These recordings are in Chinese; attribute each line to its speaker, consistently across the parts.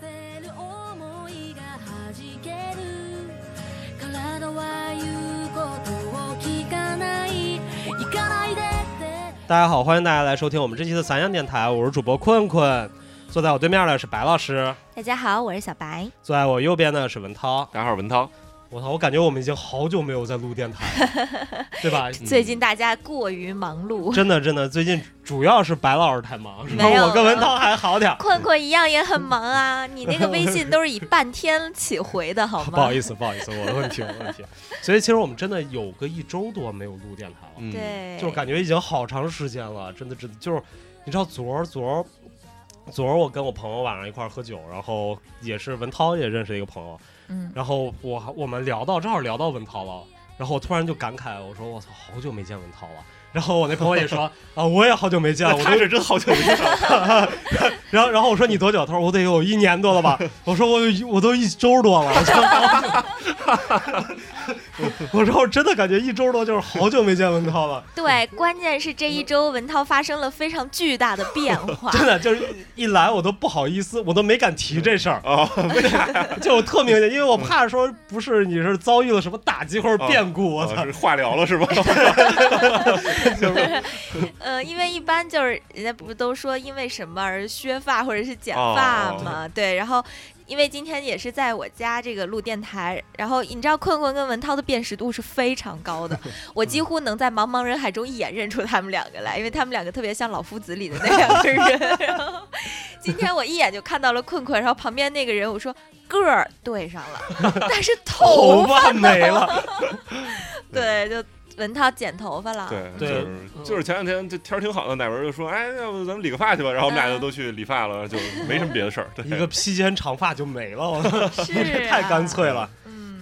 Speaker 1: せる想いがはじける体は言うことを聞かない行かないでって
Speaker 2: 大家好，欢迎大家来收听我们这期的散养电台，我是主播困困，坐在我对面的是白老师，
Speaker 3: 大家好，我是小白。
Speaker 2: 坐在我右边的是文涛。
Speaker 4: 大家好，文涛。
Speaker 2: 我操，我感觉我们已经好久没有在录电台了， 对吧？
Speaker 3: 最近大家过于忙碌，
Speaker 2: 真的真的，最近主要是白老师太忙，是吧？
Speaker 3: 没有
Speaker 2: 我跟文涛还好点儿，
Speaker 3: 困困一样也很 忙啊。你那个微信都是以半天起回的，好吗？
Speaker 2: 不好意思，不好意思，我的问 题，我的问题。所以其实我们真的有个一周多没有录电台了，
Speaker 4: 嗯，
Speaker 3: 对，
Speaker 2: 就感觉已经好长时间了，真的真的就是，你知道昨儿昨儿昨儿我跟我朋友晚上一块儿喝酒，然后也是文涛也认识一个朋友，
Speaker 3: 嗯，
Speaker 2: 然后我我们聊到正好聊到文涛了，然后我突然就感慨，我说我操，好久没见文涛了。然后我那朋友 也说啊，我也好久没见，我
Speaker 4: 他
Speaker 2: 都
Speaker 4: 是真好久没见了。
Speaker 2: 然后然后我说你多久？他说我得有一年多了吧。我说我有一我都一周多了。我说我说我真的感觉一周多就是好久没见文涛 了，
Speaker 3: 对，关键是这一周文涛发生了非常巨大的变 化
Speaker 2: 真。的就是一来我都不好意思，我都没敢提这 事儿
Speaker 4: 哦
Speaker 2: 啊， 就我特明显，因为我怕说不是你是遭遇了什么打击或者变故，我操
Speaker 4: 啊，是化疗了是吧？
Speaker 3: 呃，因为一般就是人家不都说因为什么而削发或者是剪
Speaker 4: 哦
Speaker 3: 发嘛，对，然后。因为今天也是在我家这个录电台，然后你知道困困跟文涛的辨识度是非常高的，我几乎能在茫茫人海中一眼认出他们两个来，因为他们两个特别像老夫子里的那两个人。 然后今天我一眼就看到了困困，然后旁边那个人我说个儿对上了，但是头
Speaker 2: 头发没了，
Speaker 3: 对，就文涛剪头发了。
Speaker 4: 对，
Speaker 2: 对嗯
Speaker 4: 就是就是前两天这天儿挺好的，奶文就说，哎，要不咱们理个发去吧？然后我们俩
Speaker 3: 嗯
Speaker 4: 就都去理发了，就没什么别的事儿。对
Speaker 2: 一个披肩长发就没了，我操，
Speaker 3: 是、啊、
Speaker 2: 太干脆了。
Speaker 3: 嗯。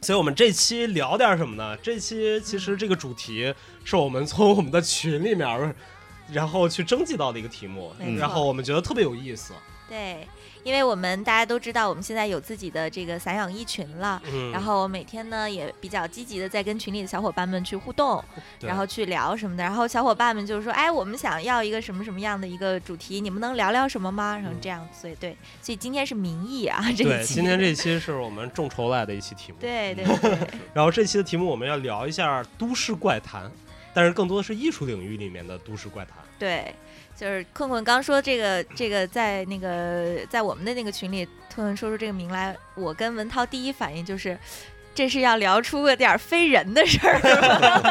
Speaker 2: 所以，我们这期聊点什么呢？这期其实这个主题是我们从我们的群里面儿，然后去征集到的一个题目，
Speaker 3: 没错
Speaker 2: 然后我们觉得特别有意思。
Speaker 3: 对，因为我们大家都知道，我们现在有自己的这个散养一群了。
Speaker 2: 嗯，
Speaker 3: 然后每天呢也比较积极的在跟群里的小伙伴们去互动，
Speaker 2: 对
Speaker 3: 然后去聊什么的。然后小伙伴们就是说，哎，我们想要一个什么什么样的一个主题，你们能聊聊什么吗？然后
Speaker 2: 嗯
Speaker 3: 这样，所以对，所以今天是民意啊，这
Speaker 2: 对，
Speaker 3: 一期。
Speaker 2: 今天这期是我们众筹来的一期题目。
Speaker 3: 对 对对
Speaker 2: 然后这期的题目我们要聊一下都市怪谈，但是更多的是艺术领域里面的都市怪谈。
Speaker 3: 对，就是困困刚说这个这个在那个在我们的那个群里，困困说出这个名来，我跟文涛第一反应就是。这是要聊出个点儿非人的事儿，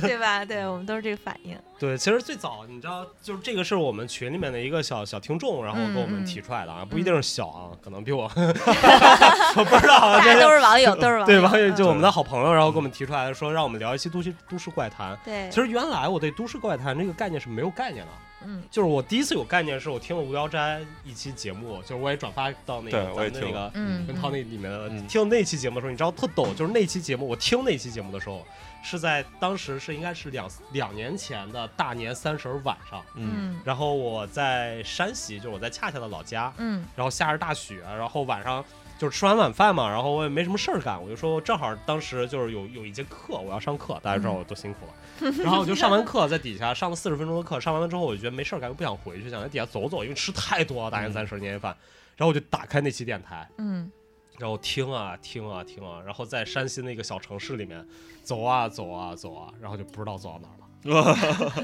Speaker 3: 对吧？对，我们都是这个反应。
Speaker 2: 对，其实最早你知道，就是这个是我们群里面的一个小小听众，然后给我们提出来的啊，不一定是小啊，可能比我 我不知道啊，
Speaker 3: 大
Speaker 2: 这
Speaker 3: 家都是网友，都是网 友。
Speaker 2: 对网友就
Speaker 3: 嗯
Speaker 2: 我们的好朋友，然后给我们提出来说，让我们聊一期都市都市怪谈。
Speaker 3: 对，
Speaker 2: 其实原来我对都市怪谈这个概念是没有概念的，
Speaker 3: 嗯，
Speaker 2: 就是我第一次有概念是我听了《无聊斋》一期节目，就是我也转发到那个
Speaker 4: 对
Speaker 2: 咱
Speaker 4: 我也
Speaker 2: 们的那
Speaker 4: 听
Speaker 2: 个
Speaker 3: 嗯
Speaker 2: 文涛那里面的，
Speaker 4: 嗯
Speaker 2: 听那期节目的时候，你知道特逗，就是那期节目我听那期节目的时候，是在当时是应该是两两年前的大年三十儿晚上，
Speaker 3: 嗯
Speaker 2: 然后我在山西，就是我在恰恰的老家，
Speaker 3: 嗯
Speaker 2: 然后下着大雪，然后晚上就是吃完晚饭嘛，然后我也没什么事儿干，我就说正好当时就是有有一节课我要上课，大家知道我多辛苦了，然后我就上完课在底下上了四十分钟的课，上完了之后我就觉得没事儿干，又不想回去，想在底下走走，因为吃太多了大年三十年夜饭，然后我就打开那期电台，
Speaker 3: 嗯
Speaker 2: 然后听啊听啊听啊，然后在山西那个小城市里面走啊走啊走啊，然后就不知道走到哪儿了。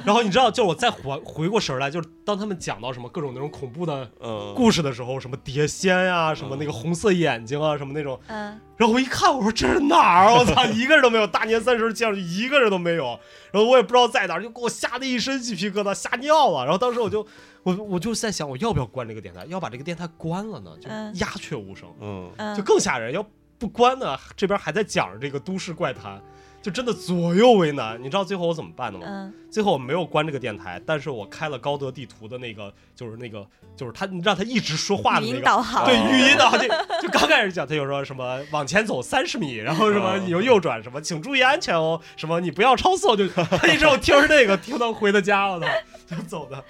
Speaker 2: 然后你知道，就是我再回回过神儿来，就是当他们讲到什么各种那种恐怖的
Speaker 4: 嗯，
Speaker 2: 故事的时候，什么碟仙呀、什么那个红色眼睛啊，什么那种。
Speaker 3: 嗯
Speaker 2: 然后我一看，我说这是哪儿？啊我操，一个人都没有。大年三十街上就一个人都没有。然后我也不知道在哪儿，就给我吓得一身鸡皮疙瘩，吓尿了。然后当时我就，我我就在想，我要不要关这个电台？要把这个电台关了呢，就
Speaker 3: 嗯
Speaker 2: 鸦雀无声，
Speaker 4: 嗯，
Speaker 3: 嗯，
Speaker 2: 就更吓人。要不关呢，这边还在讲这个都市怪谈，就真的左右为难。你知道最后我怎么办的吗？
Speaker 3: 嗯
Speaker 2: 最后我没有关这个电台，但是我开了高德地图的那个，就是那个，就是他让他一直说话的那
Speaker 3: 语音
Speaker 2: 个，
Speaker 3: 导航，
Speaker 2: 对
Speaker 4: 哦
Speaker 2: 语音导航， 就就刚开始讲，他就说什么往前走三十米，然后什么
Speaker 4: 哦
Speaker 2: 你就右转，什么请注意安全哦， 什么你不要超速，就他一直我听着那个，听到回的家，我操，就走的，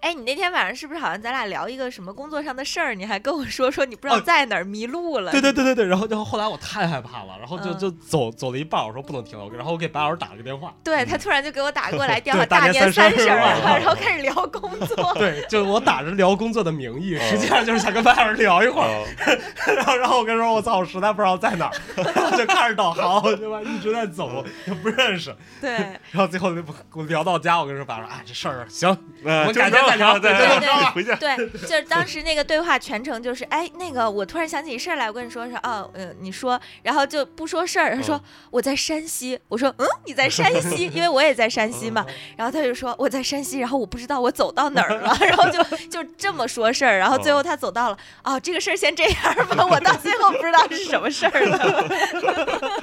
Speaker 3: 哎，你那天晚上是不是好像咱俩聊一个什么工作上的事儿？你还跟我说说你不知道
Speaker 2: 哦
Speaker 3: 在哪儿迷路了。
Speaker 2: 对对对对对，然后然后后来我太害怕了，然后就
Speaker 3: 嗯
Speaker 2: 就走走了一半，我说不能停了，然后我给白老师打了个电话，
Speaker 3: 对他突然就给我打过 来电话，
Speaker 2: 嗯对大年
Speaker 3: 年
Speaker 2: 三
Speaker 3: 十
Speaker 2: 十
Speaker 3: 儿
Speaker 2: 了
Speaker 3: 了，然后开始聊工 作。
Speaker 2: 对，就我打着聊工作的名义，
Speaker 4: 哦
Speaker 2: 实际上就是想跟白老师聊一会儿，
Speaker 4: 啊，
Speaker 2: 然后然后我跟他说我操，我实在不知道在哪儿，然后就开始导航，对吧？一直在走，也不认识，
Speaker 3: 对，
Speaker 2: 然后最后我聊到家，我跟说白老师，哎，这事儿行，
Speaker 4: 那
Speaker 2: 我
Speaker 4: 就
Speaker 2: 改
Speaker 4: 这
Speaker 2: 天
Speaker 4: 么
Speaker 2: 再聊
Speaker 4: 着对
Speaker 2: 对
Speaker 4: 就
Speaker 3: 对
Speaker 4: 这么着
Speaker 3: 对
Speaker 4: 吧回家。
Speaker 3: 对，就是当时那个对话全程就是，哎，那个我突然想起一事儿来，我跟你说说，哦，嗯，你说，然后就不说事儿，他说、
Speaker 2: 嗯
Speaker 3: 我在山西，我说嗯，你在山 西，因为我也在山西嘛，
Speaker 2: 嗯
Speaker 3: 然后他就说我在山西，然后我不知道我走到哪儿了，然后就就这么说事儿，然后最
Speaker 2: 嗯
Speaker 3: 后他走到了，哦，这个事儿先这样吧，我到最后不知道是什么事儿了，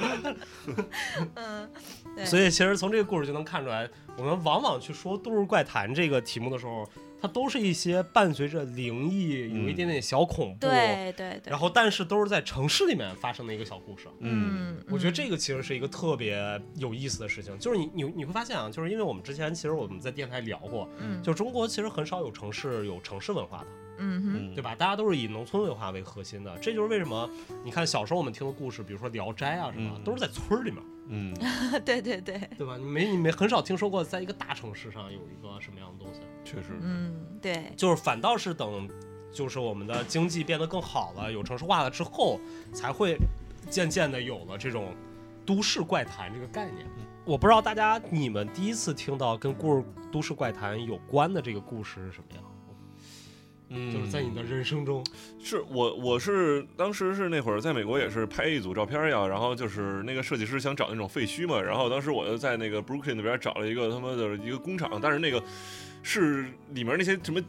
Speaker 3: 嗯，对，
Speaker 2: 所以其实从这个故事就能看出来，我们往往去说《都市怪谈》这个题目的时候，它都是一些伴随着灵异，有一点点小恐怖，
Speaker 3: 对对对
Speaker 2: 然，后但是都是在城市里面发生的一个小故事。
Speaker 4: 嗯，
Speaker 2: 我觉得这个其实是一个特别有意思的事情，就是你你你会发现啊，就是因为我们之前其实我们在电台聊过，
Speaker 3: 嗯
Speaker 2: 就中国其实很少有城市有城市文化的，
Speaker 3: 嗯哼
Speaker 4: 嗯
Speaker 2: 对？吧？大家都是以农村文化为核心的，这就是为什么你看小时候我们听的故事，比如说《聊斋》啊什么的，
Speaker 4: 嗯
Speaker 2: 都是在村儿里面。
Speaker 4: 嗯，
Speaker 3: 对对对，
Speaker 2: 对吧？你没你没很少听说过，在一个大城市上有一个什么样的东西，
Speaker 4: 确实，
Speaker 3: 嗯对，
Speaker 2: 就是反倒是等，就是我们的经济变得更好了，有城市化了之后，才会渐渐的有了这种都市怪谈这个概念
Speaker 4: 嗯。
Speaker 2: 我不知道大家你们第一次听到跟故事都市怪谈有关的这个故事是什么样？
Speaker 4: 嗯，
Speaker 2: 就是在你的人生中，
Speaker 4: 是我，我是当时是那会儿在美国也是拍一组照片儿呀，然后就是那个设计师想找那种废墟嘛，然后当时我就在那个 Brooklyn 那边找了一个他妈的一个工厂，但是那个是里面那些什么。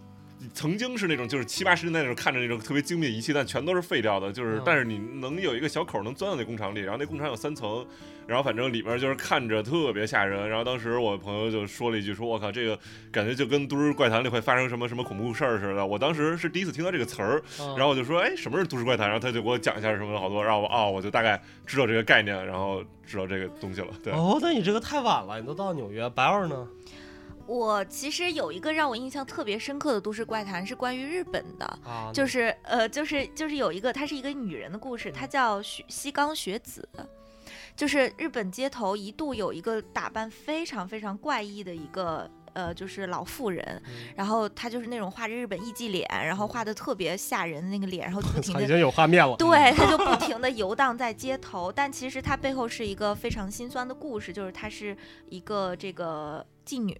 Speaker 4: 曾经是那种，就是七八十年代那种看着那种特别精密的仪器，但全都是废掉的。就是，
Speaker 2: 嗯
Speaker 4: 但是你能有一个小口儿能钻到那工厂里，然后那工厂有三层，然后反正里面就是看着特别吓人。然后当时我朋友就说了一句说我靠，这个感觉就跟《都市怪谈》里会发生什么什么恐怖事儿似的。”我当时是第一次听到这个词儿，
Speaker 3: 嗯
Speaker 4: 然后我就说，哎，什么是都市怪谈？然后他就给我讲一下什么的好多，然后我哦，我就大概知道这个概念，然后知道这个东西了。对，
Speaker 2: 哦，那你这个太晚了，你都到纽约，白二呢？
Speaker 3: 我其实有一个让我印象特别深刻的都市怪谈是关于日本的，
Speaker 2: 啊，
Speaker 3: 就是呃，就是就是有一个，它是一个女人的故事，
Speaker 2: 嗯
Speaker 3: 她叫雪西冈雪子，就是日本街头一度有一个打扮非常非常怪异的一个。呃，就是老妇人，
Speaker 2: 嗯
Speaker 3: 然后她就是那种画着日本艺妓脸，然后画的特别吓人的那个脸，然后就不停
Speaker 2: 操
Speaker 3: 的
Speaker 2: 已经有画面了。
Speaker 3: 对，他就不停的游荡在街头，但其实他背后是一个非常心酸的故事，就是她是一个这个妓女，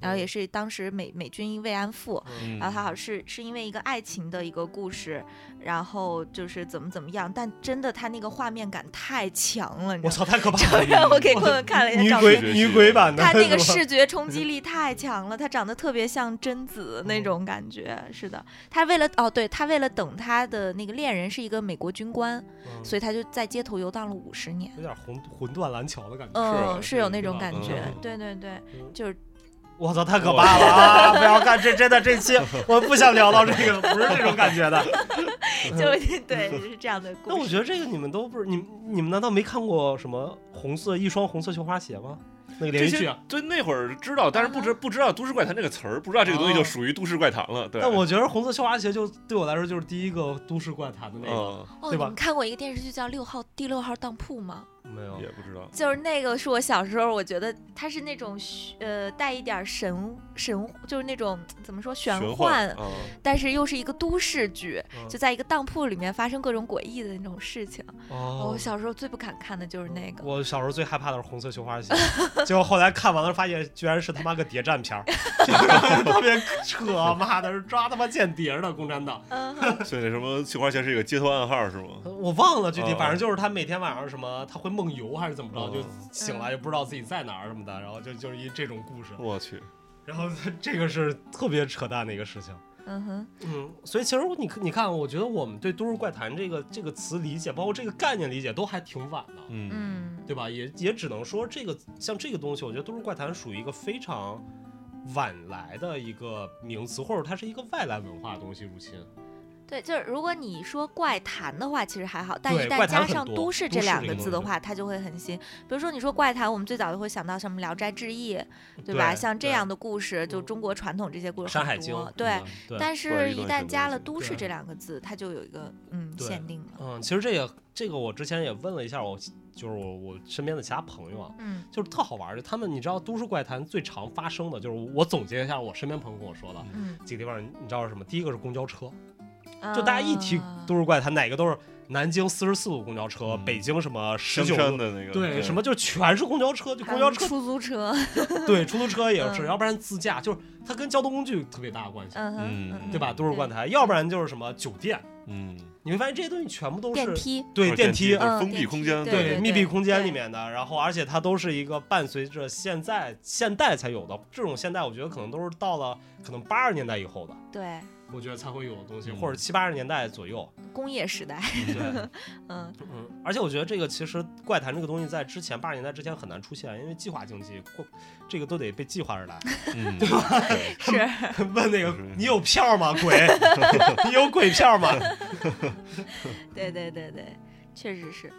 Speaker 3: 然后也是当时美美军慰安妇。
Speaker 2: 嗯，
Speaker 4: 啊
Speaker 3: 然后她好像是是因为一个爱情的一个故事，然后就是怎么怎么样，但真的她那个画面感太强了，你
Speaker 2: 我
Speaker 3: 知道
Speaker 2: 操，
Speaker 3: 吗？
Speaker 2: 太哎可怕
Speaker 3: 就
Speaker 2: 了！
Speaker 3: 让我给坤坤看了一
Speaker 2: 女
Speaker 3: 下照
Speaker 2: 鬼
Speaker 3: 片，
Speaker 4: 片
Speaker 2: 女鬼版的，
Speaker 3: 她那个
Speaker 2: 是吧嗯
Speaker 3: 视觉冲击力太强了，她长得特别像贞子那种感觉。是的，她为了哦，对，她为了等她的那个恋人是一个美国军官，
Speaker 2: 嗯啊
Speaker 3: 所以她就在街头游荡了五十年。
Speaker 2: 有点魂魂断蓝桥的感觉。
Speaker 3: 嗯，
Speaker 4: 是
Speaker 3: 是有那种感
Speaker 4: 嗯
Speaker 3: 觉
Speaker 4: 嗯，
Speaker 3: 对对对，
Speaker 2: 嗯
Speaker 3: 就是
Speaker 2: 我操，太可怕了啊！不要看这真的这期，我不想聊到这个，不是这种感觉的。
Speaker 3: 就是对，是这样的故事。
Speaker 2: 那我觉得这个你们都不是，你们你们难道没看过什么红色一双红色绣花鞋吗？那个
Speaker 4: 这
Speaker 2: 连续剧
Speaker 4: 些
Speaker 2: 啊。
Speaker 4: 对那会儿知道，但是不知不知道“都市怪谈”这个词儿，不知道这个东西就属于都市怪谈了。对，
Speaker 2: 但我觉得红色绣花鞋就对我来说就是第一个都市怪谈的那个，
Speaker 4: 嗯
Speaker 3: 哦，
Speaker 2: 对
Speaker 3: 你
Speaker 2: 吧
Speaker 3: 们看过一个电视剧叫《六号第六号当铺》吗？
Speaker 2: 没有
Speaker 4: 也不知道，
Speaker 3: 就是那个是我小时候，我觉得它是那种虚呃带一点神神，就是那种怎么说玄
Speaker 4: 玄
Speaker 3: 幻，
Speaker 4: 嗯
Speaker 3: 但是又是一个都市剧，
Speaker 2: 嗯
Speaker 3: 就在一个当铺里面发生各种诡异的那种事情。
Speaker 2: 哦
Speaker 3: 我。小时候最不敢看的就是那个。
Speaker 2: 我小时候最害怕的是红色绣花 鞋，结果后来看完了，发现居然是他妈个谍战片 儿，特别扯，妈的是抓他妈间谍的共产党。
Speaker 3: 嗯，
Speaker 4: 所以那什么“绣花鞋”是一个街头暗号是吗？
Speaker 2: 我忘了具体，
Speaker 4: 哦
Speaker 2: 反正就是他每天晚上什么，他会梦游还是怎么着，
Speaker 4: 哦
Speaker 2: 就醒来也不知道自己在哪儿什么的，然后就就是一这种故事，
Speaker 4: 我去，
Speaker 2: 然后 这个是特别扯淡的一个事情。
Speaker 3: 嗯哼，
Speaker 2: 嗯，所以其实你你看，我觉得我们对都市怪谈这个这个词理解，包括这个概念理解，都还挺晚的，
Speaker 4: 嗯
Speaker 3: 嗯，
Speaker 2: 对吧？也也只能说这个像这个东西，我觉得都市怪谈属于一个非常晚来的一个名词，或者它是一个外来文化的东西入侵。
Speaker 3: 对，就是如果你说怪谈的话，其实还好，但一
Speaker 2: 对
Speaker 3: 旦
Speaker 2: 怪谈
Speaker 3: 加
Speaker 2: 很
Speaker 3: 上
Speaker 2: 多
Speaker 3: 都市
Speaker 2: 都
Speaker 3: 这
Speaker 2: 市
Speaker 3: 两
Speaker 2: 这
Speaker 3: 个
Speaker 2: 个
Speaker 3: 字的
Speaker 2: 东西
Speaker 3: 话，它就会很新。比如说你说怪谈，我们最早就会想到什么《聊斋志异》，对吧？
Speaker 2: 对
Speaker 3: 像这
Speaker 2: 对
Speaker 3: 样的故事，就
Speaker 2: 嗯
Speaker 3: 中国传统这些故
Speaker 2: 《
Speaker 3: 事
Speaker 2: 山
Speaker 3: 很
Speaker 2: 海经
Speaker 3: 多》对，
Speaker 2: 嗯对。
Speaker 3: 但
Speaker 4: 关
Speaker 3: 是，
Speaker 4: 于
Speaker 3: 一
Speaker 4: 乱
Speaker 3: 旦
Speaker 4: 神
Speaker 3: 加
Speaker 4: 乱
Speaker 3: 了“
Speaker 4: 神
Speaker 3: 都市”
Speaker 2: 对
Speaker 3: 这两个字，它就有一个嗯
Speaker 2: 对
Speaker 3: 限定了。
Speaker 2: 嗯，其实这个这个我之前也问了一下我，就是我我身边的其他朋友啊，
Speaker 3: 嗯
Speaker 2: 就是特好玩儿。就他们你知道都市怪谈最常发生的就是我总结一下我身边朋友跟我说的
Speaker 3: 嗯，
Speaker 2: 几个地方，你你知道是什么？第一个是公交车，就大家一提
Speaker 3: 啊
Speaker 2: 都市怪谈，哪个都是南京四十四路公交车，
Speaker 4: 嗯
Speaker 2: 北京什么十
Speaker 4: 深
Speaker 2: 九
Speaker 4: 山
Speaker 2: 路。
Speaker 4: 的那个
Speaker 2: 对，什么就全是公交车，就
Speaker 3: 还有
Speaker 2: 公交
Speaker 3: 什
Speaker 2: 车，
Speaker 3: 么出租车，
Speaker 2: 对，出租车也是，
Speaker 3: 嗯
Speaker 2: 要不然自驾，就是它跟交通工具特别大的关系，
Speaker 3: 嗯哼
Speaker 4: 嗯
Speaker 2: 对吧？
Speaker 3: 嗯
Speaker 2: 都市怪谈，要不然就是什么酒店，
Speaker 4: 嗯，
Speaker 2: 你会发现这些东西全部都是
Speaker 3: 电梯，
Speaker 2: 对
Speaker 4: 哦
Speaker 2: 电
Speaker 4: 梯
Speaker 2: 梯，啊
Speaker 3: 嗯
Speaker 4: 封闭
Speaker 3: 电
Speaker 4: 空
Speaker 3: 梯
Speaker 4: 间的
Speaker 3: 对对
Speaker 2: 密闭空间
Speaker 3: 对
Speaker 2: 里面的，然后而且它都是一个伴随着现在现代才有的这种现代，我觉得可能都是到了可能八十年代以后的，
Speaker 3: 对，
Speaker 2: 我觉得才会有的东西，
Speaker 4: 嗯
Speaker 2: 或者七八十年代左右。
Speaker 3: 工业时代，
Speaker 2: 对，
Speaker 3: 嗯，
Speaker 2: 嗯，而且我觉得这个其实怪谈这个东西在之前八十年代之前很难出现，因为计划经济，过这个都得被计划着来。
Speaker 4: 嗯，对 吧？
Speaker 3: 是，
Speaker 2: 问那个
Speaker 4: 是
Speaker 2: 你有票吗？鬼， 你有鬼票吗？
Speaker 3: 对对对对，确实是。嗯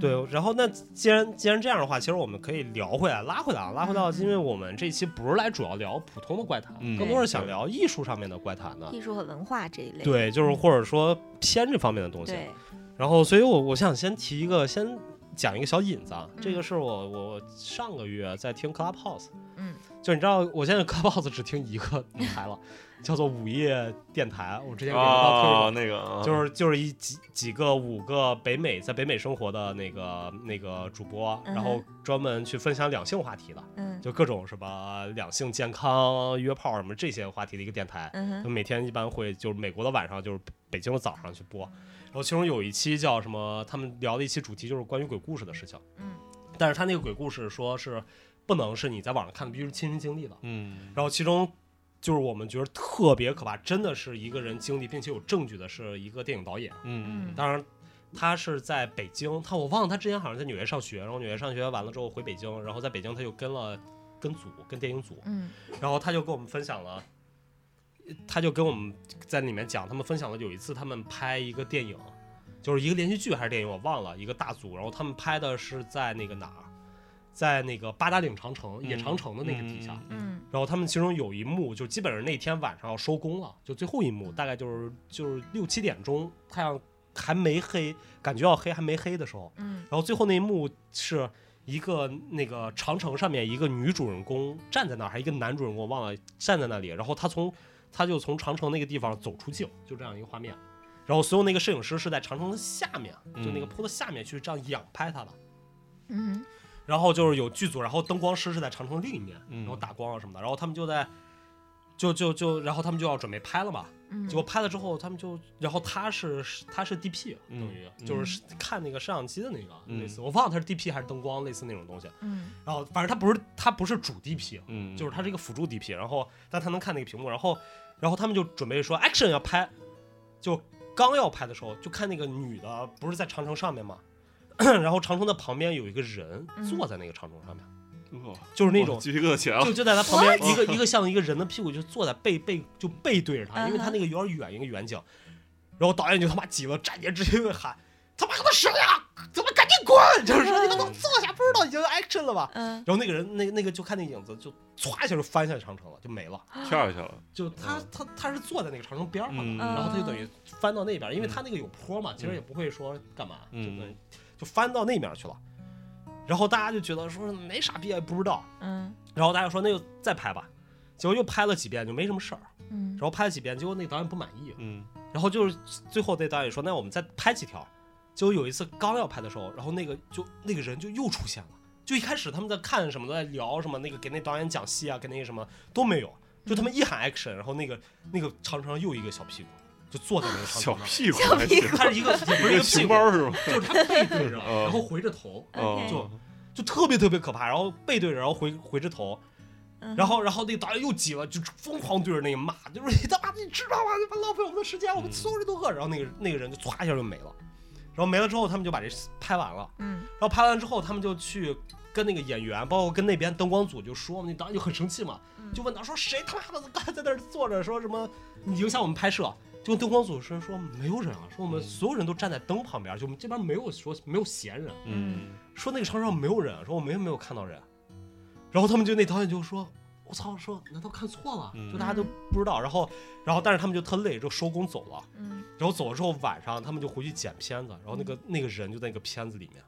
Speaker 2: 对，然后那既然既然这样的话，其实我们可以聊回来，拉回来啊，拉回到，
Speaker 3: 嗯
Speaker 2: 因为我们这期不是来主要聊普通的怪谈，
Speaker 4: 嗯
Speaker 2: 更多是想聊艺术上面的怪谈的。
Speaker 3: 嗯艺术和文化这一类，
Speaker 2: 对，就是或者说偏这方面的东西。
Speaker 3: 嗯对，
Speaker 2: 然后，所以我我想先提一个，先讲一个小引子啊。这个
Speaker 3: 嗯
Speaker 2: 是我我上个月在听 Clubhouse，
Speaker 3: 嗯，
Speaker 2: 就你知道，我现在 Clubhouse 只听一个台了，叫做午夜电台。我之前给大家推
Speaker 4: 啊，
Speaker 2: 过，
Speaker 4: 那个啊
Speaker 2: 就是就是一几几个五个北美在北美生活的那个那个主播，
Speaker 3: 嗯哼
Speaker 2: 然后专门去分享两性话题的，
Speaker 3: 嗯
Speaker 2: 就各种什么两性健康、约炮什么这些话题的一个电台。
Speaker 3: 嗯
Speaker 2: 就
Speaker 3: 哼，
Speaker 2: 每天一般会就是美国的晚上，就是北京的早上去播。然后其中有一期叫什么，他们聊的一期主题就是关于鬼故事的事情。
Speaker 3: 嗯，
Speaker 2: 但是他那个鬼故事说是不能是你在网上看的，必须是亲身经历的。
Speaker 4: 嗯，
Speaker 2: 然后其中就是我们觉得特别可怕，真的是一个人经历并且有证据的是一个电影导演。
Speaker 4: 嗯
Speaker 2: 当然，他是在北京，他我忘了他之前好像在纽约上学，然后纽约上学完了之后回北京，然后在北京他就跟了跟组跟电影组，
Speaker 3: 嗯
Speaker 2: 然后他就跟我们分享了，他就跟我们在里面讲，他们分享了有一次他们拍一个电影，就是一个连续剧还是电影，我忘了，一个大组，然后他们拍的是在那个哪儿，在那个八达岭长城、野长城的那个底下。
Speaker 3: 嗯
Speaker 2: 然后他们其中有一幕，就基本上那天晚上要收工了，就最后一幕，
Speaker 3: 嗯
Speaker 2: 大概就是就是六七点钟，太阳还没黑，感觉要黑还没黑的时候，
Speaker 3: 嗯
Speaker 2: 然后最后那一幕是一个那个长城上面一个女主人公站在那儿，还一个男主人公忘了站在那里，然后他从他就从长城那个地方走出镜，就这样一个画面。然后所有那个摄影师是在长城的下面，就那个
Speaker 4: 嗯
Speaker 2: 坡的下面去这样仰拍他的。
Speaker 3: 嗯
Speaker 2: 然后就是有剧组，然后灯光师是在长城另一面，
Speaker 4: 嗯
Speaker 2: 然后打光啊什么的。然后他们就在就就就，然后他们就要准备拍了嘛。
Speaker 3: 嗯，
Speaker 2: 结果拍了之后，他们就，然后他是他是 DP，
Speaker 4: 嗯
Speaker 2: 等于、就是看那个摄像机的那个、
Speaker 4: 嗯
Speaker 2: 类似，我忘了他是 DP 还是灯光类似那种东西。
Speaker 3: 嗯
Speaker 2: 然后反正他不是他不是主 DP，
Speaker 4: 嗯，
Speaker 2: 就是他是一个辅助 DP，然后但他能看那个屏幕，然后然后他们就准备说 action 要拍，就刚要拍的时候，就看那个女的不是在长城上面嘛， 然后长城的旁边有一个人
Speaker 3: 嗯
Speaker 2: 坐在那个长城上面，
Speaker 4: 哦
Speaker 2: 就是那种
Speaker 4: 哇。鸡皮疙瘩起来了
Speaker 2: 就，就在他旁边，一个一个像一个人的屁股，就坐在背背就背对着他，因为他那个有点远，一个远景。然后导演就他妈急了，站起来直接就喊：“他妈他妈谁呀、他妈赶紧滚！”就是说你们都坐下，不知道已经 action 了吧？
Speaker 3: 嗯
Speaker 2: 然后那个人，那那个就看那个影子，就歘一下就翻下长城了，就没了。
Speaker 4: 跳下去了，
Speaker 2: 就他、
Speaker 4: 嗯
Speaker 2: 他他是坐在那个长城边上的，
Speaker 4: 嗯
Speaker 2: 然后他就等于翻到那边，因为他那个有坡嘛，其实
Speaker 4: 嗯
Speaker 2: 也不会说干嘛，
Speaker 4: 嗯
Speaker 2: 就等于就翻到那边去了。然后大家就觉得说没傻逼，也不知道。
Speaker 3: 嗯
Speaker 2: 然后大家说那就再拍吧，结果又拍了几遍就没什么事儿，
Speaker 3: 嗯
Speaker 2: 然后拍了几遍，结果那个导演不满意，
Speaker 4: 嗯
Speaker 2: 然后就是最后那导演说那我们再拍几条，结果有一次刚要拍的时候，然后那个就那个人就又出现了，就一开始他们在看什么在聊什么那个给那导演讲戏啊，给那个什么都没有，就他们一喊 action，然后那个那个长城上又一个小屁股就坐在那个长
Speaker 4: 小
Speaker 2: 城上，
Speaker 4: 屁股还行，
Speaker 2: 他是一个也不是一
Speaker 4: 那
Speaker 2: 个
Speaker 4: 个
Speaker 2: 屁股，
Speaker 4: 熊猫是吗？
Speaker 2: 就是他背对着，
Speaker 4: 嗯
Speaker 2: 然后回着头，
Speaker 4: 哦
Speaker 3: OK
Speaker 2: 就就特别特别可怕，然后背对着，然后回回着头。
Speaker 3: 嗯，
Speaker 2: 然后，然后那个导演又急了，就疯狂对着那个骂，就说：“你他妈，你知道吗？他妈浪费我们的时间，我们所有人都饿。”然后那个那个人就歘一下就没了，然后没了之后，他们就把这拍完了。
Speaker 3: 嗯
Speaker 2: 然后拍完之后，他们就去跟那个演员，包括跟那边灯光组就说，那导演就很生气嘛，就问他说：“谁他妈的刚才在那儿坐着，说什么你影响我们拍摄？”就跟灯光组是说没有人啊，说我们所有人都站在灯旁边，就我们这边没有说没有闲人，
Speaker 4: 嗯，
Speaker 2: 说那个超市上没有人，说我们也没有看到人。然后他们就那导演就说：“我操，说难道看错了？
Speaker 4: 嗯
Speaker 2: 就大家都不知道。”然后，然后但是他们就特累，就收工走了。
Speaker 3: 嗯，
Speaker 2: 然后走了之后，晚上他们就回去剪片子，然后那个那个人就在那个片子里面。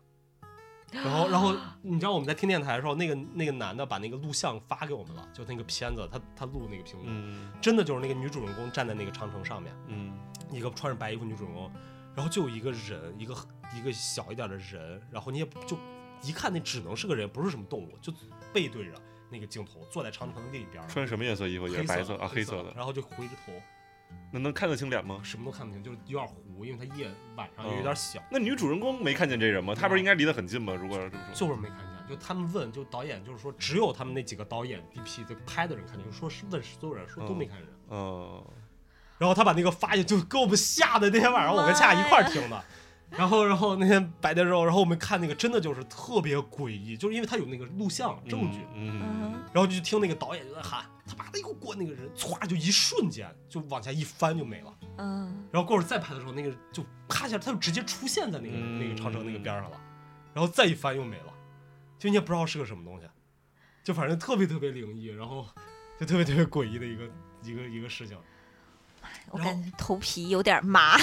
Speaker 2: 然后，然后你知道我们在听电台的时候，那个那个男的把那个录像发给我们了，就那个片子，他他录那个屏幕，
Speaker 4: 嗯
Speaker 2: 真的就是那个女主人公站在那个长城上面，
Speaker 4: 嗯
Speaker 2: 一个穿着白衣服女主人公，然后就有一个人，一个一个小一点的人，然后你也不就一看那只能是个人，不是什么动物，就背对着那个镜头，坐在长城的另一边儿，
Speaker 4: 穿什么颜色衣服？也是白色
Speaker 2: 色
Speaker 4: 啊，黑
Speaker 2: 黑
Speaker 4: 色
Speaker 2: 的，
Speaker 4: 的。
Speaker 2: 然后就回着头，
Speaker 4: 那能看得清脸吗？
Speaker 2: 什么都看不清，就是有点糊，因为它夜晚上有点小，
Speaker 4: 那女主人公没看见这人吗？她不是应该离得很近吗？如果要这么说，
Speaker 2: 嗯就是没看见。就他们问，就导演就是说，只有他们那几个导演 DP 在拍的人看见，就说是问所有人说都没看见人。
Speaker 4: 嗯，
Speaker 2: 然后他把那个发言就给我们吓得那天晚上我跟恰一块儿听的。然后，然后那天白天之后，然后我们看那个真的就是特别诡异，就是因为他有那个录像证据，
Speaker 4: 嗯，
Speaker 3: 嗯
Speaker 2: 然后就听那个导演就在喊他妈的给我滚，那个人歘就一瞬间就往下一翻就没了。
Speaker 3: 嗯
Speaker 2: 然后过会儿再拍的时候，那个就啪一下他就直接出现在那个、
Speaker 4: 嗯
Speaker 2: 那个长城那个边上了，然后再一翻又没了，就你也不知道是个什么东西，就反正特别特别灵异，然后就特别特别诡异的一个一个一个事情。
Speaker 3: 我
Speaker 2: 然后
Speaker 3: 感觉头皮有点麻。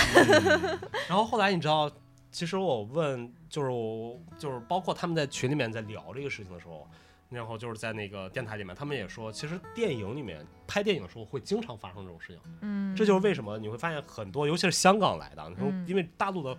Speaker 2: 然后后来你知道，其实我问，就是我就是包括他们在群里面在聊这个事情的时候，然后就是在那个电台里面，他们也说，其实电影里面拍电影的时候会经常发生这种事情。
Speaker 3: 嗯，
Speaker 2: 这就是为什么你会发现很多，尤其是香港来的，你说
Speaker 3: 嗯
Speaker 2: 因为大陆的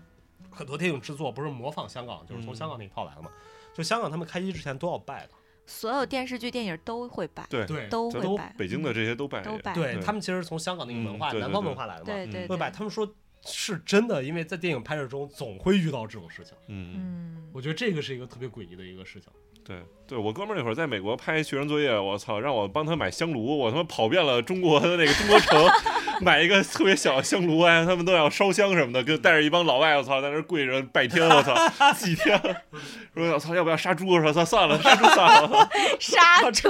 Speaker 2: 很多电影制作不是模仿香港，就是
Speaker 4: 嗯
Speaker 2: 从香港那一套来的嘛。就香港他们开机之前都要拜的，
Speaker 3: 所有电视剧、电影都会摆，
Speaker 4: 对，
Speaker 2: 对
Speaker 3: 都
Speaker 4: 咱
Speaker 3: 会
Speaker 4: 都
Speaker 3: 摆，嗯
Speaker 4: 北京的这些都拜
Speaker 3: 都
Speaker 4: 人，
Speaker 3: 拜，
Speaker 2: 对
Speaker 4: 对
Speaker 2: 他们其实是从香港那个文化、
Speaker 4: 嗯对对
Speaker 2: 南方
Speaker 4: 对
Speaker 2: 文化来的嘛，
Speaker 3: 对对
Speaker 2: 嗯会拜。
Speaker 3: 对
Speaker 2: 他们说是真的，因为在电影拍摄中总会遇到这种事情。
Speaker 4: 嗯，
Speaker 3: 嗯，
Speaker 2: 我觉得这个是一个特别诡异的一个事情。
Speaker 4: 对，对我哥们儿那会儿在美国拍学生作业，我操，让我帮他买香炉，我他妈跑遍了中国的那个中国城， 买一个特别小的香炉，哎，他们都要烧香什么的，跟带着一帮老外，我操，在那儿跪着拜天，我操，祭天， 说我操，要不要杀猪？我说操，算了，杀猪算了，
Speaker 3: 杀猪，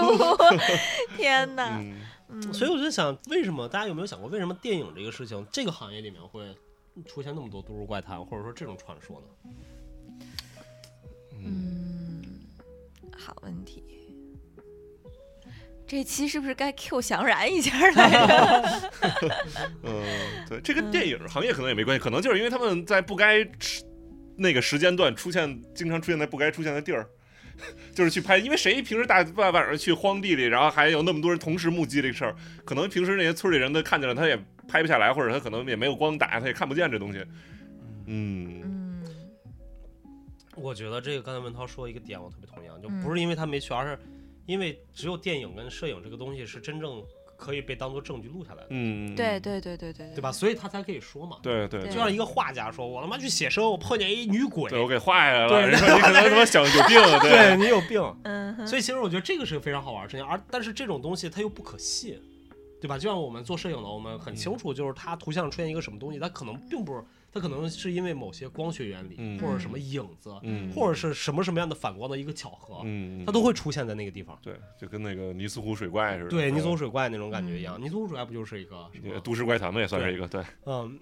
Speaker 3: 天哪！
Speaker 4: 嗯
Speaker 3: 嗯，
Speaker 2: 所以我就在想，为什么大家有没有想过，为什么电影这个事情，这个行业里面会出现那么多都市怪谈，或者说这种传说呢？
Speaker 3: 嗯，好问题。这期是不是该 Q 祥然一下来着？
Speaker 4: 嗯，对，这跟电影行业可能也没关系，可能就是因为他们在不该吃那个时间段出现，经常出现在不该出现的地儿， 就是去拍，因为谁平时大大晚上去荒地里，然后还有那么多人同时目击这个事儿，可能平时那些村里人他看见了，他也拍不下来，或者他可能也没有光打，他也看不见这东西。嗯
Speaker 3: 嗯
Speaker 2: 我觉得这个刚才文涛说一个点，我特别同意，啊，就
Speaker 3: 嗯
Speaker 2: 不是因为他没去，而是因为只有电影跟摄影这个东西是真正可以被当做证据录下来的，
Speaker 4: 嗯，，
Speaker 3: 对对对对对
Speaker 2: 对吧？？所以他才可以说嘛。
Speaker 4: 对对
Speaker 3: 对
Speaker 2: 就像一个画家说：“我他妈去写生，我碰见一女鬼，
Speaker 4: 对，我给画下来了，
Speaker 2: 对
Speaker 4: 然后你可能他妈想有病，对，
Speaker 2: 你有病。”
Speaker 3: 嗯哼，
Speaker 2: 所以其实我觉得这个是个非常好玩的事情，而但是这种东西它又不可信，对吧？就像我们做摄影的，我们很
Speaker 4: 嗯
Speaker 2: 清楚，就是它图像出现一个什么东西，它可能并不是，它可能是因为某些光学原理，
Speaker 4: 嗯
Speaker 2: 或者什么影子，
Speaker 4: 嗯，
Speaker 2: 或者是什么什么样的反光的一个巧合，
Speaker 4: 嗯，
Speaker 2: 它都会出现在那个地方。
Speaker 4: 对，就跟那个尼斯湖水怪似的，
Speaker 2: 对，泥足水怪那种感觉一
Speaker 3: 嗯
Speaker 2: 样，泥足水怪不就是一个什么
Speaker 4: 呃都市怪谈嘛，也算是一个，对，
Speaker 2: 嗯，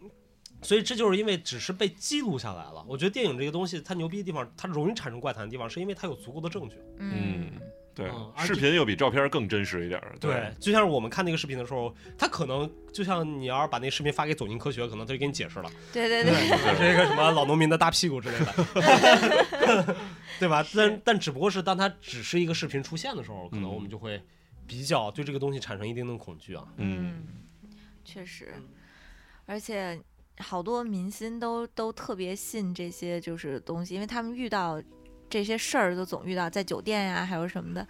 Speaker 2: 所以这就是因为只是被记录下来了。我觉得电影这个东西，它牛逼的地方，它容易产生怪谈的地方，是因为它有足够的证据。
Speaker 4: 嗯
Speaker 3: 嗯，
Speaker 4: 对
Speaker 2: 嗯，而
Speaker 4: 视
Speaker 2: 且
Speaker 4: 频又比照片更真实一点儿。
Speaker 2: 对，就像是我们看那个视频的时候，他可能就像你要是把那视频发给走进科学，可能他就给你解释了，
Speaker 3: 对对
Speaker 2: 对，
Speaker 3: 对，
Speaker 2: 是一个什么老农民的大屁股之类的，对吧？但但只不过是当它只是一个视频出现的时候，可能
Speaker 4: 嗯
Speaker 2: 我们就会比较对这个东西产生一定的恐惧啊。
Speaker 4: 嗯，
Speaker 3: 确实，而且好多民心都都特别信这些就是东西，因为他们遇到这些事儿都总遇到，在酒店呀、还有什么的，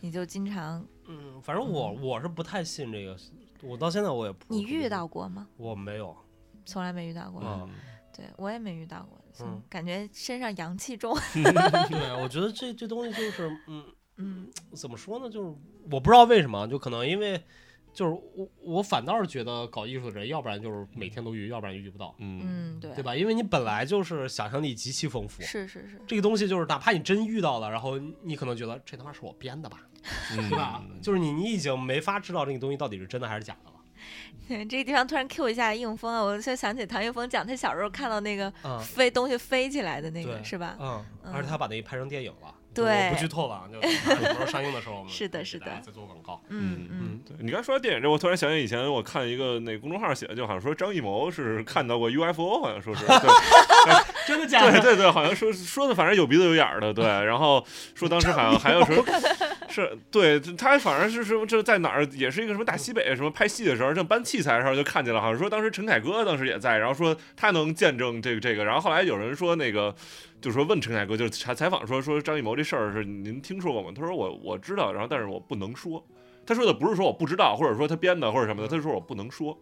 Speaker 3: 你就经常
Speaker 2: 嗯，反正我我是不太信这个，我到现在我也不
Speaker 3: 你遇到过吗？
Speaker 2: 我没有，
Speaker 3: 从来没遇到过，
Speaker 2: 嗯
Speaker 3: 对我也没遇到过，行
Speaker 2: 嗯
Speaker 3: 感觉身上阳气重，
Speaker 2: 对，我觉得这这东西就是嗯。
Speaker 3: 嗯
Speaker 2: 怎么说呢？就是我不知道为什么，就可能因为就是我我反倒是觉得搞艺术的人，要不然就是每天都遇，要不然遇不到，
Speaker 4: 嗯
Speaker 3: 嗯，对，
Speaker 2: 对吧？因为你本来就是想象力极其丰富，
Speaker 3: 是是是，
Speaker 2: 这个东西就是哪怕你真遇到了，然后你可能觉得这他妈是我编的吧，对
Speaker 4: 嗯，
Speaker 2: 吧？就是你你已经没法知道这个东西到底是真的还是假的了。
Speaker 3: 对 这个地方突然 Q 一下应风啊，我就想起唐映枫讲他小时候看到那个
Speaker 2: 嗯，
Speaker 3: 飞东西飞起来的那个
Speaker 2: 对
Speaker 3: 是吧？
Speaker 2: 嗯，
Speaker 3: 嗯
Speaker 2: 而且他把那拍成电影了，
Speaker 3: 对
Speaker 2: 我不剧透了，啊 就什么时候上映的时候，我们
Speaker 3: 是的
Speaker 2: 给
Speaker 3: 是
Speaker 2: 大家
Speaker 3: 的
Speaker 2: 再做广告。
Speaker 3: 嗯嗯，
Speaker 4: 对你刚说到电影这，我突然想起以前我看一个那公众号写的，就好像说张艺谋是看到过 UFO，好像说是，对
Speaker 2: 真的假
Speaker 4: 对
Speaker 2: 的？
Speaker 4: 对对，好像说说的，反正有鼻子有眼儿的，对。然后说当时好像还有什么，是对他反正是说这在哪儿，也是一个什么大西北什么拍戏的时候，正搬器材的时候就看见了，好像说当时陈凯歌当时也在，然后说他能见证这个这个，然后后来有人说那个。就是说问陈凯歌，就是采采访说说张艺谋这事儿是您听说过吗？他说我我知道，然后但是我不能说。他说的不是说我不知道，或者说他编的或者什么的，他说我不能说。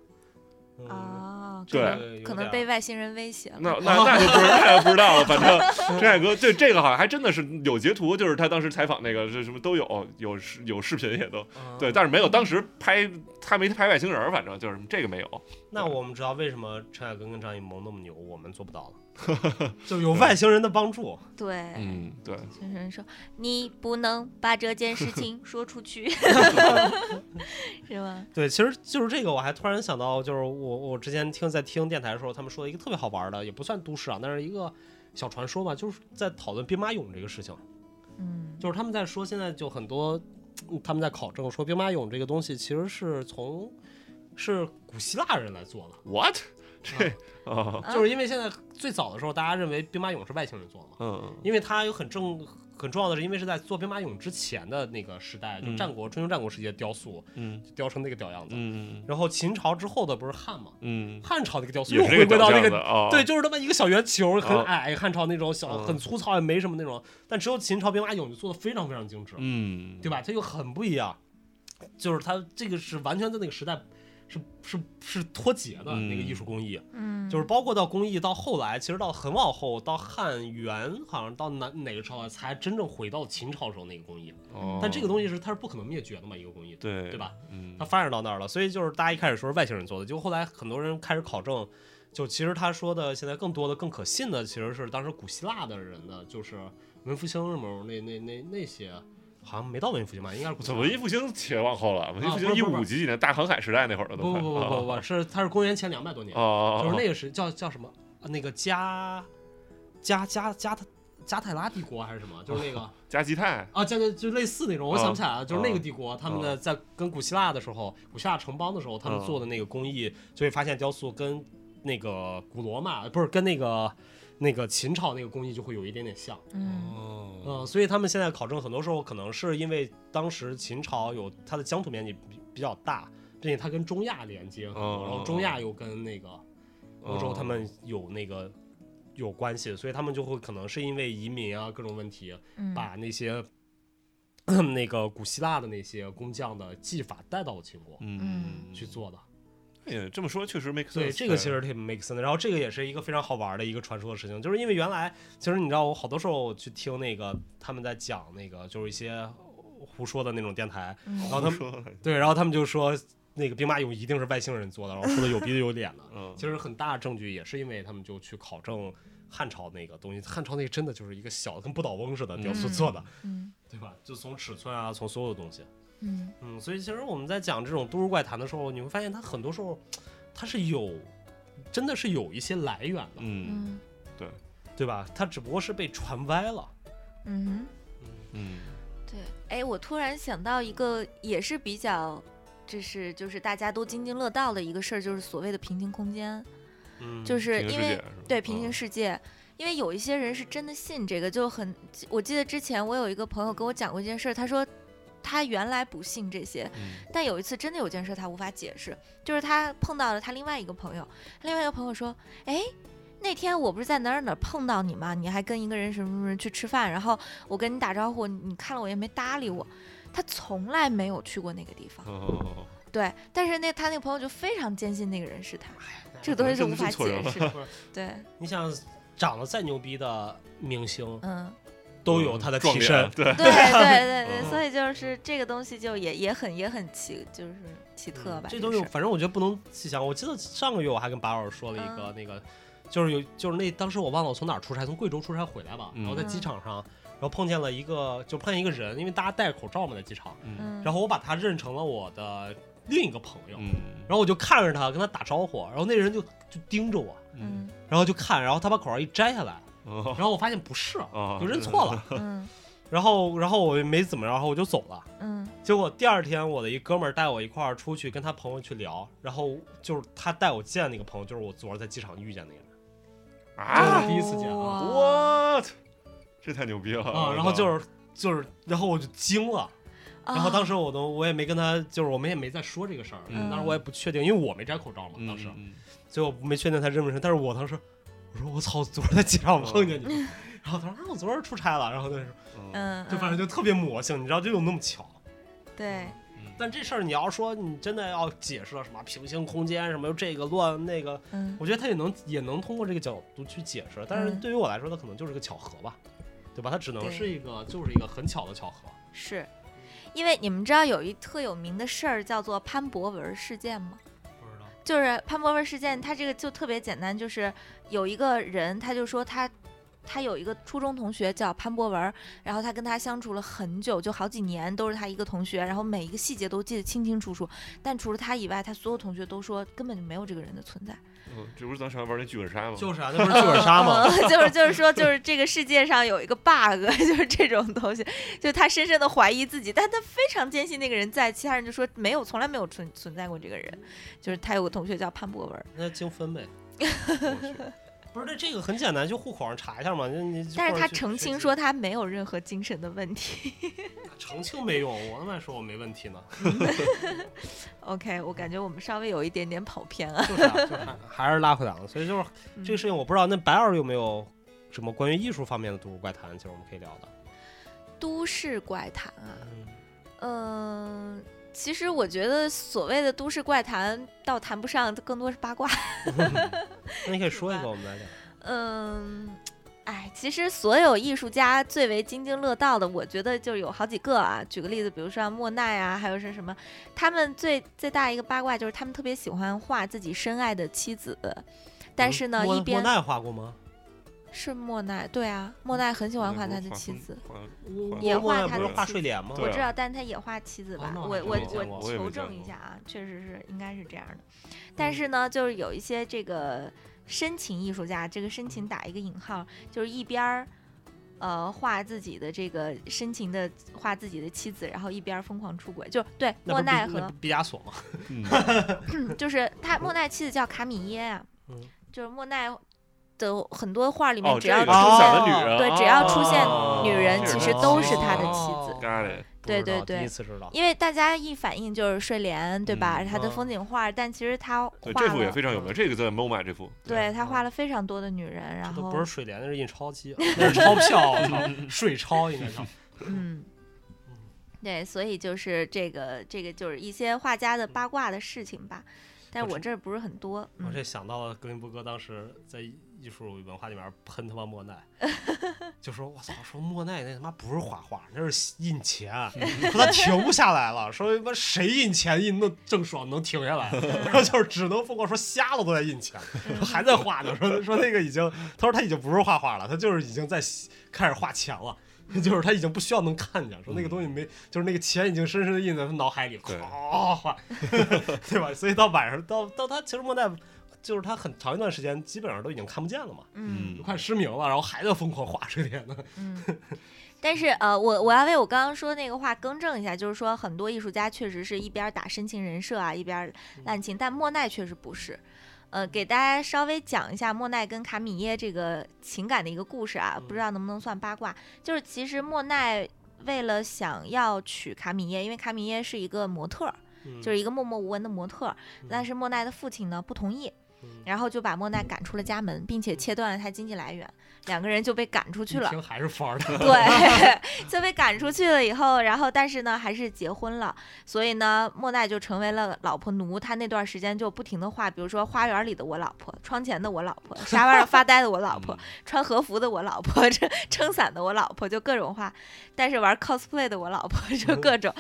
Speaker 2: 嗯
Speaker 3: 哦，
Speaker 4: 对
Speaker 3: 可能
Speaker 2: 有
Speaker 3: 可能
Speaker 2: 点
Speaker 3: 被外星人威胁了。
Speaker 4: 那那 那就不知那就不知道了，反正陈凯歌对这个好像还真的是有截图，就是他当时采访那个是什么都有，有视有视频也都
Speaker 2: 嗯
Speaker 4: 对，但是没有当时拍他没拍外星人儿，反正就是这个没有。
Speaker 2: 那我们知道为什么陈凯歌跟张艺谋那么牛，我们做不到了，就有外星人的帮助。
Speaker 3: 对，
Speaker 2: 哎
Speaker 4: 嗯，对，
Speaker 3: 就是人说你不能把这件事 情说出去，是吗？
Speaker 2: 对，其实就是这个，我还突然想到，就是我我之前听在听电台的时候，他们说的一个特别好玩的，也不算都市啊，但是一个小传说嘛，就是在讨论兵马俑这个事情。
Speaker 3: 嗯，
Speaker 2: 就是他们在说，现在就很多嗯他们在考证说，兵马俑这个东西其实是从是古希腊人来做的，
Speaker 4: what 这 啊
Speaker 3: 啊
Speaker 2: 就是因为现在最早的时候，大家认为兵马俑是外星人做的嘛，
Speaker 4: 嗯
Speaker 2: 因为它有很正很重要的是，因为是在做兵马俑之前的那个时代，就
Speaker 4: 嗯
Speaker 2: 战国春秋战国时期的雕塑，
Speaker 4: 嗯
Speaker 2: 就雕成那个屌样子。
Speaker 4: 嗯
Speaker 2: 然后秦朝之后的不是汉嘛，
Speaker 4: 嗯，
Speaker 2: 汉朝那个雕塑
Speaker 4: 也
Speaker 2: 又
Speaker 4: 是
Speaker 2: 回归到那
Speaker 4: 个
Speaker 2: 个。
Speaker 4: 啊，
Speaker 2: 对，就是他妈一个小圆球，很
Speaker 4: 哦
Speaker 2: 矮，汉朝那种小，
Speaker 4: 嗯
Speaker 2: 很粗糙，也没什么那种。但只有秦朝兵马俑就做的非常非常精致，
Speaker 4: 嗯，
Speaker 2: 对吧？它又很不一样，就是它这个是完全在那个时代是是是脱节的、
Speaker 4: 嗯
Speaker 2: 那个艺术工艺，
Speaker 3: 嗯，
Speaker 2: 就是包括到工艺到后来，其实到很往后，到汉元好像到哪哪个朝代才真正回到秦朝时候那个工艺，
Speaker 4: 哦？
Speaker 2: 但这个东西是它是不可能灭绝的嘛，一个工艺，
Speaker 4: 对
Speaker 2: 对吧？
Speaker 4: 嗯
Speaker 2: 它发展到那儿了，所以就是大家一开始说是外星人做的，就后来很多人开始考证，就其实他说的现在更多的、更可信的其实是当时古希腊的人的，就是文艺复兴什么那那那那些，好像没到文艺复兴吧，应该是古希
Speaker 4: 怎
Speaker 2: 腊
Speaker 4: 么文艺复兴且往后了？文艺
Speaker 2: 啊
Speaker 4: 复
Speaker 2: 不
Speaker 4: 兴一
Speaker 2: 是不是
Speaker 4: 五
Speaker 2: 不
Speaker 4: 几几年大航海时代那会儿了都
Speaker 2: 不
Speaker 4: 快
Speaker 2: 不不不
Speaker 4: 啊
Speaker 2: 不，是它是公元前两百多年，
Speaker 4: 哦，
Speaker 2: 就是那个时叫叫什么呃那个加加加加特加泰拉帝国还是什么，就是 那个。
Speaker 4: 哦加基泰
Speaker 2: 啊，这个就类似那种，我
Speaker 4: 啊
Speaker 2: 想不起来了，就是那
Speaker 4: 啊
Speaker 2: 个帝国，他们的在跟古希腊的时候，古希腊城邦的时候，他们
Speaker 4: 啊
Speaker 2: 做的那个工艺，就会发现雕塑跟那个古罗马不是跟那个那个秦朝那个工艺就会有一点点像，
Speaker 3: 嗯
Speaker 4: 哦
Speaker 2: 嗯，所以他们现在考证，很多时候可能是因为当时秦朝有它的疆土面积比比较大，并且它跟中亚连接，
Speaker 4: 哦
Speaker 2: 很多，然后中亚又跟那个欧洲他们有那个有关系，所以他们就会可能是因为移民啊各种问题，
Speaker 3: 嗯
Speaker 2: 把那些 那个古希腊的那些工匠的技法带到了秦国
Speaker 4: 嗯
Speaker 2: 去做的。
Speaker 4: 也哎这么说确实 make sense。
Speaker 2: 所以这个其实挺 make sense 的。然后这个也是一个非常好玩的一个传说的事情，就是因为原来其实你知道，我好多时候我去听那个他们在讲那个就是一些胡说的那种电台，
Speaker 3: 嗯
Speaker 2: 然后他们
Speaker 4: 哎说，
Speaker 2: 对，然后他们就说那个兵马俑一定是外星人做的，然后说的有鼻子有脸的。
Speaker 4: 嗯，
Speaker 2: 其实很大的证据也是因为他们就去考证汉朝那个东西，汉朝那个真的就是一个小的跟不倒翁似的雕塑做的，
Speaker 3: 嗯
Speaker 2: 对吧？就从尺寸啊，从所有东西，
Speaker 3: 嗯
Speaker 2: 嗯，所以其实我们在讲这种都市怪谈的时候，你会发现它很多时候它是有，真的是有一些来源的，
Speaker 4: 嗯
Speaker 3: 嗯
Speaker 2: 对吧？它只不过是被传歪了。
Speaker 3: 嗯哼。
Speaker 4: 嗯
Speaker 3: 对，哎，我突然想到一个也是比较，就是就是大家都津津乐道的一个事儿，就是所谓的平行空间，
Speaker 2: 嗯，
Speaker 3: 就
Speaker 4: 平
Speaker 3: 是
Speaker 4: 行
Speaker 3: 因
Speaker 4: 世界
Speaker 3: 为
Speaker 4: 是吧
Speaker 3: 对平
Speaker 4: 嗯
Speaker 3: 行世界。因为有一些人是真的信这个，就很。我记得之前我有一个朋友跟我讲过一件事儿，他说他原来不信这些，
Speaker 4: 嗯
Speaker 3: 但有一次真的有件事他无法解释，就是他碰到了他另外一个朋友，另外一个朋友说：“哎，那天我不是在哪儿哪儿碰到你吗？你还跟一个人什么什么人去吃饭，然后我跟你打招呼，你看了我也没搭理我。”他从来没有去过那个地方，
Speaker 4: 哦，
Speaker 3: 对，但是那他那个朋友就非常坚信那个人是他，这个
Speaker 4: 啊可
Speaker 3: 东西
Speaker 4: 能
Speaker 3: 是
Speaker 4: 真
Speaker 3: 无
Speaker 4: 的
Speaker 3: 法
Speaker 4: 是错
Speaker 3: 解
Speaker 4: 人了
Speaker 3: 释的，对，
Speaker 2: 你想长得再牛逼的明星
Speaker 3: 嗯，
Speaker 2: 都有他的
Speaker 4: 哦撞
Speaker 2: 替
Speaker 4: 脸
Speaker 2: 身，
Speaker 4: 对，
Speaker 3: 对对对对，
Speaker 4: 嗯
Speaker 3: 所以就是这个东西就也也很也很奇，就是奇特吧，
Speaker 2: 嗯这
Speaker 3: 个
Speaker 2: 都有，
Speaker 3: 事儿
Speaker 2: 反正我觉得不能细想。我记得上个月我还跟八老师说了一个、
Speaker 3: 嗯
Speaker 2: 那个，就是有就是那当时我忘了我从哪儿出差，从贵州出差回来吧，
Speaker 4: 嗯
Speaker 2: 然后在机场上，然后碰见了一个就碰见一个人，因为大家戴口罩嘛在机场，
Speaker 4: 嗯
Speaker 3: 嗯，
Speaker 2: 然后我把他认成了我的另一个朋友，
Speaker 4: 嗯，
Speaker 2: 然后我就看着他跟他打招呼，然后那人就就盯着我，
Speaker 4: 嗯，
Speaker 2: 然后就看，然后他把口罩一摘下来，
Speaker 4: 哦
Speaker 2: 然后我发现不是，啊
Speaker 4: 哦
Speaker 2: 就认错了，
Speaker 3: 嗯
Speaker 2: 然后然后我也没怎么着，然后我就走了。
Speaker 3: 嗯
Speaker 2: 结果第二天，我的一哥们儿带我一块儿出去跟他朋友去聊，然后就是他带我见那个朋友，就是我昨儿在机场遇见那个人这
Speaker 4: 啊
Speaker 2: 是第一次见啊
Speaker 3: 哇哦
Speaker 4: ，what，这太牛逼了
Speaker 2: 啊，然后就是就是，然后我就惊了，然后当时我都我也没跟他，就是我们也没再说这个事儿，
Speaker 4: 嗯
Speaker 2: 当时我也不确定，因为我没摘口罩嘛，
Speaker 4: 嗯
Speaker 2: 当时，
Speaker 4: 嗯
Speaker 2: 所以我没确定他认不认识，但是我当时我说我操，昨儿在机场 碰见你，然后他说啊我昨儿出差了，然后他说
Speaker 4: 嗯嗯
Speaker 3: 嗯，
Speaker 2: 就反正
Speaker 3: 就
Speaker 2: 就特别魔性，你知道这有那么巧。
Speaker 3: 对，
Speaker 4: 嗯
Speaker 2: 但这事儿你要说你真的要解释了什么平行空间什么这个乱那个，
Speaker 3: 嗯
Speaker 2: 我觉得他也能也能通过这个角度去解释，但是
Speaker 3: 嗯
Speaker 2: 对于我来说，它可能就是个巧合吧，对吧？它只能
Speaker 3: 对
Speaker 2: 是一个就是一个很巧的巧合。
Speaker 3: 是。因为你们知道有一特有名的事儿叫做潘博文事件吗？
Speaker 2: 不知道，
Speaker 3: 就是潘博文事件，它这个就特别简单，就是有一个人，他就说他他有一个初中同学叫潘博文，然后他跟他相处了很久，就好几年都是他一个同学，然后每一个细节都记得清清楚楚。但除了他以外，他所有同学都说根本就没有这个人的存在。
Speaker 4: 嗯这不是咱上回玩那剧本杀 吗？
Speaker 2: 就是啊，那不是剧本杀吗？
Speaker 3: 嗯 就是就是说，就是这个世界上有一个 bug，就是 这种东西，就他深深的怀疑自己，但他非常坚信那个人在，其他人就说没有，从来没有存存在过这个人。就是他有个同学叫潘博文，
Speaker 2: 那精分 呗。
Speaker 4: 我去
Speaker 2: 不是，那这个很简单，就户口上查一下嘛。那你
Speaker 3: 但是
Speaker 2: 或者
Speaker 3: 他
Speaker 2: 去
Speaker 3: 澄
Speaker 2: 学
Speaker 3: 清
Speaker 2: 习
Speaker 3: 说他没有任何精神的问题。
Speaker 2: 澄清没用，我他妈说我没问题呢。
Speaker 3: OK，我感觉我们稍微有一点点跑偏啊。
Speaker 2: 就是、啊，就是还还是拉回来了。所以就是
Speaker 3: 嗯
Speaker 2: 这个事情，我不知道那白老师有没有什么关于艺术方面的读物怪谈，其实我们可以聊的。
Speaker 3: 嗯都市怪谈啊，
Speaker 2: 嗯，
Speaker 3: 嗯、其实我觉得所谓的都市怪谈倒谈不上，更多是八卦。
Speaker 2: 那你可以说一个，我们来聊。
Speaker 3: 嗯，哎，其实所有艺术家最为津津乐道的，我觉得就有好几个啊。举个例子，比如说像莫奈啊，还有是什么，他们最最大一个八卦就是他们特别喜欢画自己深爱的妻子，但是呢，
Speaker 2: 莫
Speaker 3: 一边
Speaker 2: 莫奈画过吗？
Speaker 3: 是莫奈，对啊，莫
Speaker 4: 嗯
Speaker 3: 奈很喜欢画他的妻子。，
Speaker 4: 画
Speaker 3: 也
Speaker 2: 莫奈
Speaker 3: 嗯画他
Speaker 2: 不是
Speaker 3: 的
Speaker 2: 画
Speaker 3: 妻
Speaker 2: 睡脸吗？
Speaker 4: 对
Speaker 3: 我
Speaker 4: 啊
Speaker 3: 知道，但他也画妻子吧？
Speaker 2: 哦那我还
Speaker 3: 我我
Speaker 2: 真没见过嗯
Speaker 4: 我也没
Speaker 3: 求
Speaker 4: 见
Speaker 3: 证一
Speaker 4: 过
Speaker 3: 下啊，确实是应该是这样的。但是呢，就是有一些这个深情艺术家，这个深
Speaker 2: 嗯
Speaker 3: 情打一个引号，就是一边儿呃画自己的这个深情的画自己的妻子，然后一边儿疯狂出轨，就对
Speaker 2: 那不是
Speaker 3: 莫
Speaker 2: 毕
Speaker 3: 奈
Speaker 2: 那
Speaker 3: 和
Speaker 2: 不毕加索吗？
Speaker 4: 嗯，
Speaker 3: 就是他莫奈妻子叫卡米耶啊，
Speaker 2: 嗯
Speaker 3: 就是莫奈的很多画里面
Speaker 4: 哦
Speaker 3: 只
Speaker 4: 这
Speaker 3: 要出
Speaker 4: 个出
Speaker 3: 现、
Speaker 4: 现的女人
Speaker 3: 对只要出现
Speaker 4: 哦
Speaker 3: 女人，
Speaker 4: 这
Speaker 3: 其
Speaker 4: 是
Speaker 3: 实
Speaker 4: 他
Speaker 3: 都
Speaker 4: 妻
Speaker 3: 是
Speaker 4: 子
Speaker 3: 他的妻子。
Speaker 4: got it，
Speaker 2: 不
Speaker 3: 对
Speaker 2: 知
Speaker 3: 对
Speaker 2: 道
Speaker 3: 对
Speaker 2: 第一次知道。
Speaker 3: 因为大家一反应就是睡莲，对吧？
Speaker 4: 嗯
Speaker 3: 他的
Speaker 2: 嗯
Speaker 3: 风景画，但其实他
Speaker 4: 对
Speaker 3: 画
Speaker 4: 这幅也
Speaker 3: 了，
Speaker 4: 非常有名，这个在 MoMA 这幅，
Speaker 3: 对他画
Speaker 2: 了，
Speaker 3: 了非常多的女人，然
Speaker 2: 这都
Speaker 3: 后
Speaker 2: 不是睡莲，那是印钞机， 那是钞 票，我操，税钞应该叫。
Speaker 3: 嗯，对，所以就是这个这个就是一些画家的八卦的事情吧。但
Speaker 2: 我
Speaker 3: 我
Speaker 2: 知
Speaker 3: 这儿不是很多，
Speaker 2: 我
Speaker 3: 嗯
Speaker 2: 这想到了格林伯格当时在艺术文化里面喷他妈莫奈，就说我操，说莫奈那他妈不是画画，那是印钱， 说他停不下来了，说他妈谁印钱印的正爽能停下来，然后就是只能疯狂说瞎了都在印钱，说还在画呢，说说那个已经，他说他已经不是画画了，他就是已经在开始画钱了。 就是他已经不需要能看见，说那个东西没，就是那个钱已经深深的印在他脑海里，
Speaker 4: 对
Speaker 2: 哗 画，对吧？所以到晚上，到到他其实莫奈就是他很长一段时间基本上都已经看不见了嘛，
Speaker 3: 嗯
Speaker 2: 都快失明了，然后还在疯狂画睡 莲呢。
Speaker 3: 嗯。但是呃，我我要为我刚刚说那个话更正一下，就是说很多艺术家确实是一边打深情人设啊，一边滥情，但莫奈确实不是。呃，给大家稍微讲一下莫奈跟卡米耶这个情感的一个故事啊，
Speaker 2: 嗯
Speaker 3: 不知道能不能算八卦。就是其实莫奈为了想要娶卡米耶，因为卡米耶是一个模特儿，
Speaker 2: 嗯
Speaker 3: 就是一个默默无闻的模特儿，但是莫奈的父亲呢不同意，
Speaker 2: 嗯
Speaker 3: 然后就把莫奈赶出了家门，并且切断了他经济来源，两个人就被赶 出去了
Speaker 2: 一。听还是富二 代，
Speaker 3: 对，就被赶出去了以后，然后但是呢，还是结婚了，所以呢，莫奈就成为了老婆奴。他那段时间就不停的画，比如说花园里的我老婆，窗前的我老婆，沙发上发呆的我老
Speaker 4: 嗯
Speaker 3: 婆，穿和服的我老婆，撑撑伞的我老婆，就各种画。但是玩 cosplay 的我老婆就各种，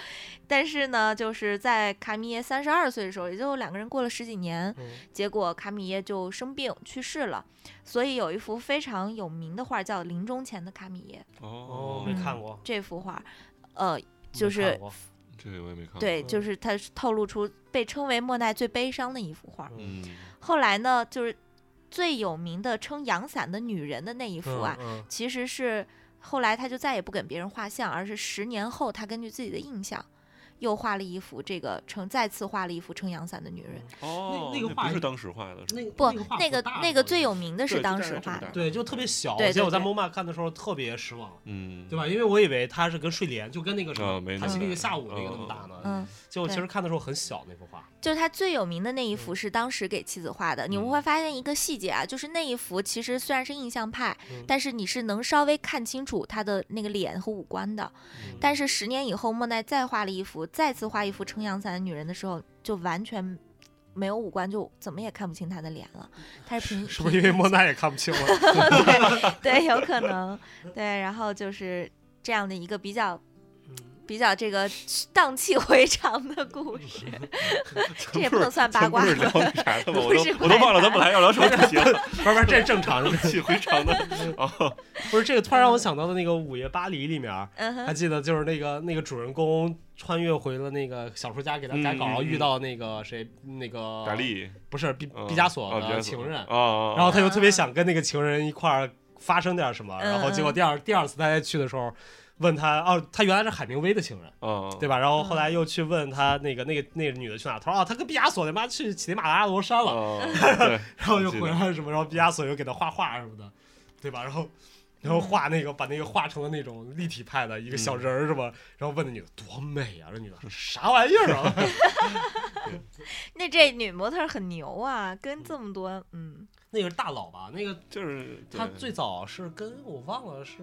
Speaker 3: 但是呢，就是在卡米耶三十二岁的时候，也就两个人过了十几年， 结果卡米耶就生病去世了。所以有一幅非常有名的画叫《临终前的卡米耶》。
Speaker 4: 哦
Speaker 2: 哦，没看过，
Speaker 3: 这幅画，呃，就
Speaker 2: 没看
Speaker 3: 是
Speaker 2: 过
Speaker 4: 这个我也没看过。
Speaker 3: 对，就是他透露出被称为莫奈最悲伤的一幅画。
Speaker 4: 嗯，
Speaker 3: 后来呢，就是最有名的撑阳伞的女人的那一幅啊，
Speaker 2: 嗯
Speaker 3: 其实是后来他就再也不给别人画像，而是十年后他根据自己的印象。又画了一幅这个撑，再次画了一幅撑阳伞的女人。
Speaker 4: 哦，
Speaker 2: 那个画
Speaker 4: 不是当时画的，是吧
Speaker 2: 那
Speaker 3: 不，
Speaker 2: 画
Speaker 3: 那个
Speaker 2: 可大了
Speaker 3: 那个最有名的是
Speaker 4: 对
Speaker 3: 当
Speaker 4: 就
Speaker 3: 时
Speaker 4: 大概这么
Speaker 3: 画的
Speaker 4: 大，
Speaker 2: 对，就特别小，
Speaker 3: 对对
Speaker 2: 而且我在
Speaker 3: 对
Speaker 2: MoMA 看的时候特别失望，
Speaker 4: 嗯，
Speaker 2: 对吧？因为我以为它是跟睡莲就跟那个什么
Speaker 4: 啊没，
Speaker 2: 它
Speaker 4: 那
Speaker 2: 其
Speaker 4: 么
Speaker 2: 那个
Speaker 4: 大
Speaker 2: 下午那个那么大呢，
Speaker 3: 嗯，
Speaker 2: 结果其
Speaker 3: 对
Speaker 2: 实看的时候很小那幅画，
Speaker 3: 就是他最有名的那一幅是当时给妻子画的。你们
Speaker 4: 嗯
Speaker 3: 会发现一个细节啊，就是那一幅其实虽然是印象派
Speaker 2: 嗯，
Speaker 3: 但是你是能稍微看清楚他的那个脸和五官的。
Speaker 4: 嗯
Speaker 3: 嗯
Speaker 2: 嗯
Speaker 3: 但是十年以后，莫奈再画了一幅，再次画一幅撑阳伞的女人的时候，就完全没有五官，就怎么也看不清她的脸了。她是凭
Speaker 2: 是不是因为莫奈也看不清 了？
Speaker 3: 对，有可能对。然后就是这样的一个比较
Speaker 4: 嗯
Speaker 3: 比较这个荡气回肠的故事， 这也不能算八卦
Speaker 4: 咱嗯不是
Speaker 3: 吧。
Speaker 4: 聊那啥 的吗？
Speaker 3: 不
Speaker 4: 我都
Speaker 3: 是
Speaker 4: 我都忘了咱
Speaker 3: 白
Speaker 4: 本来要聊什么主题了，
Speaker 2: 不是不是，这是正常的。
Speaker 4: 气回肠的啊，
Speaker 2: 不是这个，突然让我想到的那个《午夜巴黎》里面，啊
Speaker 3: 嗯哼
Speaker 2: 还，记得就是那个那个主人公穿越回了那个小说家给他改稿，
Speaker 4: 嗯嗯
Speaker 2: 然后
Speaker 4: 嗯
Speaker 2: 遇到那个谁，那个
Speaker 4: 达利、
Speaker 2: 不是毕
Speaker 4: 嗯
Speaker 2: 毕加索
Speaker 4: 啊毕
Speaker 2: 的
Speaker 4: 加
Speaker 2: 情人，
Speaker 4: 啊啊，啊
Speaker 2: 然后他又特别想跟那个情人一块儿发生点什么，
Speaker 3: 嗯
Speaker 2: 然后结果第二第二次他再去的时候，问他哦，他原来是海明威的情人。
Speaker 4: 啊，
Speaker 2: 对吧？然后后来又去问他那个那个那个女的去哪？他说啊，他跟毕加索他妈去乞力马扎罗山了，
Speaker 4: 啊，对，
Speaker 2: 然后又
Speaker 4: 记得
Speaker 2: 回来什么，然后毕加索又给他画画什么的，对吧？然后。然后画那个，把那个画成了那种立体派
Speaker 4: 嗯
Speaker 2: 的一个小人儿，是吧？然后问那女的多美啊，这女的说啥玩意儿 啊？
Speaker 3: 那这女模特儿很牛啊，跟这么多，嗯，
Speaker 2: 那个是大佬吧？那个
Speaker 4: 就是
Speaker 2: 他
Speaker 4: 对
Speaker 2: 最早是跟我忘了是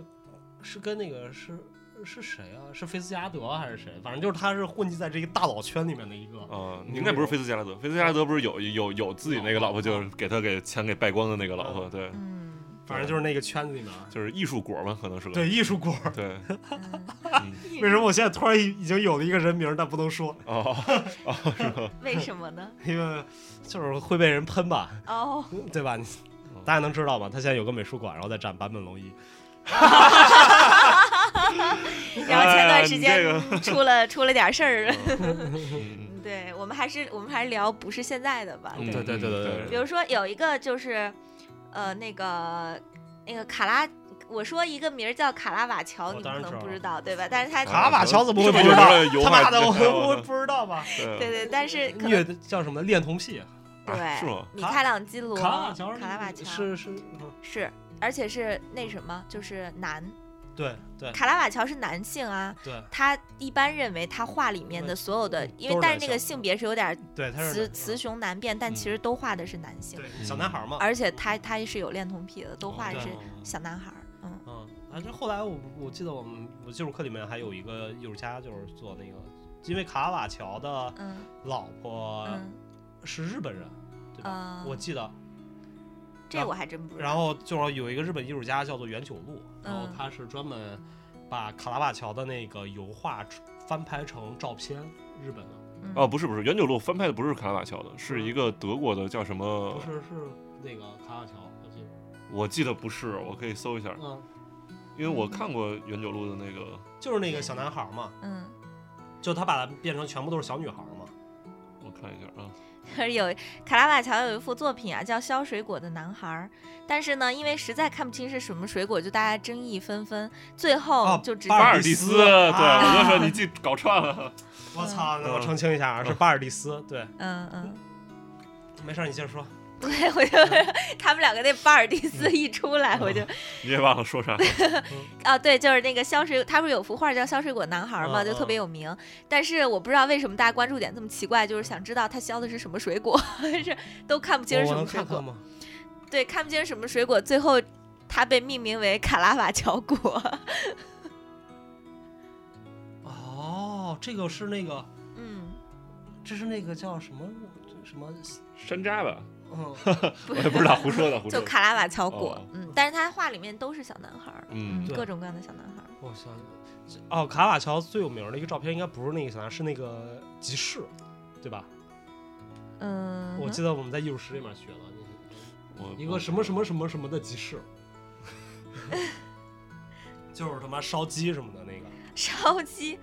Speaker 2: 是跟那个是是谁啊？是菲斯加德还是谁？反正就是他是混迹在这个大佬圈里面的一个。
Speaker 4: 啊，应该不是菲斯杰拉德，菲斯杰拉德不是有有有自己那个老婆，就是给他给钱给败光的那个老婆，对，
Speaker 3: 嗯，
Speaker 2: 反正就是那个圈子里面，啊
Speaker 4: 就是艺术果嘛，可能是个
Speaker 2: 对艺术果。
Speaker 4: 对，
Speaker 3: 嗯
Speaker 4: 嗯
Speaker 2: 为什么我现在突然已已经有了一个人名，但不能说，
Speaker 4: 哦，
Speaker 3: 为什么呢？
Speaker 2: 因为就是会被人喷吧，
Speaker 3: 哦，
Speaker 2: 对吧？你大家能知道吗？他现在有个美术馆，然后在展坂本龙一。
Speaker 3: 然后前段时
Speaker 4: 哎
Speaker 3: 间
Speaker 4: 你这
Speaker 3: 出了出了点事儿，
Speaker 4: 嗯
Speaker 3: 对我们还是我们还是聊不是现在的吧，
Speaker 2: 嗯
Speaker 3: 对
Speaker 2: 对对对对对
Speaker 3: 比如说有一个就是，呃，那个那个卡拉，我说一个名儿叫卡拉瓦乔，
Speaker 2: 我
Speaker 3: 你
Speaker 2: 哦当
Speaker 3: 们
Speaker 2: 然
Speaker 3: 可能
Speaker 2: 知道了
Speaker 3: 不知
Speaker 2: 嗯
Speaker 3: 道对吧？但是他
Speaker 2: 卡拉瓦乔怎么会不
Speaker 4: 这
Speaker 2: 知
Speaker 4: 不就是
Speaker 2: 道？
Speaker 4: 油
Speaker 2: 他
Speaker 4: 画
Speaker 2: 妈的，我
Speaker 4: 家吗
Speaker 2: 我不知道吧？
Speaker 4: 对
Speaker 3: 对对， 但是可能
Speaker 2: 虐叫什么恋童癖？
Speaker 4: 啊
Speaker 3: 对
Speaker 4: 是吗？
Speaker 3: 米
Speaker 2: 卡
Speaker 3: 开朗基罗、
Speaker 2: 卡拉瓦乔是，
Speaker 3: 卡拉瓦乔
Speaker 2: 是是，嗯
Speaker 3: 是而且是那什么，就是男
Speaker 2: 对对
Speaker 3: 卡拉瓦乔是男性啊，
Speaker 2: 对
Speaker 3: 他一般认为他画里面的所有的
Speaker 2: 嗯，
Speaker 3: 因为
Speaker 2: 都是
Speaker 3: 但是
Speaker 2: 男
Speaker 3: 那个
Speaker 2: 性
Speaker 3: 性别是有点
Speaker 2: 对，他是嗯
Speaker 3: 雌雌雄难辨，但其实都画的是男性，
Speaker 2: 对小男孩嘛。
Speaker 3: 而且他他也是有恋童癖的，都画的
Speaker 2: 对哦
Speaker 3: 是小男孩儿，嗯
Speaker 2: 嗯，啊，这后来我我记得我们我技术课里面还有一个艺术家，就是做那个，因为卡瓦乔的
Speaker 3: 嗯
Speaker 2: 老婆
Speaker 3: 嗯
Speaker 2: 是日本人，对吧？
Speaker 3: 啊，
Speaker 2: 我记得。
Speaker 3: 这我还真不知道。
Speaker 2: 然后就是有一个日本艺术家叫做袁九路，然后
Speaker 3: 嗯
Speaker 2: 他是专门把卡拉瓦乔的那个油画翻拍成照片，日本的，
Speaker 3: 嗯
Speaker 4: 哦，不是不是，原九路翻拍的不是卡拉瓦乔的，是一个德国的叫什么
Speaker 2: 嗯不？是是那个卡拉瓦乔，我记得，
Speaker 4: 我记得不是，我可以搜一下，
Speaker 2: 嗯，
Speaker 4: 因为我看过原九路的那个，
Speaker 2: 就是那个小男孩嘛，
Speaker 3: 嗯，
Speaker 2: 就他把它变成全部都是小女孩嘛，
Speaker 4: 我看一下啊，
Speaker 3: 可是有卡拉瓦乔有一幅作品啊，叫《削水果的男孩》儿，但是呢，因为实在看不清是什么水果，就大家争议纷纷，最后
Speaker 2: 哦
Speaker 3: 就直接、
Speaker 2: 巴
Speaker 4: 巴
Speaker 2: 尔
Speaker 4: 尔
Speaker 2: 蒂
Speaker 4: 蒂
Speaker 2: 斯
Speaker 4: 斯，对
Speaker 2: 啊
Speaker 4: 我就说你记搞串了，
Speaker 2: 我操，那我
Speaker 4: 嗯
Speaker 2: 澄清一下啊，是巴尔蒂斯，对，
Speaker 3: 嗯嗯，
Speaker 2: 没事儿，你接着说，
Speaker 3: 对我就
Speaker 2: 嗯
Speaker 3: 他们两个那巴尔蒂斯一出来，我就
Speaker 4: 你也忘了 说啥，
Speaker 3: 啊，对，就是那个削水，他不是有幅画叫《削水果男孩》嘛，
Speaker 2: 嗯
Speaker 3: 就特别有名。但是我不知道为什么大家关注点这么奇怪，就是想知道他削的是什么水果， 是都看不清
Speaker 2: 我
Speaker 3: 是
Speaker 2: 我
Speaker 3: 什
Speaker 2: 能
Speaker 3: 么水
Speaker 2: 看
Speaker 3: 果
Speaker 2: 看。吗？
Speaker 3: 对，看不清什么水果，最后它被命名为卡拉瓦乔果。
Speaker 2: 哦，这个是那个，
Speaker 3: 嗯，
Speaker 2: 这是那个叫什么什么，
Speaker 4: 山楂吧，
Speaker 2: 嗯，
Speaker 4: 我也不知道胡说的，胡说
Speaker 3: 就
Speaker 4: 的，
Speaker 3: 卡拉瓦乔果。
Speaker 4: 哦
Speaker 3: 嗯，但是他画里面都是小男孩儿，
Speaker 4: 嗯
Speaker 2: 对
Speaker 3: 各种各样的小男孩儿。
Speaker 2: 我想，这哦，卡瓦乔最有名的一个照片应该不是那个啥，是那个集市，对吧？
Speaker 3: 嗯，
Speaker 2: 我记得我们在艺术史里面学了
Speaker 4: 我
Speaker 2: 那一个什么什么什么什么的集 市，就是他妈烧鸡什么的那个。
Speaker 3: 烧鸡，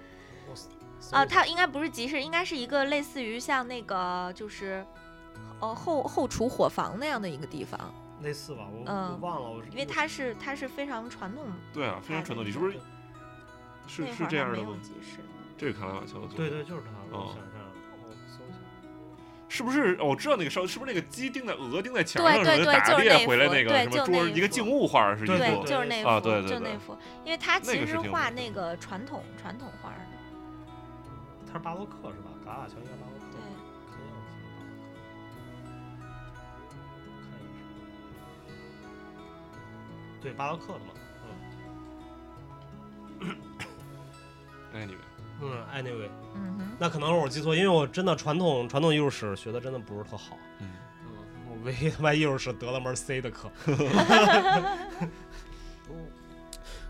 Speaker 2: 我
Speaker 3: 啊，它应该不是集市，应该是一个类似于像那个就是，呃后后厨伙房那样的一个地方，
Speaker 2: 类似吧，我
Speaker 3: 嗯
Speaker 2: 我忘了，我
Speaker 3: 因为它是它是非常传统，
Speaker 4: 对啊，非常传统。你是不是是
Speaker 3: 那会
Speaker 4: 是
Speaker 3: 儿
Speaker 4: 这
Speaker 3: 还
Speaker 4: 样
Speaker 3: 没
Speaker 4: 的
Speaker 3: 有
Speaker 4: 吗？
Speaker 3: 集市，
Speaker 4: 这是卡拉瓦乔的作品。
Speaker 2: 对对，就是它，我
Speaker 4: 哦
Speaker 2: 想一下，我搜一下，
Speaker 4: 是不是？哦我知道那个烧，是不是那个鸡钉在鹅钉在墙
Speaker 3: 对
Speaker 4: 上
Speaker 3: 对
Speaker 4: 什么
Speaker 3: 对
Speaker 4: 的打
Speaker 3: 就是那
Speaker 4: 猎回来
Speaker 3: 幅
Speaker 4: 那个
Speaker 3: 对
Speaker 4: 什
Speaker 3: 就
Speaker 4: 么
Speaker 3: 那
Speaker 4: 桌，
Speaker 3: 一
Speaker 4: 一个
Speaker 3: 幅
Speaker 4: 静物画是一
Speaker 2: 对
Speaker 4: 幅
Speaker 2: 对
Speaker 3: 就是那幅，
Speaker 4: 啊对对
Speaker 3: 就
Speaker 4: 对
Speaker 3: 那幅，因为它
Speaker 4: 那
Speaker 3: 其
Speaker 4: 个
Speaker 3: 实
Speaker 4: 是挺有
Speaker 3: 画
Speaker 4: 名的
Speaker 3: 那个传统传统画儿的，
Speaker 2: 它是巴洛克是吧？嘎瓦乔应该巴洛克，
Speaker 3: 对，
Speaker 2: 肯定是巴洛克。看一眼对巴洛克的嘛，
Speaker 4: 哎，你们
Speaker 2: 嗯，anyway，
Speaker 3: 嗯哼，
Speaker 2: 那可能是我记错，因为我真的传统传统艺术史学的真的不是特好，
Speaker 4: 嗯，
Speaker 2: 嗯，我唯一他妈艺术史得了门 C 的 课，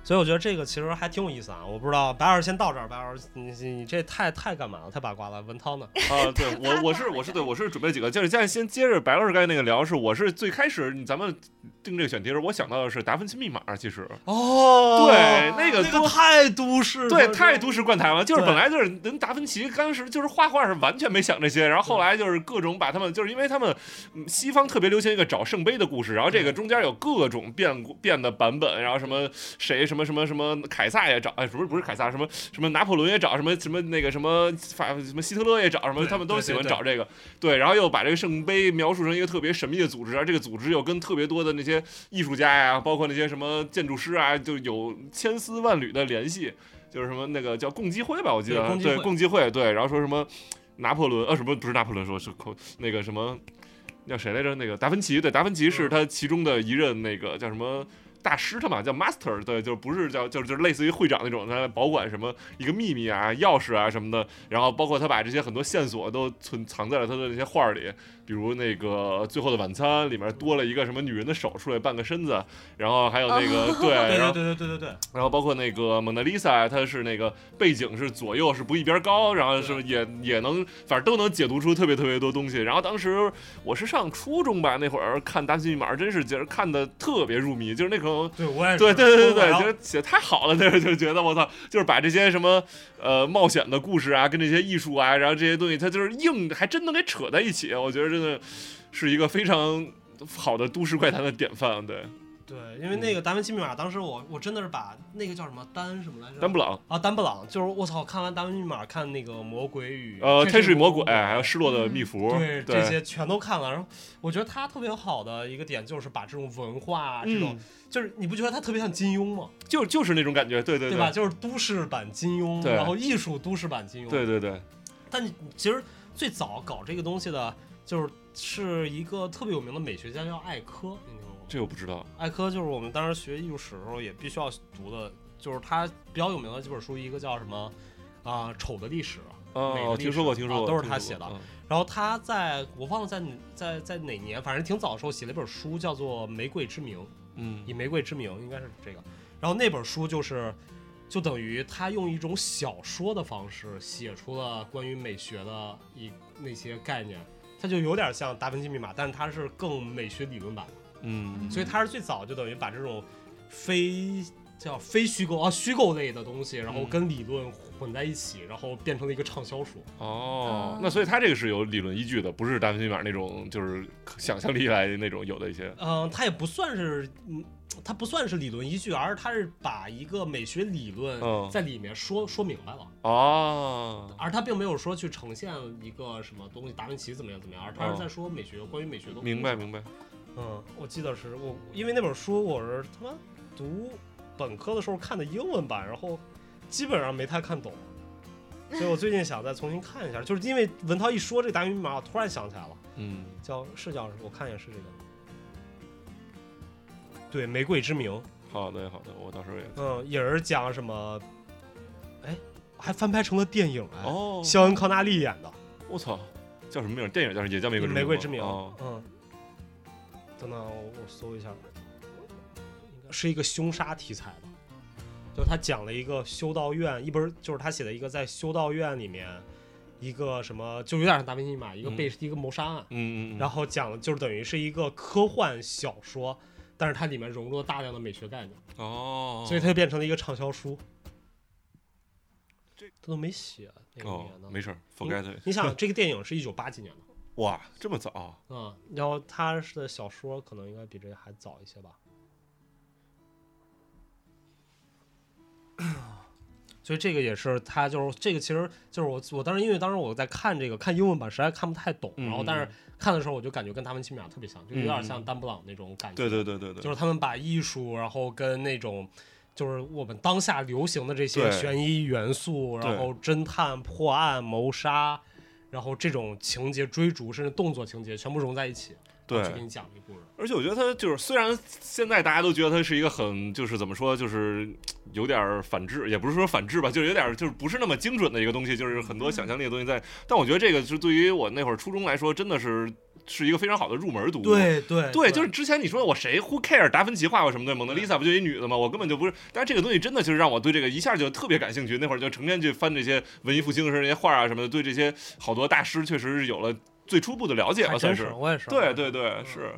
Speaker 2: 所以我觉得这个其实还挺有意思啊。我不知道白老师先到这儿，白老师你你你这太太干嘛了？太八卦了，文涛呢？
Speaker 4: 啊，对我我是我是对我是准备了几个，就是现在先接着白老师刚才那个聊，是我是最开始咱们定这个选题的时候，我想到的是达芬奇密码，其实
Speaker 2: 哦
Speaker 4: 对那个
Speaker 2: 那个太都市，
Speaker 4: 对太都市灌坛了，就是
Speaker 2: 对
Speaker 4: 本来就是人达芬奇当时就是画画是完全没想这些，然后后来就是各种把他们就是因为他们嗯西方特别流行一个找圣杯的故事，然后这个
Speaker 2: 嗯
Speaker 4: 中间有各种变故变的版本，然后什么谁什么什么什么凯撒也找，哎不是不是凯撒什么什么拿破仑也找，什么什么那个什么法什么希特勒也找，什么
Speaker 2: 对
Speaker 4: 他们都
Speaker 2: 对
Speaker 4: 喜
Speaker 2: 对
Speaker 4: 欢
Speaker 2: 对
Speaker 4: 找这个，对，然后又把这个圣杯描述成一个特别神秘的组织，然后这个组织又跟特别多的那些艺术家呀，包括那些什么建筑师啊，就有千丝万缕的联系。就是什么那个叫共济会吧，我记
Speaker 2: 对
Speaker 4: 得
Speaker 2: 共济
Speaker 4: 对
Speaker 2: 会
Speaker 4: 共济会对，然后说什么拿破仑呃什么不是拿破仑说是孔那个什么叫谁来着？那个达芬奇对，达芬奇是他其中的一任那个叫什么？大师他嘛叫 master，对，就不是叫就是就是类似于会长那种，他保管什么一个秘密啊、钥匙啊什么的，然后包括他把这些很多线索都存藏在了他的那些画儿里，比如那个《最后的晚餐》里面多了一个什么女人的手出来半个身子，然后还有那个、对，
Speaker 2: 对
Speaker 4: 然后
Speaker 2: 哦对对对对对对，
Speaker 4: 然后包括那个蒙娜丽莎，它是那个背景是左右是不一边高，然后是也也能，反正都能解读出特别特别多东西。然后当时我是上初中吧，那会儿看《达芬奇密码》，真是觉得看的特别入迷，就是那种
Speaker 2: 对我也 是，
Speaker 4: 对对对对对，
Speaker 2: 然后
Speaker 4: 觉得写得太好了，那时候就觉得我操，就是把这些什么呃冒险的故事啊，跟这些艺术啊，然后这些东西，它就是硬还真能给扯在一起，我觉得真的是一个非常好的都市怪谈的典范。对，
Speaker 2: 对，因为那个达芬奇密码，当时我我真的是把那个叫什么丹什么来着？
Speaker 4: 丹布朗，
Speaker 2: 啊，丹布朗，就是我操，看完《达芬奇密码》，看那个《魔鬼与
Speaker 4: 呃，天使与魔鬼，
Speaker 2: 还
Speaker 4: 还有失落的密符，
Speaker 2: 嗯对
Speaker 4: 对
Speaker 2: 这些全都看了，然后我觉得他特别好的一个点就是把这种文化，这种、
Speaker 4: 嗯
Speaker 2: 就是你不觉得他特别像金庸吗？
Speaker 4: 就就是那种感觉，对对
Speaker 2: 吧？就是都市版金庸，
Speaker 4: 对
Speaker 2: 然后艺术都市版金庸。
Speaker 4: 对，对对，
Speaker 2: 但其实最早搞这个东西的，就是是一个特别有名的美学家叫艾科，你听说过吗？
Speaker 4: 这我不知道，
Speaker 2: 艾科就是我们当时学艺术史的时候也必须要读的，就是他比较有名的几本书，一个叫什么啊、丑的历史》，美
Speaker 4: 哦
Speaker 2: 的，
Speaker 4: 听
Speaker 2: 历
Speaker 4: 说过，
Speaker 2: 史
Speaker 4: 听说
Speaker 2: 啊
Speaker 4: 过，
Speaker 2: 都是
Speaker 4: 听
Speaker 2: 他
Speaker 4: 说
Speaker 2: 写
Speaker 4: 过
Speaker 2: 的。然后他在我忘了在哪在在哪年，反正挺早的时候写了一本书，叫做《玫瑰之名》，
Speaker 4: 嗯
Speaker 2: 以，玫瑰之名应该是这个。然后那本书就是，就等于他用一种小说的方式写出了关于美学的一那些概念，它就有点像《达芬奇密码》，但是它是更美学理论版，
Speaker 4: 嗯，
Speaker 2: 所以它是最早就等于把这种非叫非虚构啊虚构类的东西，然后
Speaker 4: 嗯
Speaker 2: 跟理论混在一起，然后变成了一个畅销书。
Speaker 4: 哦
Speaker 3: 啊，
Speaker 4: 那所以他这个是有理论依据的，不是达芬奇密码那种就是想象力来的那种有的一些，
Speaker 2: 嗯，它也不算是，嗯，它不算是理论依据，而是它是把一个美学理
Speaker 4: 嗯
Speaker 2: 论在里面说、说明白了，
Speaker 4: 哦，
Speaker 2: 而它并没有说去呈现一个什么东西，达芬奇怎么样怎么样，而它
Speaker 4: 哦
Speaker 2: 是在说美学，关于美学的。
Speaker 4: 明白。明白，
Speaker 2: 嗯，我记得是我，因为那本书我是他妈读本科的时候看的英文版，然后基本上没太看懂。所以我最近想再重新看一下，就是因为文涛一说这个达芬奇密码，我突然想起来了，
Speaker 4: 嗯，
Speaker 2: 叫是叫我看一眼是这个，对，《玫瑰之名》。
Speaker 4: 好的好的，我到时候也
Speaker 2: 嗯，也是讲什么，哎，还翻拍成了电影哎，
Speaker 4: 哦，
Speaker 2: 肖恩康纳利演的
Speaker 4: 我操，叫什么名儿？电影叫也叫玫瑰
Speaker 2: 《玫瑰之
Speaker 4: 之
Speaker 2: 名》
Speaker 4: 哦，
Speaker 2: 嗯，等等，我我搜一下，是一个凶杀题材的，就是他讲了一个修道院，一本就是他写的一个在修道院里面一个什么，就有点像达芬奇密码，一个被、一个谋杀案，
Speaker 4: 嗯嗯嗯，
Speaker 2: 然后讲的就是等于是一个科幻小说。但是它里面融入了大量的美学概念，
Speaker 4: 哦，
Speaker 2: 所以它就变成了一个畅销书。
Speaker 4: 这
Speaker 2: 他都没写哪个
Speaker 4: 哦
Speaker 2: 年的。
Speaker 4: 没事儿，forget it。
Speaker 2: 你想，这个电影是一九八几年的
Speaker 4: 哇，这么早，
Speaker 2: 啊、嗯，然后他的小说可能应该比这个还早一些 吧。所以这个也是他就是这个，其实就是我我当时因为当时我在看这个看英文版实在看不太懂，
Speaker 4: 嗯
Speaker 2: 然后但是看的时候我就感觉跟他们奇米亚特别像，就有点像丹布朗那种感觉。
Speaker 4: 对对对对对，
Speaker 2: 就是他们把艺术，然后跟那种就是我们当下流行的这些
Speaker 4: 对
Speaker 2: 悬疑元素，
Speaker 4: 对
Speaker 2: 然后侦探、破案、谋杀，然后这种情节追逐，甚至动作情节全部融在一起，去给
Speaker 4: 对。
Speaker 2: 你讲这个故事。
Speaker 4: 而且我觉得他就是，虽然现在大家都觉得他是一个很就是怎么说，就是有点儿反制，也不是说反制吧，就是有点儿就是不是那么精准的一个东西，就是很多想象力的东西
Speaker 2: 嗯
Speaker 4: 在。但我觉得这个是对于我那会儿初中来说，真的是是一个非常好的入门读物。
Speaker 2: 对
Speaker 4: 对，就是之前你说我谁 who care 达芬奇画过什么的，蒙娜丽莎不就一女的吗？我根本就不是，但是这个东西真的就是让我对这个一下就特别感兴趣。那会儿就成天去翻这些文艺复兴时那些画啊什么的，对这些好多大师确实是有了最初步的了解
Speaker 2: 还
Speaker 4: 吧，
Speaker 2: 真
Speaker 4: 算
Speaker 2: 是
Speaker 4: 是。
Speaker 2: 我也是，
Speaker 4: 对对对，
Speaker 2: 嗯
Speaker 4: 是，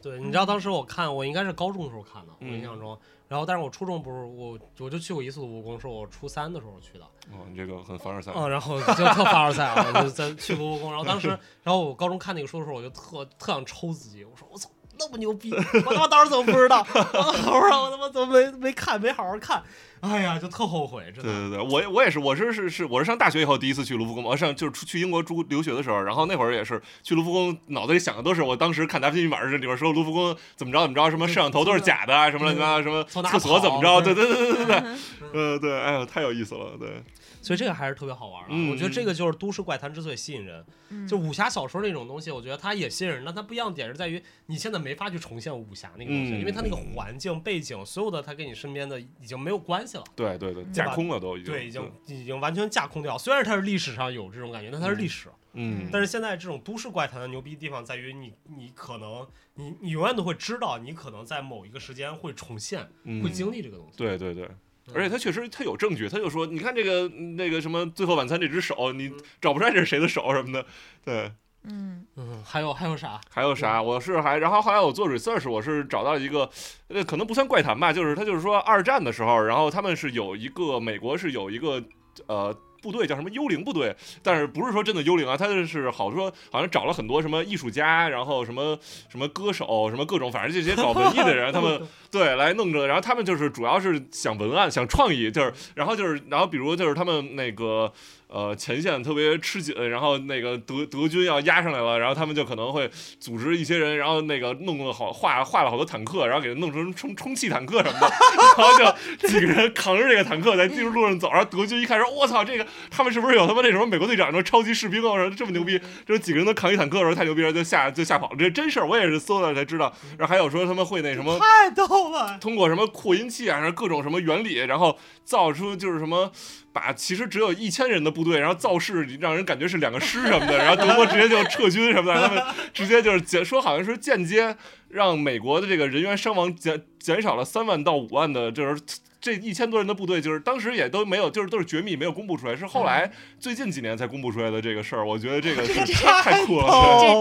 Speaker 2: 对，你知道当时我看，我应该是高中的时候看的，我
Speaker 4: 嗯
Speaker 2: 印象中。然后，但是我初中不是我，我就去过一次故宫，是我初三的时候去的。
Speaker 4: 哦，你这个很凡尔赛。
Speaker 2: 嗯，然后就特凡尔赛啊，我就在去故宫。然后当时，然后我高中看那个书的时候，我就特特想抽自己，我说我操，那么牛逼，我他妈当时怎么不知道？我操，我他妈怎么没没看，没好好看？哎呀，就特后悔，真
Speaker 4: 对
Speaker 2: 的。
Speaker 4: 对对，我我也是，我是是是，我是上大学以后第一次去卢浮宫嘛，我哦上就是出去英国住留学的时候，然后那会儿也是去卢浮宫，脑子里想的都是我当时看《达芬奇密码》这里边说卢浮宫怎么着怎么着，什么摄像头都是假的啊，什么乱七八糟，什么
Speaker 2: 从哪
Speaker 4: 厕所怎么着，
Speaker 2: 跑嗯
Speaker 4: 对对对对对对，呃对，哎呦太有意思了，对，
Speaker 2: 所以这个还是特别好玩的。啊
Speaker 4: 嗯
Speaker 2: 我觉得这个就是都市怪谈之所以吸引人，
Speaker 3: 嗯
Speaker 2: 就武侠小说那种东西，我觉得它也吸引人，但它不一样的点是在于你现在没法去重现武侠那个东西，
Speaker 4: 嗯
Speaker 2: 因为它那个环境背景，所有的它跟你身边的已经没有关系了。
Speaker 4: 对对对，
Speaker 2: 对吧
Speaker 4: 架空了都已经，
Speaker 2: 对，已经已经完全架空掉。虽然它是历史上有这种感觉，但它是历史。
Speaker 4: 嗯，
Speaker 2: 但是现在这种都市怪谈的牛逼地方在于你，你可能你你永远都会知道，你可能在某一个时间会重现，
Speaker 4: 嗯
Speaker 2: 会嗯经历这个东西。
Speaker 4: 对对对。而且他确实，他有证据，他就说，你看这个嗯那个什么《最后晚餐》这只手，你找不出来这是谁的手什么的，对，
Speaker 3: 嗯，
Speaker 2: 嗯，还有还有 啥？
Speaker 4: 还有啥？我是还，然后后来我做 research，我是找到一个，呃，可能不算怪谈吧，就是他就是说二战的时候，然后他们是有一个美国是有一个呃。部队叫什么幽灵部队，但是不是说真的幽灵啊？他就是好说，好像找了很多什么艺术家，然后什么什么歌手，什么各种，反正这些搞文艺的人，他们对来弄着，然后他们就是主要是想文案，想创意，就是然后就是然后比如就是他们那个呃前线特别吃紧，然后那个德德军要压上来了，然后他们就可能会组织一些人，然后那个弄了好画画了好多坦克，然后给它弄成充充气坦克什么的，然后就几个人扛着这个坦克在地路上走，然后德军一看说：“我操，这个他们是不是有他妈那什么美国队长说超级士兵啊？我说这么牛逼，这几个人能扛一坦克的时候太牛逼了，就吓就吓跑了。这真事儿，我也是搜了才知道。然后还有说他们会那什么。”
Speaker 2: 太逗了。
Speaker 4: 通过什么扩音器啊，然后各种什么原理，然后造出就是什么，把其实只有一千人的部队，然后造势，让人感觉是两个师什么的，然后德国直接就撤军什么的，他们直接就是减说好像是间接让美国的这个人员伤亡减减少了三万到五万的，就是。这一千多人的部队，就是当时也都没有，就是都是绝密，没有公布出来，是后来最近几年才公布出来的这个事儿。我觉得这个是太酷了，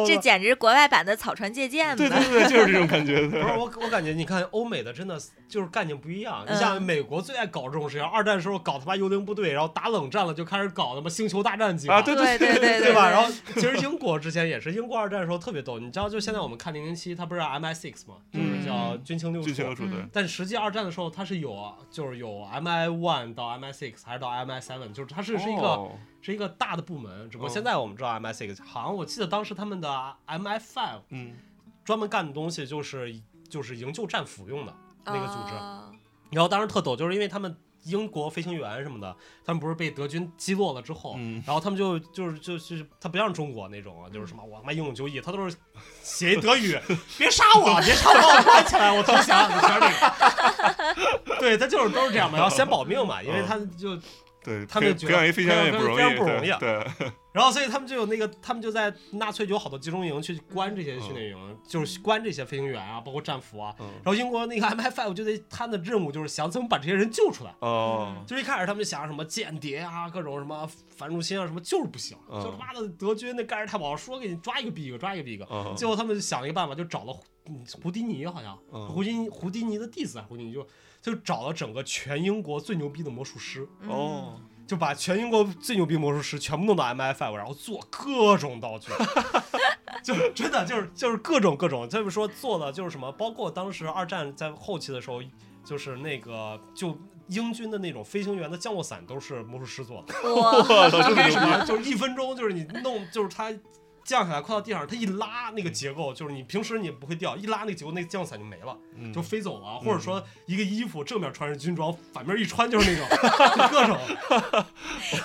Speaker 3: 这这简直国外版的草船借箭
Speaker 4: 哦对对
Speaker 3: 吧？
Speaker 4: 对对，就是这种感觉。对
Speaker 2: 不是我，我感觉你看欧美的真的就是概念不一样。你像
Speaker 3: 嗯
Speaker 2: 美国最爱搞这种事情，二战时候搞他妈幽灵部队，然后打冷战了就开始搞他妈星球大战计划，
Speaker 4: 啊，对
Speaker 3: 对
Speaker 4: 对
Speaker 3: 对对
Speaker 2: 对吧？然后其实英国之前也是，英国二战的时候特别逗。你知道，就现在我们看零零七，它不是 MI6 嘛，就是叫
Speaker 3: 嗯
Speaker 2: 军情六
Speaker 4: 军情
Speaker 2: 处
Speaker 4: 有。处对，
Speaker 2: 但实际二战的时候，它是有，就是有 MI one 到 MI six 还是到 MI seven，就是它是是一个、
Speaker 4: 哦
Speaker 2: 是一个大的部门。只不过
Speaker 4: 嗯
Speaker 2: 现在我们知道 MI six，好像我记得当时他们的 MI five
Speaker 4: 嗯
Speaker 2: 专门干的东西就是就是营救战俘用的那个组织。
Speaker 3: 哦
Speaker 2: 然后当时特逗，就是因为他们英国飞行员什么的，他们不是被德军击落了之后，
Speaker 4: 嗯
Speaker 2: 然后他们就就是就是他不像中国那种啊，就是什么我他妈英勇就义，他都是写一德语，别杀我，别杀我，把我关起来，我投降，就全是这个。 对他就是都是这样嘛，然后先保命嘛，因为他就
Speaker 4: 对，
Speaker 2: 他们
Speaker 4: 培
Speaker 2: 觉
Speaker 4: 培养
Speaker 2: 得
Speaker 4: 一飞行员也
Speaker 2: 培
Speaker 4: 不
Speaker 2: 养
Speaker 4: 容
Speaker 2: 非常
Speaker 4: 易，
Speaker 2: 不容易啊
Speaker 4: 对，对
Speaker 2: 然后，所以他们就有那个，他们就在纳粹有好多集中营去关这些训练营，就是关这些飞行员啊，包括战俘啊。
Speaker 4: 嗯
Speaker 2: 然后英国那个 MI five 就得他的任务就是想怎么把这些人救出来。
Speaker 4: 哦，
Speaker 2: 就是一开始他们想什么间谍啊，各种什么反入侵啊，什么就是不行，
Speaker 4: 嗯
Speaker 2: 就他妈的德军那盖世太保说给你抓一个毙一个，抓一个毙一个。
Speaker 4: 嗯
Speaker 2: 最后他们就想了一个办法，就找了胡嗯胡迪尼，好像
Speaker 4: 嗯
Speaker 2: 胡迪尼胡迪尼的弟子啊，胡迪尼就就找了整个全英国最牛逼的魔术师，
Speaker 3: 嗯
Speaker 4: 哦，
Speaker 2: 就把全英国最牛逼魔术师全部弄到 MFI，然后做各种道具， 就是真的就是就是各种各种，再不说做的就是什么，包括当时二战在后期的时候，就是那个就英军的那种飞行员的降落伞都是魔术师做的，
Speaker 3: 嗯哇，
Speaker 4: 我操，这 么
Speaker 2: 为
Speaker 4: 牛
Speaker 2: 什
Speaker 4: 逼！
Speaker 2: 么？就是一分钟，就是你弄，就是它降下来快到地上，它一拉那个结构，就是你平时你不会掉，一拉那个结构，那个降落伞就没了，
Speaker 4: 嗯
Speaker 2: 就飞走了。或者说一个衣服正面穿是军装，反面一穿就是那种，就各种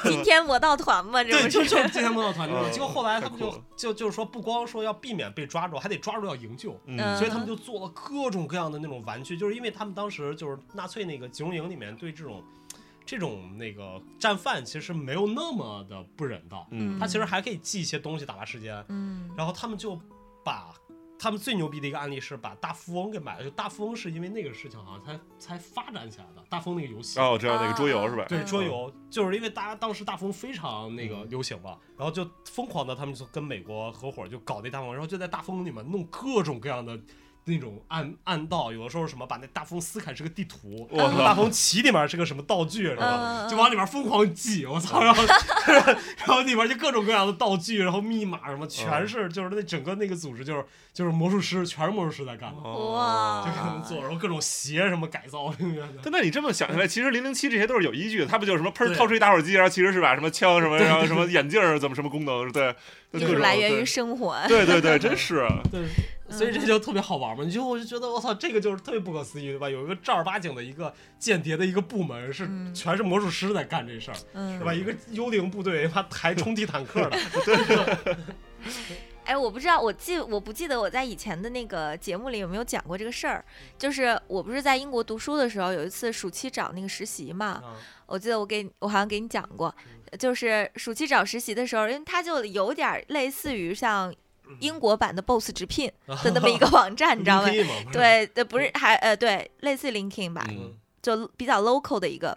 Speaker 3: 今天魔盗团嘛，这
Speaker 2: 对，
Speaker 3: 不
Speaker 2: 就是就是今天梦到团这种。
Speaker 4: 嗯
Speaker 2: 结果后来他们
Speaker 4: 太
Speaker 2: 就
Speaker 4: 酷了
Speaker 2: 就就是说，不光说要避免被抓住，还得抓住要营救。
Speaker 3: 嗯
Speaker 2: 所以他们就做了各种各样的那种玩具，就是因为他们当时就是纳粹那个集中营里面对这种这种那个战犯其实没有那么的不人道，
Speaker 4: 嗯
Speaker 2: 他其实还可以记一些东西打发时间。
Speaker 3: 嗯
Speaker 2: 然后他们就把他们最牛逼的一个案例是把大富翁给买了，就大富翁是因为那个事情好像才才发展起来的，大富翁那个游戏。
Speaker 4: 哦，我知道那个桌游是吧？
Speaker 2: 对
Speaker 3: 嗯
Speaker 2: 桌游，就是因为大家当时大富翁非常那个流行嘛，然后就疯狂的他们就跟美国合伙就搞那大富翁，然后就在大富翁里面弄各种各样的那种暗暗道，有的时候什么把那大富翁撕开是个地图，
Speaker 4: 我
Speaker 2: 那个大
Speaker 4: 操，
Speaker 2: 风旗里面是个什么道具，是吧？
Speaker 3: 嗯
Speaker 2: 就往里面疯狂记，我操！ 然后然后里面就各种各样的道具，然后密码什么，
Speaker 3: 嗯
Speaker 2: 全是就是那整个那个组织就是就是魔术师，全是魔术师在干的，
Speaker 3: 嗯
Speaker 4: 哦
Speaker 3: 哇
Speaker 2: 就给他们做，然后各种鞋什么改造 什么的。
Speaker 4: 但那你这么想起来，其实零零七这些都是有依据的，它不就是什么喷
Speaker 2: 对
Speaker 4: 掏出一打火机，然后其实是把什么枪什么，然后什么眼镜儿怎么什么功能，对，就
Speaker 3: 就
Speaker 4: 各
Speaker 3: 是
Speaker 4: 种
Speaker 3: 来源于
Speaker 4: 对
Speaker 3: 生活，
Speaker 4: 对对对，真 是
Speaker 2: 对，
Speaker 3: 嗯
Speaker 2: 所以这就特别好玩嘛。你就我就觉得我操，这个就是特别不可思议，对吧？有一个正儿八经的一个间谍的一个部门是
Speaker 3: 嗯
Speaker 2: 全是魔术师在干这事儿，对
Speaker 3: 嗯。
Speaker 2: 吧？一个幽灵部队他还冲击坦克的，
Speaker 3: 哎，我不知道，我记我不记得我在以前的那个节目里有没有讲过这个事儿。就是我不是在英国读书的时候，有一次暑期找那个实习嘛，
Speaker 2: 啊
Speaker 3: 我记得我给你我好像给你讲过，就是暑期找实习的时候，因为它就有点儿类似于像英国版的 Boss 直聘的那么 一个网站，你知道吗
Speaker 2: 可？以吗？不是，
Speaker 3: 对，呃，不是还呃，对，类似 LinkedIn 吧，
Speaker 4: 嗯
Speaker 3: 就比较 local 的一个。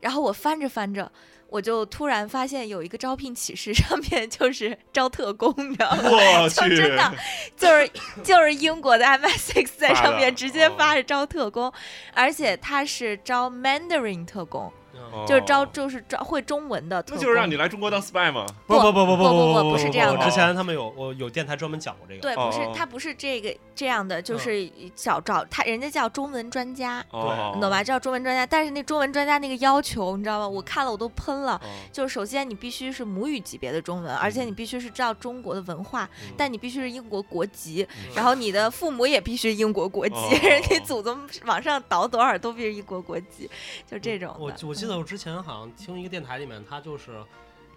Speaker 3: 然后我翻着翻着，我就突然发现有一个招聘启事，上面就是招特工，你知道吗？
Speaker 4: 我
Speaker 3: 就
Speaker 4: 去，
Speaker 3: 真的就是就是英国的 MSX 在
Speaker 4: 发
Speaker 3: 上
Speaker 4: 的
Speaker 3: 面直接
Speaker 4: 哦
Speaker 3: 发着招特工，而且他是招 Mandarin 特工，
Speaker 2: 嗯
Speaker 4: 哦
Speaker 3: 就是招就是招会中文的特
Speaker 4: 那
Speaker 3: 工。
Speaker 4: 就是让你来中国当 spy 嘛，
Speaker 2: 不
Speaker 3: 不
Speaker 2: 不不
Speaker 3: 不
Speaker 2: 不
Speaker 3: 不
Speaker 2: 不
Speaker 3: 不是这样的
Speaker 2: 之前他们有我有电台专门讲过这个。
Speaker 3: 对，不是
Speaker 4: 哦
Speaker 3: 他不是这个这样的，就
Speaker 2: 嗯
Speaker 3: 是找找他人家叫中文专家，
Speaker 4: 哦，嗯
Speaker 3: 你懂吧？？叫中文专家，但是那中文专家那个要求，你知道吗？我看了我都喷了。
Speaker 4: 哦
Speaker 3: 就是首先你必须是母语级别的中文，而且你必须是知道中国的文化，
Speaker 4: 嗯
Speaker 3: 但你必须是英国国籍，
Speaker 4: 嗯
Speaker 3: 然后你的父母也必须英国国籍，
Speaker 4: 哦
Speaker 3: 你祖宗往上倒多少都必须英国国籍，就这种的。
Speaker 2: 嗯
Speaker 3: 嗯
Speaker 2: 我我记得我之前好像听一个电台里面，他就是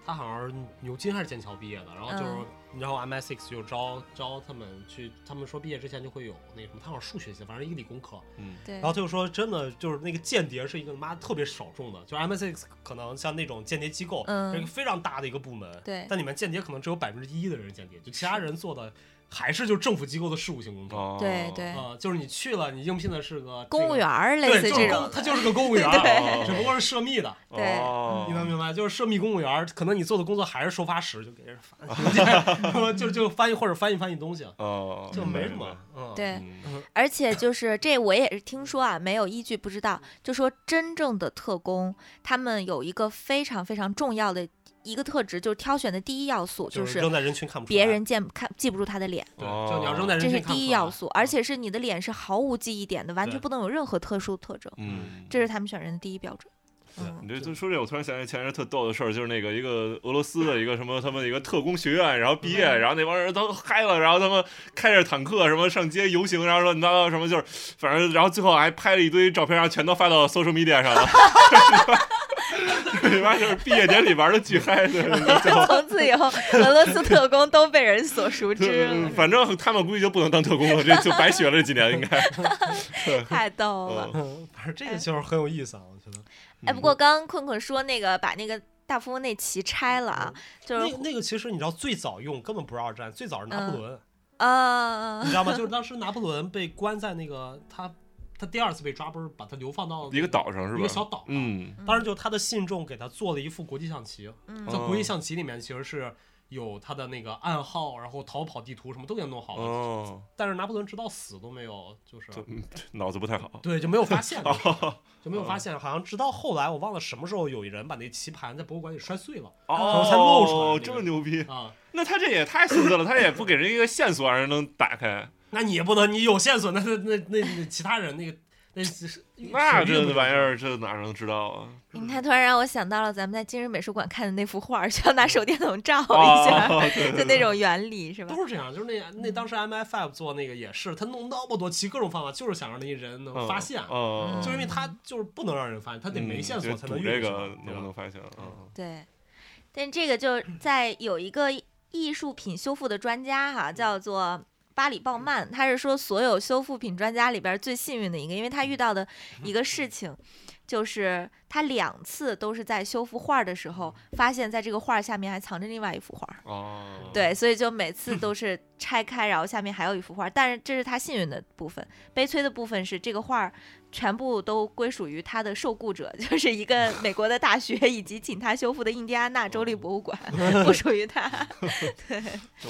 Speaker 2: 他好像是牛津还是剑桥毕业的，然后就是、
Speaker 3: 嗯
Speaker 2: 然后 MSX 就招招他们去，他们说毕业之前就会有那什么，他好像数学系，反正一个理工科，
Speaker 4: 嗯
Speaker 3: 对
Speaker 2: 然，后他就说真的就是那个间谍是一个妈特别少众的，就是 MSX 可能像那种间谍机构，
Speaker 3: 嗯
Speaker 2: 是一个非常大的一个部门，
Speaker 3: 对
Speaker 2: 但里面间谍可能只有百分之一的人是间谍，就其他人做的还是就是政府机构的事务性工作。
Speaker 4: 哦，
Speaker 3: 对 对，
Speaker 2: 啊、就是你去了，你应聘的是个这
Speaker 3: 公
Speaker 2: 个
Speaker 3: 务员儿类
Speaker 2: 对，
Speaker 3: 似
Speaker 2: 就是
Speaker 3: 这
Speaker 2: 公
Speaker 3: 种
Speaker 2: 他
Speaker 3: 的，
Speaker 2: 就是个公务 员儿，
Speaker 4: 对
Speaker 2: 只不过是涉密的，
Speaker 3: 对
Speaker 4: 哦
Speaker 2: 你能明白？就是涉密公务员儿，可能你做的工作还是收发室，就给人发 邮件， 就就翻译或者翻译翻译东西，
Speaker 4: 哦，
Speaker 2: 就
Speaker 4: 明白
Speaker 2: 没什么。。嗯，
Speaker 3: 对。
Speaker 4: 明白嗯
Speaker 3: 而且就是这我也是听说啊，没有依据不知道，就说真正的特工，他们有一个非常非常重要的一个特质，就是挑选的第一要素就
Speaker 2: 就是
Speaker 3: 是
Speaker 2: 扔在人群看不出来
Speaker 3: 别，人见看记不住他的脸，
Speaker 2: 对，
Speaker 4: 哦
Speaker 2: 就你要扔在人
Speaker 3: 这
Speaker 2: 群
Speaker 3: 是
Speaker 2: 看不出来，
Speaker 3: 第一要素，而且是你的脸是毫无记忆点的，完全
Speaker 2: 对
Speaker 3: 不能有任何特殊特征，
Speaker 4: 嗯，
Speaker 3: 这是他们选人的第一标准。
Speaker 2: 对
Speaker 3: 嗯
Speaker 4: 你这就说这，我突然想起前一特逗的事儿，就是那个一个俄罗斯的一个什么他们一个特工学院，然后毕业，然后那帮人都嗨了，然后他们开着坦克什么上街游行，然后说你知道什么就是，反正然后最后还拍了一堆照片，然后全都发到 social media 上了。 你妈就是毕业典礼玩的巨嗨，对，最 后
Speaker 3: 从此以后，俄罗斯特工都被人所熟知
Speaker 4: 对，
Speaker 3: 了，
Speaker 4: 反正他们估计就不能当特工了，这就白学了这几年 应该。
Speaker 3: 太逗了。
Speaker 4: 嗯
Speaker 2: 嗯，反正这个就是很有意思啊，我觉得。
Speaker 3: 哎，不过刚刚困困说那个把那个大富翁那旗拆了啊，就
Speaker 2: 那
Speaker 3: 是
Speaker 2: 那个其实你知道，最早用根本不是二战，最早是拿破仑，
Speaker 3: 呃
Speaker 2: 你知道吗？就是当时拿破仑被关在那个他他第二次被抓，不是把他流放到
Speaker 4: 一个岛上是吧？
Speaker 2: 一个小岛，
Speaker 4: 嗯，
Speaker 2: 当时就他的信众给他做了一副国际象棋，
Speaker 3: 嗯
Speaker 2: 在国际象棋里面其实是有他的那个暗号，然后逃跑地图什么都给他弄好了。
Speaker 4: 哦，
Speaker 2: 但是拿破仑直到死都没有，就是
Speaker 4: 这嗯脑子不太好。
Speaker 2: 对，就没有发现，
Speaker 4: 哦
Speaker 2: 就没有发现。好像直到后来，我忘了什么时候有人把那棋盘在博物馆里摔碎了
Speaker 4: 哦，
Speaker 2: 才露出来那个
Speaker 4: 这么牛逼！
Speaker 2: 啊。
Speaker 4: 那他这也太孙子了，他也不给人一个线索让人能打开，
Speaker 2: 那你也不能，你有线索，那那那那那其他人那个那是
Speaker 4: 那这玩意。
Speaker 2: 是
Speaker 4: 儿这哪能知道啊？
Speaker 3: 你看，突然让我想到了咱们在今日美术馆看的那幅画，就要拿手电筒照一下，
Speaker 4: 哦， 对
Speaker 3: 就那种原理是吧？
Speaker 2: 都是这样，就是那那
Speaker 4: 嗯
Speaker 2: 当时 MFF 做那个也是，他弄那么多棋，各种方法，就是想让那些人能发现，啊
Speaker 4: 嗯，
Speaker 2: 就因为他就是不能让人发现，他得没线索才能
Speaker 4: 嗯
Speaker 2: 运
Speaker 4: 就赌这
Speaker 2: 行对
Speaker 4: 个能
Speaker 2: 吧
Speaker 4: 不能发现？嗯，
Speaker 3: 对，但这个就在有一个艺术品修复的专家哈，叫做巴里鲍曼，他是说所有修复品专家里边最幸运的一个，因为他遇到的一个事情。就是他两次都是在修复画的时候，发现在这个画下面还藏着另外一幅画，
Speaker 4: 哦，
Speaker 3: 对，所以就每 次都是拆开，然后下面还有一幅画。但是这是他幸运的部分，悲催的部分是这个画儿全部都归属于他的受雇者， 就是一 个美国的大学以及请他修复的印第安纳州
Speaker 4: 哦
Speaker 3: 立博物 馆，不属于他。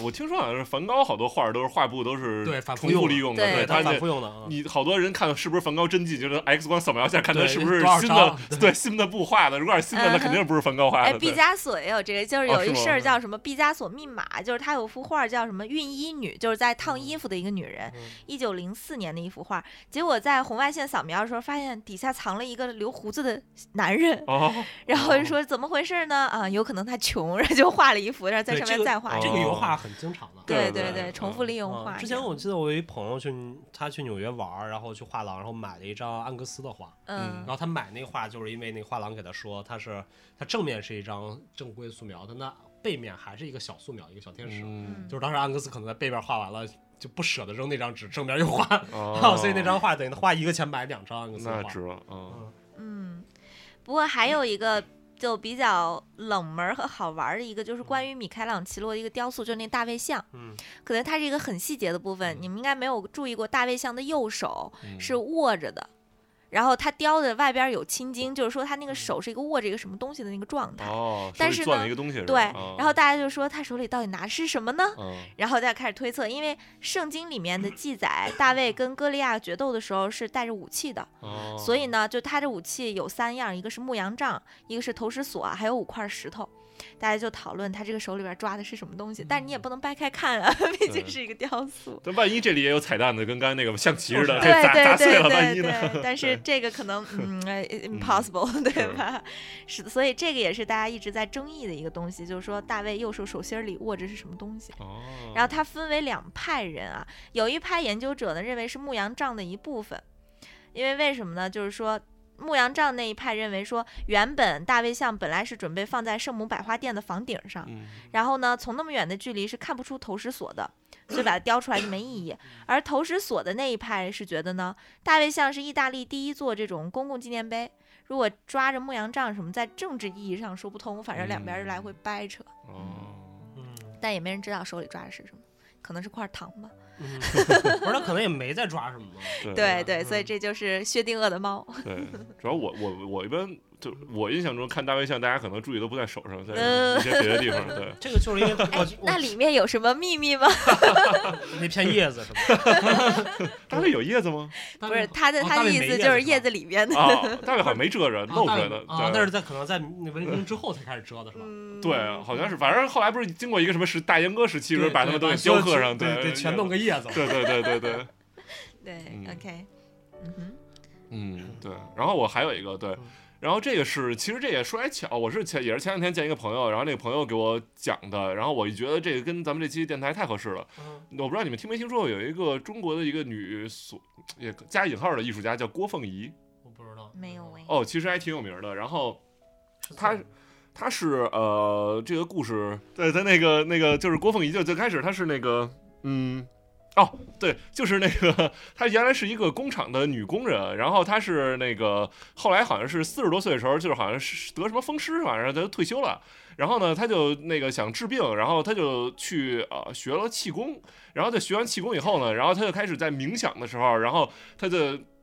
Speaker 4: 我听说好像是梵高好多画儿都是画布都是
Speaker 2: 对反复
Speaker 4: 重复
Speaker 2: 用
Speaker 4: 利
Speaker 2: 的
Speaker 4: 用
Speaker 3: 对
Speaker 4: 对
Speaker 2: 他
Speaker 4: 他
Speaker 2: 反
Speaker 4: 那
Speaker 2: 复用的啊。
Speaker 4: 你好多人看是不是梵高真迹，就是 X 光扫描一下，看他
Speaker 2: 对
Speaker 4: 是不是
Speaker 2: 多少
Speaker 4: 新的
Speaker 2: 张，
Speaker 4: 对新的布画的。如果是新的，
Speaker 3: 嗯
Speaker 4: 那肯定不是梵高画
Speaker 3: 哎，
Speaker 4: 的。
Speaker 3: 毕
Speaker 4: 啊对，
Speaker 3: 加索也有这个，就是
Speaker 4: 哦
Speaker 3: 有
Speaker 4: 是
Speaker 3: 一
Speaker 4: 吗
Speaker 3: 事儿叫什么毕加索密码，就是他有幅画儿叫什么熨衣女，就是在烫
Speaker 4: 嗯
Speaker 3: 衣服的一个女人，一九零四年的一幅画。结果在红外线扫描的时候，发现底下藏了一个留胡子的男人。
Speaker 4: 哦，
Speaker 3: 然后就说怎么回事呢？啊，有可能他穷，然后就画了一幅，然后在
Speaker 2: 对
Speaker 3: 上
Speaker 2: 这
Speaker 3: 面
Speaker 2: 个
Speaker 3: 再画一
Speaker 2: 这
Speaker 3: 幅。
Speaker 2: 个油画很经常的。
Speaker 3: 对
Speaker 4: 对
Speaker 3: 对
Speaker 4: 对
Speaker 3: 对，
Speaker 4: 嗯
Speaker 3: 重复利用
Speaker 2: 啊
Speaker 3: 画。
Speaker 2: 之前我记得我有一朋友去，他去纽约玩儿，然后去画廊，然后买了一张安格斯的画。
Speaker 3: 嗯
Speaker 2: 然后他买那画，就是因为那画廊给他说，他是他正面是一张正规素描，但他背面还是一个小素描，一个小天使。
Speaker 4: 嗯，
Speaker 2: 就是当时安格斯可能在背面画完了，就不舍得扔那张纸，正面又画，
Speaker 4: 哦
Speaker 2: 所以那张画等于他花一个钱买两张安格斯
Speaker 4: 那
Speaker 2: 的画
Speaker 4: 值。了，嗯，
Speaker 3: 嗯，不过还有一个就比较冷门儿和好玩儿的一个，就是关于米开朗琪罗的一个雕塑，就是那大卫像。
Speaker 2: 嗯，
Speaker 3: 可能它是一个很细节的部分，你们应该没有注意过，大卫像的右手
Speaker 4: 嗯
Speaker 3: 是握着的。然后他雕的外边儿有青筋，就是说他那个手是一个握着一个什么东西的那个状态。
Speaker 4: 哦，手里
Speaker 3: 嗯但是呢
Speaker 4: 攥了一个东西是吧，
Speaker 3: 对，
Speaker 4: 哦
Speaker 3: 然后大家就说他手里到底拿的是什么呢？
Speaker 4: 嗯
Speaker 3: 然后再开始推测，因为圣经里面的记载，大卫跟歌利亚决斗的时候是带着武器的，
Speaker 4: 哦，
Speaker 3: 所以呢，就他这武器有三样，一个是牧羊杖，一个是投石索，还有五块石头。大家就讨论他这个手里边抓的是什么东西，但是你也
Speaker 4: 嗯
Speaker 3: 不能掰开看啊， 毕竟是一个雕塑。
Speaker 4: 但万一这里也有彩蛋的，跟刚才那个象棋似的，
Speaker 3: 对
Speaker 4: 这砸
Speaker 3: 对
Speaker 4: 砸碎
Speaker 3: 对
Speaker 4: 了，万一
Speaker 3: 对
Speaker 4: 呢？
Speaker 3: 对，但是这个可能嗯呃 impossible 对
Speaker 4: 是
Speaker 3: 吧？是，所以这个也是大家一直在争议的一个东西，就是说大卫右手手心里握着是什么东西。
Speaker 4: 哦，
Speaker 3: 然后它分为两派人啊，有一派研究者呢认为是牧羊杖的一部分，因为为什么呢？就是说牧羊杖那一派认为说，原本大卫像本来是准备放在圣母百花店的房顶上，
Speaker 4: 嗯
Speaker 3: 然后呢从那么远的距离是看不出投石索的，所以把它雕出来就没意义。而投石索的那一派是觉得呢，大卫像是意大利第一座这种公共纪念碑。如果抓着牧羊杖什么，在政治意义上说不通，反正两边儿来回掰扯，
Speaker 4: 哦，
Speaker 2: 嗯，
Speaker 3: 但也没人知道手里抓的是什么，可能是块糖吧。
Speaker 2: 嗯 不是他可能也没在抓什么嘛。
Speaker 3: 对
Speaker 4: 对
Speaker 3: 对，所以
Speaker 2: 嗯
Speaker 3: 这就是薛定谔的猫。
Speaker 4: 对，主要我我我一般就我印象中看大卫像，大家可能注意都不在手上，在
Speaker 3: 嗯
Speaker 4: 一些别的地方， 对。
Speaker 2: 这个就是因为
Speaker 3: 哎
Speaker 2: 我，
Speaker 3: 那
Speaker 2: 我
Speaker 3: 里面有什么秘密吗？
Speaker 2: 那片叶子是吧？
Speaker 4: 大卫有叶子吗？
Speaker 2: 不
Speaker 3: 不是，他
Speaker 2: 哦
Speaker 3: 的他的意思就是叶哦子里面的。
Speaker 4: 啊，大卫好像没遮着，露出来的。
Speaker 2: 啊，
Speaker 4: 对
Speaker 2: 但是在可能在那文明之后才开始遮的是 吧？
Speaker 3: 嗯
Speaker 4: 对，好像是，反正后来不是经过一个什么时大阉割时期，不是把他们都给
Speaker 2: 所
Speaker 4: 雕
Speaker 2: 有
Speaker 4: 刻
Speaker 2: 植
Speaker 4: 上，
Speaker 2: 对
Speaker 4: 对，
Speaker 2: 全弄个叶子。
Speaker 4: 对对对对对，
Speaker 3: 对
Speaker 4: 嗯
Speaker 3: ，OK，嗯哼，
Speaker 4: 嗯对。然后我还有一个对
Speaker 2: 嗯，
Speaker 4: 然后这个是其实这也说来巧，我是前也是前两天见一个朋友，然后那个朋友给我讲的，然后我就觉得这个跟咱们这期电台太合适了。
Speaker 2: 嗯
Speaker 4: 我不知道你们听没听说过有一个中国的一个女所也加引号的艺术家叫郭凤仪
Speaker 2: 我不知道。
Speaker 3: 没有哎喂。
Speaker 4: 哦，其实还挺有名的。然后
Speaker 2: 是
Speaker 4: 他他是呃，这个故事，对他那个那个就是郭凤仪，就最开始他是那个嗯。哦，对，就是那个，她原来是一个工厂的女工人，然后她是那个后来好像是四十多岁的时候，就是好像是得什么风湿吧，然后她就退休了。然后呢，她就那个想治病，然后她就去呃学了气功，然后在学完气功以后呢，然后她就开始在冥想的时候，然后她就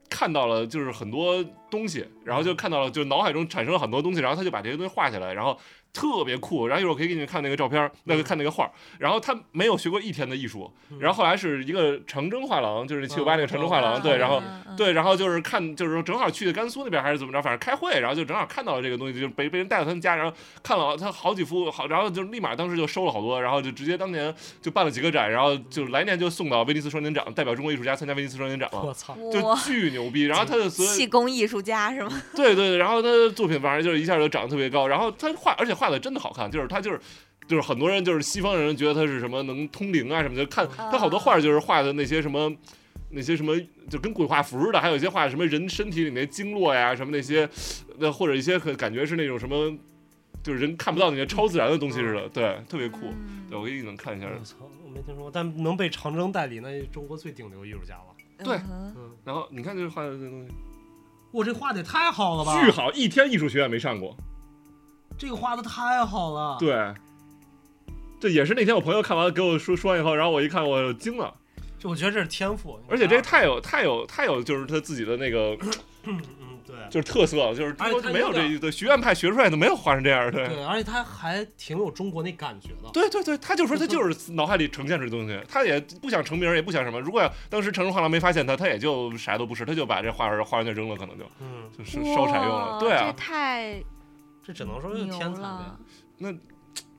Speaker 4: 看到了就是很多东西，然后就看到了，就脑海中产生了很多东西，然后他就把这些东西画下来，然后特别酷。然后一会儿我可以给你们看那个照片儿，那个看那个画儿。然后他没有学过一天的艺术，然后后来是一个长征画廊，就是七九八那个长征画廊，
Speaker 2: 嗯
Speaker 4: 对，然后
Speaker 3: 嗯嗯
Speaker 4: 对，然后就是看，就是说正好去甘肃那边还是怎么着，反正开会，然后就正好看到了这个东西，就被被人带到他们家，然后看了他好几幅，好，然后就立马当时就收了好多，然后就直接当年就办了几个展，然后就来年就送到威尼斯双年展，代表中国艺术家参加威尼斯双年展了。
Speaker 2: 我 操，
Speaker 4: 就
Speaker 3: 哇，
Speaker 4: 巨牛逼，然后他的所有
Speaker 3: 气功艺术家是吗？
Speaker 4: 对对，对然后他的作品反正就是一下就长得特别高，然后他画，而且画的真的好看，就是他就是。就是很多人就是西方人觉得他是什么能通灵啊什么的，看他好多画就是画的那些什么，那些什么就跟鬼画符似的，还有一些画什么人身体里面经络呀什么那些，那或者一些可感觉是那种什么，就是人看不到那些超自然的东西似的，对，特别酷。
Speaker 3: 嗯
Speaker 4: 对，我给你们看一下。
Speaker 2: 我操，我没听说过，但能被长征代理，那中国最顶流艺术家了。
Speaker 4: 对
Speaker 3: 嗯
Speaker 2: 嗯，
Speaker 4: 然后你看这画的这东西，
Speaker 2: 我这画的也太好了吧？
Speaker 4: 巨好，一天艺术学院没上过。
Speaker 2: 这个画的太好了。，
Speaker 4: 对，这也是那天我朋友看完给我说说完以后，然后我一看我惊了，
Speaker 2: 就我觉得这是天赋，
Speaker 4: 而且这
Speaker 2: 太
Speaker 4: 太有太有太有就是他自己的那个
Speaker 2: 嗯对。
Speaker 4: 就是特色了，就是
Speaker 2: 而且
Speaker 4: 中国
Speaker 2: 他
Speaker 4: 没有
Speaker 2: 有
Speaker 4: 这
Speaker 2: 点
Speaker 4: 一对学院派学术派都没有画成这样的。
Speaker 2: 对，而且他还挺有中国那感觉的。
Speaker 4: 对对对，他就说他就是脑海里呈现出东西，他也不想成名，也不想什么。如果当时成龙画廊没发现他，他也就啥都不是，他就把这画儿画完就扔了，可能就
Speaker 2: 嗯，
Speaker 4: 就是烧柴用了。
Speaker 3: 哇
Speaker 4: 对啊
Speaker 3: 这，太
Speaker 2: 这只能说是
Speaker 3: 牛
Speaker 2: 天才呗
Speaker 3: 了。，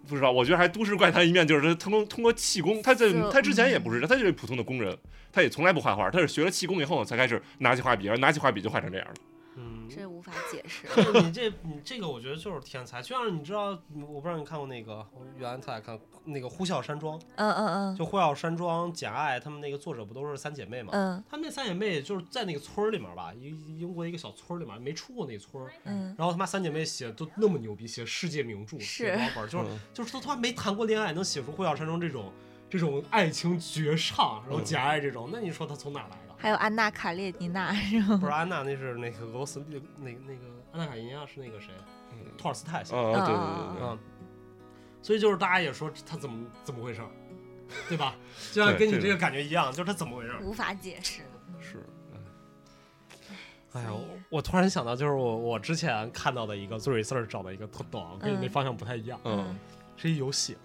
Speaker 4: 不知道，我觉得还都市怪谈一面就是他通过通过气功，他在
Speaker 3: 就嗯
Speaker 4: 他之前也不是，他就是普通的工人，他也从来不画画，他是学了气功以后才开始拿起画笔，然后拿起画笔就画成这样了。
Speaker 2: 嗯，
Speaker 3: 这无法解 释。
Speaker 2: 这你这你这个，我觉得就是天才。就像是你知道，我不知道你看过那个，我原来特爱看那个《呼啸山庄》，
Speaker 3: 嗯嗯
Speaker 2: 就《呼啸山庄》《简爱》，他们那个作者不都是三姐妹嘛？
Speaker 3: 嗯
Speaker 2: 他们那三姐妹就是在那个村儿里面吧，英英国一个小村儿里面，没出过那村儿。
Speaker 3: 嗯
Speaker 2: 然后他妈三姐妹写都那么牛逼，写世界名著，
Speaker 3: 是
Speaker 2: 写老本儿，就是、就是都他妈没谈过恋爱，能写出《呼啸山庄》这种这种爱情绝唱，然后简爱这种，那你说他从哪来 的？
Speaker 3: 还有安娜·卡列尼娜是吗？
Speaker 2: 不是安娜，那是那个俄罗斯那个那个那个安娜卡尼亚是那个谁，托尔斯泰写的。
Speaker 4: 嗯，对对
Speaker 3: 嗯
Speaker 4: 对对
Speaker 2: 嗯，所以就是大家也说他怎么怎么回事 儿，对吧？就像
Speaker 4: 对
Speaker 2: 跟你
Speaker 4: 这
Speaker 2: 这
Speaker 4: 个
Speaker 2: 个感觉一样，就是他怎么回事儿。
Speaker 3: 无法解释。
Speaker 4: 对，是。
Speaker 2: 哎呀，
Speaker 3: 所以
Speaker 2: 我我突然想到，就是我我之前看到的一个做 research 找的一个特逗啊，跟你那
Speaker 3: 嗯
Speaker 2: 方向不太一样，
Speaker 4: 嗯，
Speaker 2: 是一游戏，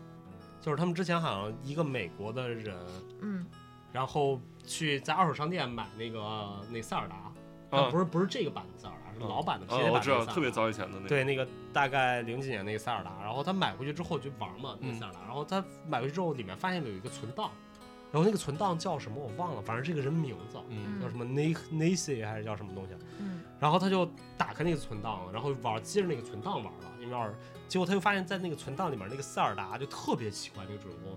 Speaker 2: 就是他们之前好像一个美国的人，
Speaker 3: 嗯
Speaker 2: 然后去在二手商店买那个那塞尔达，
Speaker 3: 嗯
Speaker 2: 但
Speaker 4: 啊
Speaker 2: 不是不是这个版的塞尔嗯达，是
Speaker 4: 嗯
Speaker 2: 老版的 PC 版
Speaker 4: 啊，
Speaker 2: 的
Speaker 4: 我知道，
Speaker 2: 塞尔
Speaker 4: 特别
Speaker 2: 达
Speaker 4: 早以前的那个。
Speaker 2: 对，那个大概零几年那个塞尔达，然后他买回去之后就玩嘛，
Speaker 4: 嗯
Speaker 2: 那个塞尔达，然后他买回去之后里面发现有一个存档，然后那个存档叫什么我忘了，反正是个人名字，
Speaker 4: 嗯，
Speaker 2: 叫什么 N Nancy 还是叫什么东西，
Speaker 3: 嗯
Speaker 2: 然后他就打开那个存档，然后玩接着那个存档玩了，因为二，结果他就发现在那个存档里面那个塞尔达就特别奇怪，那个主人公。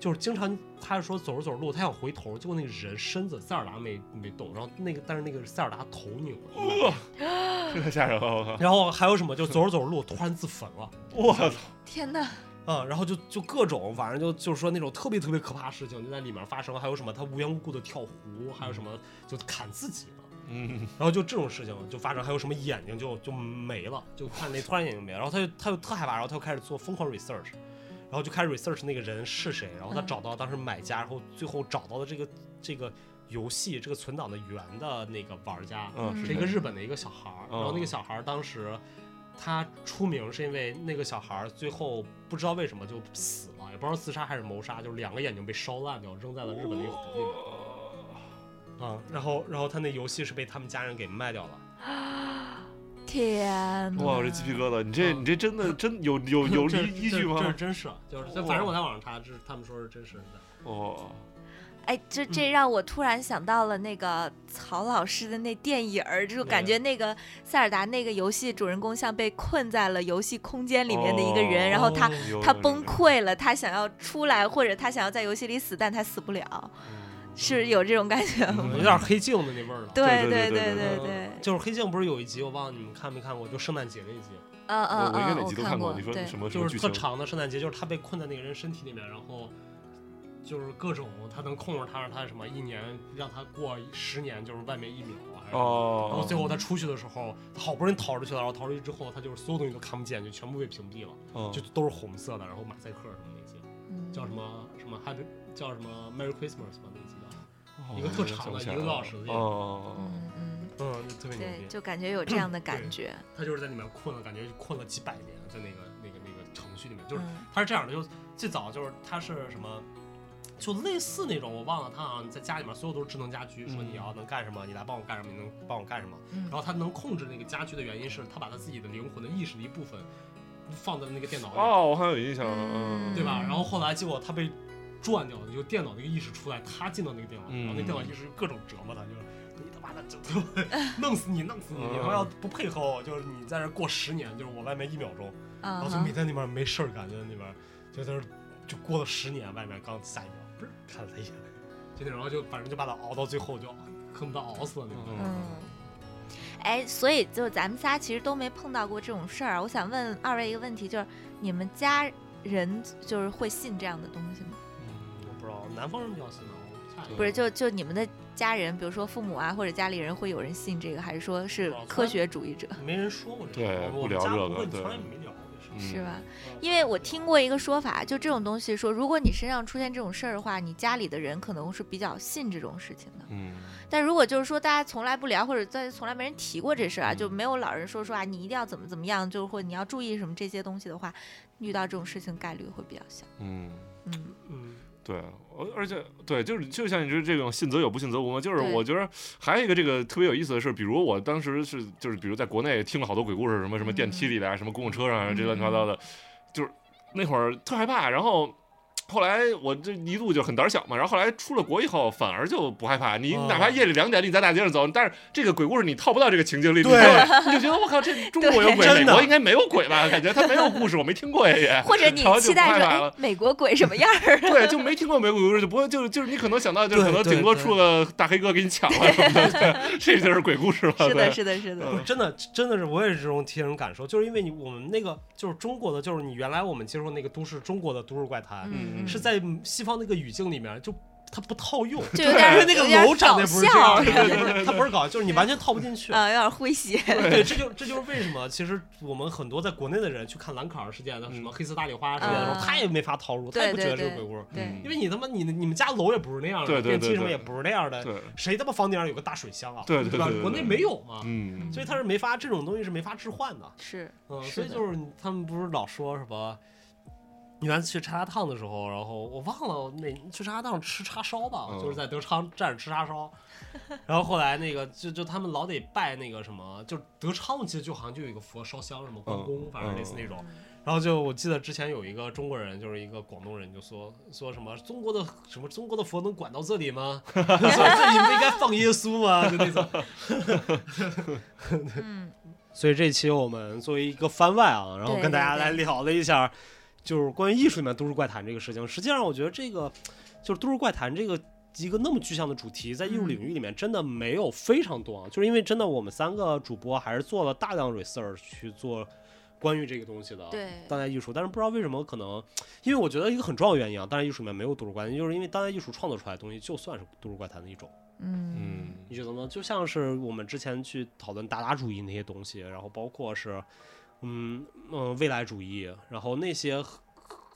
Speaker 2: 就是经常，他说走着走着路，他想回头，结果那个人身子塞尔达没没动，然后那个但是那个塞尔达头扭了，
Speaker 4: 哇，
Speaker 3: 嗯
Speaker 4: 这太吓人了！我靠，
Speaker 2: 然后还有什么就走着走着路突然自焚了，
Speaker 4: 我操！
Speaker 3: 天哪，
Speaker 2: 嗯，然后就就各种，反正就就是说那种特别特别可怕的事情就在里面发生，还有什么他无缘无故的跳湖，还有什么就砍自己了，
Speaker 4: 嗯，
Speaker 2: 然后就这种事情就发生，还有什么眼睛就就没了，就看那突然眼睛没了，然后他就他就特害怕，然后他就开始做疯狂 research，然后就开始 research 那个人是谁，然后他
Speaker 3: 嗯
Speaker 2: 找到当时买家，然后最后找到了这个这个游戏这个存档的源的那个玩家，
Speaker 4: 嗯，
Speaker 2: 是
Speaker 4: 是
Speaker 2: 一个
Speaker 4: 这样
Speaker 2: 日本的一个小孩儿，然后那
Speaker 4: 嗯
Speaker 2: 个小孩儿当时他出名是因为那个小孩儿最后不知道为什么就死了，也不知道自杀还是谋杀，就是两个眼睛被烧烂掉，扔在了日本的一个湖里
Speaker 4: 哦
Speaker 2: 面。啊、然后然后他那游戏是被他们家人给卖掉了，
Speaker 3: 天哪！
Speaker 4: 哇，我这鸡皮疙瘩！你这你这真的真有有有
Speaker 2: 嗯这
Speaker 4: 依依据
Speaker 2: 这这
Speaker 4: 吗
Speaker 2: 是？真事，就是
Speaker 4: 哇
Speaker 2: 反正我在网上查，这是他们说是真实的。
Speaker 4: 哦，
Speaker 3: 哎，这
Speaker 4: 嗯
Speaker 3: 这让我突然想到了那个曹老师的那电影儿，就感觉那个塞尔达那个游戏主人公像被困在了游戏空间里面的一个人，然后他
Speaker 2: 哦
Speaker 4: 有
Speaker 3: 他
Speaker 4: 有
Speaker 3: 崩
Speaker 4: 有
Speaker 3: 溃了，他想要出来，或者他想要在游戏里死，但他死不了，是有这种感觉 吗？
Speaker 2: 有点黑镜的那味儿了。
Speaker 3: 对
Speaker 4: 嗯
Speaker 3: 对
Speaker 4: 对对对
Speaker 2: 嗯
Speaker 3: 对对，
Speaker 2: 就是黑镜不是有一集，我忘了你们看没看过，就圣诞节那一集，
Speaker 3: 嗯
Speaker 4: 我
Speaker 3: 嗯
Speaker 4: 我应该
Speaker 3: 嗯，
Speaker 4: 哪
Speaker 3: 我
Speaker 4: 集都看
Speaker 3: 过，
Speaker 4: 你说
Speaker 3: 对
Speaker 4: 什么什么
Speaker 2: 就是
Speaker 4: 剧
Speaker 2: 特
Speaker 4: 情？
Speaker 2: 长的圣诞节，就是他被困在那个人身体里面，然后就是各种他能控制他，让他什么一年让他过十年，就是外面一秒啊。还是什么然后
Speaker 4: 哦
Speaker 2: 最后他出去的时候，他好不容易逃出去了，然后逃出去之后，他就是所有东西都看不见，就全部被屏蔽了，
Speaker 4: 哦
Speaker 2: 就都是红色的，然后马赛克什么那些，
Speaker 3: 嗯
Speaker 2: 叫什么什么 Happy 叫什么 Merry Christmas 吧那一集叫，
Speaker 4: 哦
Speaker 2: 一个特长的
Speaker 4: 我想不起来
Speaker 2: 一个多小时的
Speaker 4: 了哦，
Speaker 3: 嗯嗯，
Speaker 2: 嗯，特别牛
Speaker 3: 对，
Speaker 2: 逼。
Speaker 3: 就感觉有 这样的感觉，
Speaker 2: 他就是在里面困了，感觉困了几百年，在那个那个那个程序里面，就是
Speaker 3: 嗯
Speaker 2: 他是这样的，就最早就是他是什么，就类似那种我忘了，他好像在家里面所有都是智能家居，说你要能干什么，你来帮我干什么，你能帮我干什么。
Speaker 3: 嗯
Speaker 2: 然后他能控制那个家居的原因是他把他自己的灵魂的意识的一部分放在那个电脑里，
Speaker 4: 哦，我好像有印象了，嗯，
Speaker 2: 对吧？然后后来结果他被转掉了，就电脑那个意识出来，他进到那个电脑里，然后那
Speaker 4: 嗯
Speaker 2: 电脑意识就各种折磨他，就是。你他妈的就就 弄死你，弄死你！
Speaker 4: 嗯
Speaker 2: 你他妈要不配合我，就是你在这过十年，就是我外面一秒钟，然
Speaker 3: 啊
Speaker 2: 后就每
Speaker 3: 哈，
Speaker 2: 天那边没事儿干，就在那边就在那儿就过了十年，外面刚下一秒，不是看了他一眼，就那种，然后就反正就把他熬到最后就恨不得熬死了那种。
Speaker 3: 嗯。哎，所以就咱们仨其实都没碰到过这种事儿。我想问二位一个问题，就是你们家人就是会信这样的东西吗？
Speaker 2: 嗯，我不知道南方人比较信吗？我不太
Speaker 4: 对
Speaker 3: 不是，就就你们的家人，比如说父母啊，或者家里人，会有人信这个，还是说是科学主义者，
Speaker 2: 没人说过这事
Speaker 4: 对
Speaker 2: 儿，我
Speaker 4: 不
Speaker 2: 们
Speaker 4: 聊
Speaker 2: 家不
Speaker 4: 这个
Speaker 2: 会从
Speaker 4: 对
Speaker 2: 来没聊过这事儿。
Speaker 4: 嗯
Speaker 3: 是吧？
Speaker 2: 嗯
Speaker 3: 因为我听过一个说法，就这种东西说，如果你身上出现这种事儿的话，你家里的人可能是比较信这种事情的。
Speaker 4: 嗯，
Speaker 3: 但如果就是说大家从来不聊，或者在从来没人提过这事儿啊，
Speaker 4: 嗯
Speaker 3: 就没有老人说说啊，你一定要怎么怎么样，就是或者你要注意什么这些东西的话，遇到这种事情概率会比较小。
Speaker 4: 嗯。
Speaker 3: 嗯
Speaker 2: 嗯，
Speaker 4: 对，而而且对，就是就像你说这种信则有，不信则无嘛。就是
Speaker 3: 对
Speaker 4: 我觉得还有一个这个特别有意思的是，比如我当时是就是比如在国内听了好多鬼故事，什么什么电梯里的啊，什么公共车上啊，这乱七八糟的，就是那会儿特害怕。然后后来我这一度就很胆小嘛，然后后来出了国以后反而就不害怕。你
Speaker 2: 哦
Speaker 4: 哪怕夜里两点你在大街上走，但是这个鬼故事你套不到这个情境里，你就你就觉得我靠，这中国有
Speaker 2: 对
Speaker 4: 鬼，美
Speaker 2: 真的
Speaker 4: 国应该没有鬼吧？感觉他没有故事，我没听过呀也。
Speaker 3: 或者你
Speaker 4: 然后就
Speaker 3: 期待
Speaker 4: 不害
Speaker 3: 着，
Speaker 4: 怕了
Speaker 3: 哎，美国鬼什么样儿？
Speaker 4: 对，就没听过美国故事，就不会就就是你可能想到就是
Speaker 2: 对
Speaker 4: 可能
Speaker 2: 对
Speaker 4: 顶多
Speaker 2: 对
Speaker 4: 出个大黑哥给你抢了什么 的，对这就是鬼故事了。
Speaker 3: 是的，
Speaker 4: 对
Speaker 3: 是的，是的
Speaker 4: 嗯。
Speaker 2: 不是真的，真的是我也是这种亲身感受，就是因为你我们那个就是中国的，就是你原来我们接受那个都市中国的都市怪谈，
Speaker 3: 嗯，
Speaker 2: 是在西方那个语境里面就它不套用，
Speaker 3: 就有点儿
Speaker 2: 因为 那
Speaker 3: 有
Speaker 2: 个
Speaker 3: 点儿
Speaker 2: 楼长得
Speaker 3: 搞
Speaker 2: 不是这
Speaker 3: 笑
Speaker 2: 样的，它不是搞笑，就是你完全套不进去。
Speaker 3: 啊，有点儿诙谐。
Speaker 2: 对，这就这就是为什么，其实我们很多在国内的人去看兰卡尔事件，那
Speaker 4: 嗯
Speaker 2: 什么黑色大丽花事件的时候，
Speaker 3: 嗯
Speaker 2: 他也没法套路，他也不觉得这是鬼屋，
Speaker 3: 对，
Speaker 2: 因为你他妈你你们家楼也不是那样
Speaker 4: 对
Speaker 2: 的，
Speaker 4: 对对
Speaker 2: 电梯什么
Speaker 4: 对
Speaker 2: 也不是那样的，
Speaker 4: 对，
Speaker 2: 谁他妈房顶上有个大水箱啊？
Speaker 4: 对对
Speaker 2: 对吧
Speaker 4: 对对
Speaker 2: 国内没有嘛，
Speaker 4: 嗯，
Speaker 2: 所以他是没法这种东西是没法置换的。
Speaker 3: 是，
Speaker 2: 嗯，
Speaker 3: 是
Speaker 2: 所以
Speaker 3: 的
Speaker 2: 就是你他们不是老说什么？你原来去叉烧烫的时候，然后我忘了那去叉烧烫吃叉烧吧，
Speaker 4: 嗯
Speaker 2: 就是在德昌站着吃叉烧。然后后来那个就就他们老得拜那个什么，就德昌其实就好像就有一个佛烧香什么关公，
Speaker 4: 嗯
Speaker 2: 反正类似那种。
Speaker 3: 嗯
Speaker 2: 然后就我记得之前有一个中国人，就是一个广东人，就说说什么中国的什么中国的佛能管到这里吗？ 说这里不应该放耶稣吗？就那种。
Speaker 3: 嗯，
Speaker 2: 所以这期我们作为一个番外啊，然后
Speaker 3: 对
Speaker 2: 跟大家
Speaker 3: 对
Speaker 2: 来聊了一下，就是关于艺术里面都市怪谈这个事情。实际上，我觉得这个就是都市怪谈这个一个那么具象的主题，在艺术领域里面真的没有非常
Speaker 3: 嗯
Speaker 2: 多啊，就是因为真的我们三个主播还是做了大量 research 去做关于这个东西的。
Speaker 3: 对，
Speaker 2: 当代艺术，但是不知道为什么，可能因为我觉得一个很重要的原因啊，当代艺术里面没有都市怪谈，就是因为当代艺术创作出来的东西就算是都市怪谈的一种。
Speaker 3: 嗯
Speaker 4: 嗯
Speaker 2: 你觉得呢？就像是我们之前去讨论达达主义那些东西，然后包括是，嗯嗯、呃未来主义，然后那些很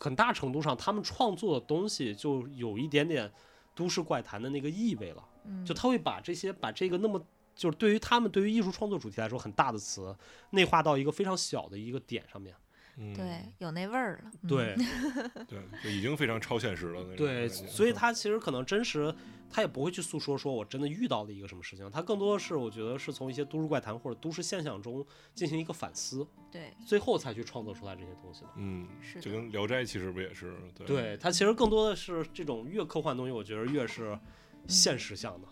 Speaker 2: 很大程度上他们创作的东西就有一点点都市怪谈的那个意味了。
Speaker 3: 嗯，
Speaker 2: 就他会把这些把这个那么就是对于他们对于艺术创作主题来说很大的词内化到一个非常小的一个点上面。
Speaker 4: 嗯，
Speaker 3: 对，有那味儿了。嗯，
Speaker 2: 对、
Speaker 4: 对，就已经非常超现实了。那种
Speaker 2: 对，
Speaker 4: 感觉嗯
Speaker 2: 所以他其实可能真实。他也不会去诉说说我真的遇到了一个什么事情，他更多的是我觉得是从一些都市怪谈或者都市现象中进行一个反思，
Speaker 3: 对，
Speaker 2: 最后才去创作出来这些东西的。
Speaker 4: 嗯，
Speaker 3: 是
Speaker 4: 就
Speaker 3: 的
Speaker 4: 跟《聊斋》其实不也是对
Speaker 2: 对，它其实更多的是这种越科幻的东西，我觉得越是现实向的。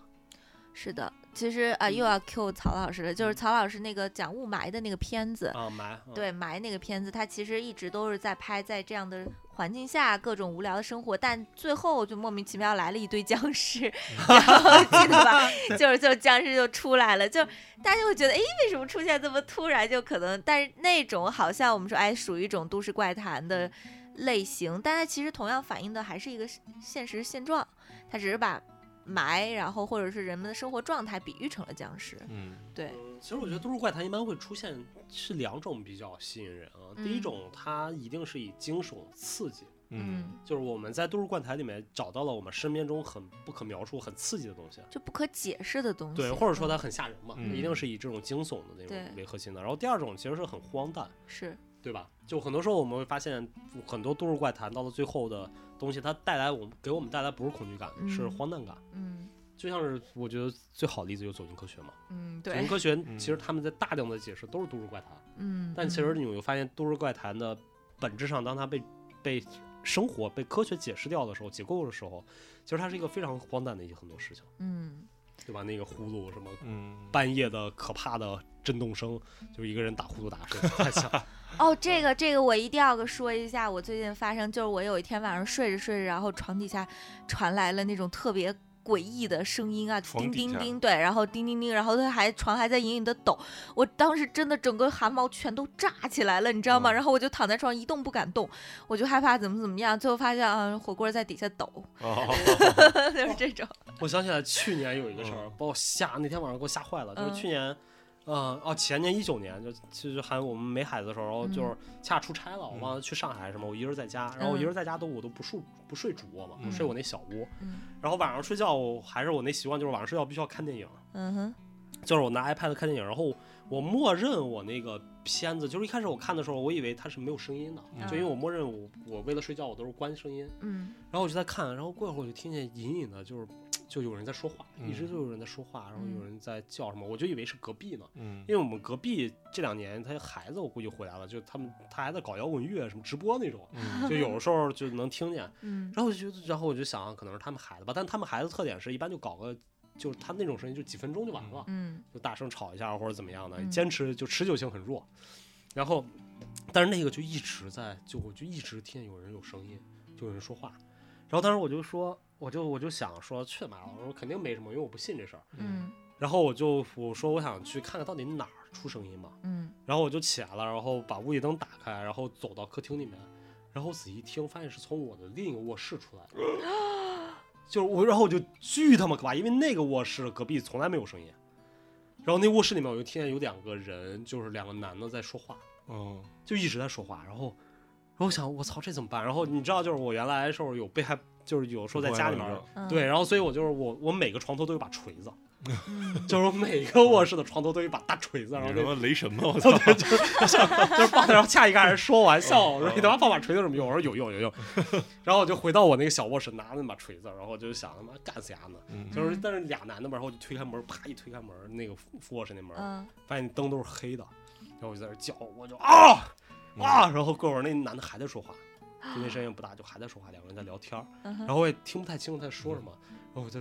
Speaker 3: 是的。其实啊、又要 Q 曹老师了，就是曹老师那个讲雾霾的那个片子，
Speaker 2: 啊，埋，嗯，
Speaker 3: 对霾那个片子，他其实一直都是在拍在这样的环境下各种无聊的生活，但最后就莫名其妙来了一堆僵尸， 然后 记得 吧？就是就僵尸就出来了，就大家就会觉得，哎，为什么出现这么突然？就可能，但是那种好像我们说，哎，属于一种都市怪谈的类型，但它其实同样反映的还是一个现现实现状，它只是把。霾，然后或者是人们的生活状态比喻成了僵尸，
Speaker 4: 嗯
Speaker 3: 对，
Speaker 2: 嗯其实我觉得都市怪谈一般会出现是两种比较吸引人啊。第一
Speaker 3: 嗯
Speaker 2: 种，它一定是以惊悚刺激，
Speaker 4: 嗯，
Speaker 2: 就是我们在都市怪谈里面找到了我们身边中很不可描述、很刺激的东西，
Speaker 3: 就不可解释的东西。
Speaker 2: 对，或者说它很吓人嘛，
Speaker 4: 嗯
Speaker 2: 它一定是以这种惊悚的那
Speaker 3: 嗯对
Speaker 2: 种为核心的。然后第二种其实是很荒诞，
Speaker 3: 是
Speaker 2: 对吧？就很多时候我们会发现，很多都市怪谈到了最后的东西，它带来我们给我们带来不是恐惧感，
Speaker 3: 嗯
Speaker 2: 是荒诞感。
Speaker 3: 嗯
Speaker 2: 就像是我觉得最好的例子就是走进科学嘛，
Speaker 3: 嗯
Speaker 2: 走进
Speaker 3: 对
Speaker 2: 科学其实他们在大量的解释都是都市怪谈，
Speaker 3: 嗯，
Speaker 2: 但其实你会发现都市怪谈的本质上，当它被被生活被科学解释掉的时候，解构的时候，其实它是一个非常荒诞的一些很多事情，
Speaker 3: 嗯
Speaker 2: 对吧？那个呼噜什么
Speaker 4: 嗯，
Speaker 2: 半夜的可怕的震动声，就是一个人打呼噜打声太响，
Speaker 3: 哦，这个这个我一定要个说一下，我最近发生就是我有一天晚上睡着睡着，然后床底下传来了那种特别。诡异的声音啊，
Speaker 4: 床
Speaker 3: 叮
Speaker 4: 底
Speaker 3: 叮
Speaker 4: 下
Speaker 3: 叮，对，然后叮叮叮，然后它还床还在隐隐的抖，我当时真的整个汗毛全都炸起来了，你知道吗？
Speaker 4: 嗯
Speaker 3: 然后我就躺在床上一动不敢动，我就害怕怎么怎么样，最后发现啊，火锅在底下抖，
Speaker 4: 哦，
Speaker 3: 就是这种，
Speaker 2: 我想起来去年有一个事儿，把我吓，那天晚上给我吓坏了。就是
Speaker 3: 嗯
Speaker 2: 去年，呃，哦，前年一九年，就其实还我们没孩子的时候，然后就是
Speaker 3: 嗯
Speaker 2: 恰出差了，我忘了去上海还是什么，我一人在家，然后我一人在家都我都不睡不睡主卧嘛，
Speaker 4: 嗯
Speaker 2: 睡我那小屋。
Speaker 3: 嗯
Speaker 2: 然后晚上睡觉我还是我那习惯，就是晚上睡觉必须要看电影，
Speaker 3: 嗯哼，
Speaker 2: 就是我拿 iPad 看电影，然后我默认我那个片子，就是一开始我看的时候，我以为它是没有声音的，
Speaker 4: 嗯
Speaker 2: 就因为我默认我我为了睡觉我都是关声音，
Speaker 3: 嗯
Speaker 2: 然后我就在看，然后过一会儿我就听见隐隐的，就是就有人在说话，
Speaker 4: 嗯
Speaker 2: 一直就有人在说话，然后有人在叫什么，我就以为是隔壁呢，
Speaker 4: 嗯
Speaker 2: 因为我们隔壁这两年他孩子我估计回来了，就他们他还在搞摇滚乐什么直播那种，
Speaker 4: 嗯
Speaker 2: 就有的时候就能听见。
Speaker 3: 嗯
Speaker 2: 然后我就觉得，然后我就想可能是他们孩子吧，但他们孩子特点是一般就搞个。就是他那种声音，就几分钟就完了，
Speaker 3: 嗯
Speaker 2: 就大声吵一下或者怎么样的，
Speaker 3: 嗯
Speaker 2: 坚持就持久性很弱。然后，但是那个就一直在，就我就一直听见有人有声音，就有人说话。然后当时我就说，我就我就想说，去妈了，我说肯定没什么，因为我不信这事儿。
Speaker 3: 嗯
Speaker 2: 然后我就我说我想去看看到底哪儿出声音嘛。
Speaker 3: 嗯
Speaker 2: 然后我就起来了，然后把屋里灯打开，然后走到客厅里面，然后仔细听，发现是从我的另一个卧室出来的。就是我，然后我就巨他妈可怕，因为那个卧室隔壁从来没有声音。然后那卧室里面，我就听见有两个人，就是两个男的在说话，
Speaker 4: 哦，
Speaker 2: 就一直在说话。然后，然后我想，我操，这怎么办？然后你知道，就是我原来的时候有被害，就是有时候在家里面，
Speaker 3: 嗯，
Speaker 2: 对，然后所以我就是我，我每个床头都有把锤子，就是我每个卧室的床头都有一把大锤子，然
Speaker 4: 你
Speaker 2: 后
Speaker 4: 什
Speaker 2: 那
Speaker 4: 么雷神吗？我操，
Speaker 2: 就是放在，然后恰一个人说玩笑，我说你他妈放把锤子有什么用？我说有用有用。然后我就回到我那个小卧室，拿那把锤子，然后就想他妈干死丫呢。
Speaker 4: 嗯
Speaker 2: 就是但是俩男的嘛，然后我就推开门，啪一推开门，那个副卧室那门，
Speaker 3: 嗯
Speaker 2: 发现灯都是黑的，然后我就在那叫，我就啊啊，然后过会儿那男的还在说话，就那声音不大，就还在说话，两个人在聊天儿，
Speaker 3: 嗯哼
Speaker 2: 然后我也听不太清楚他在说什么，然后我就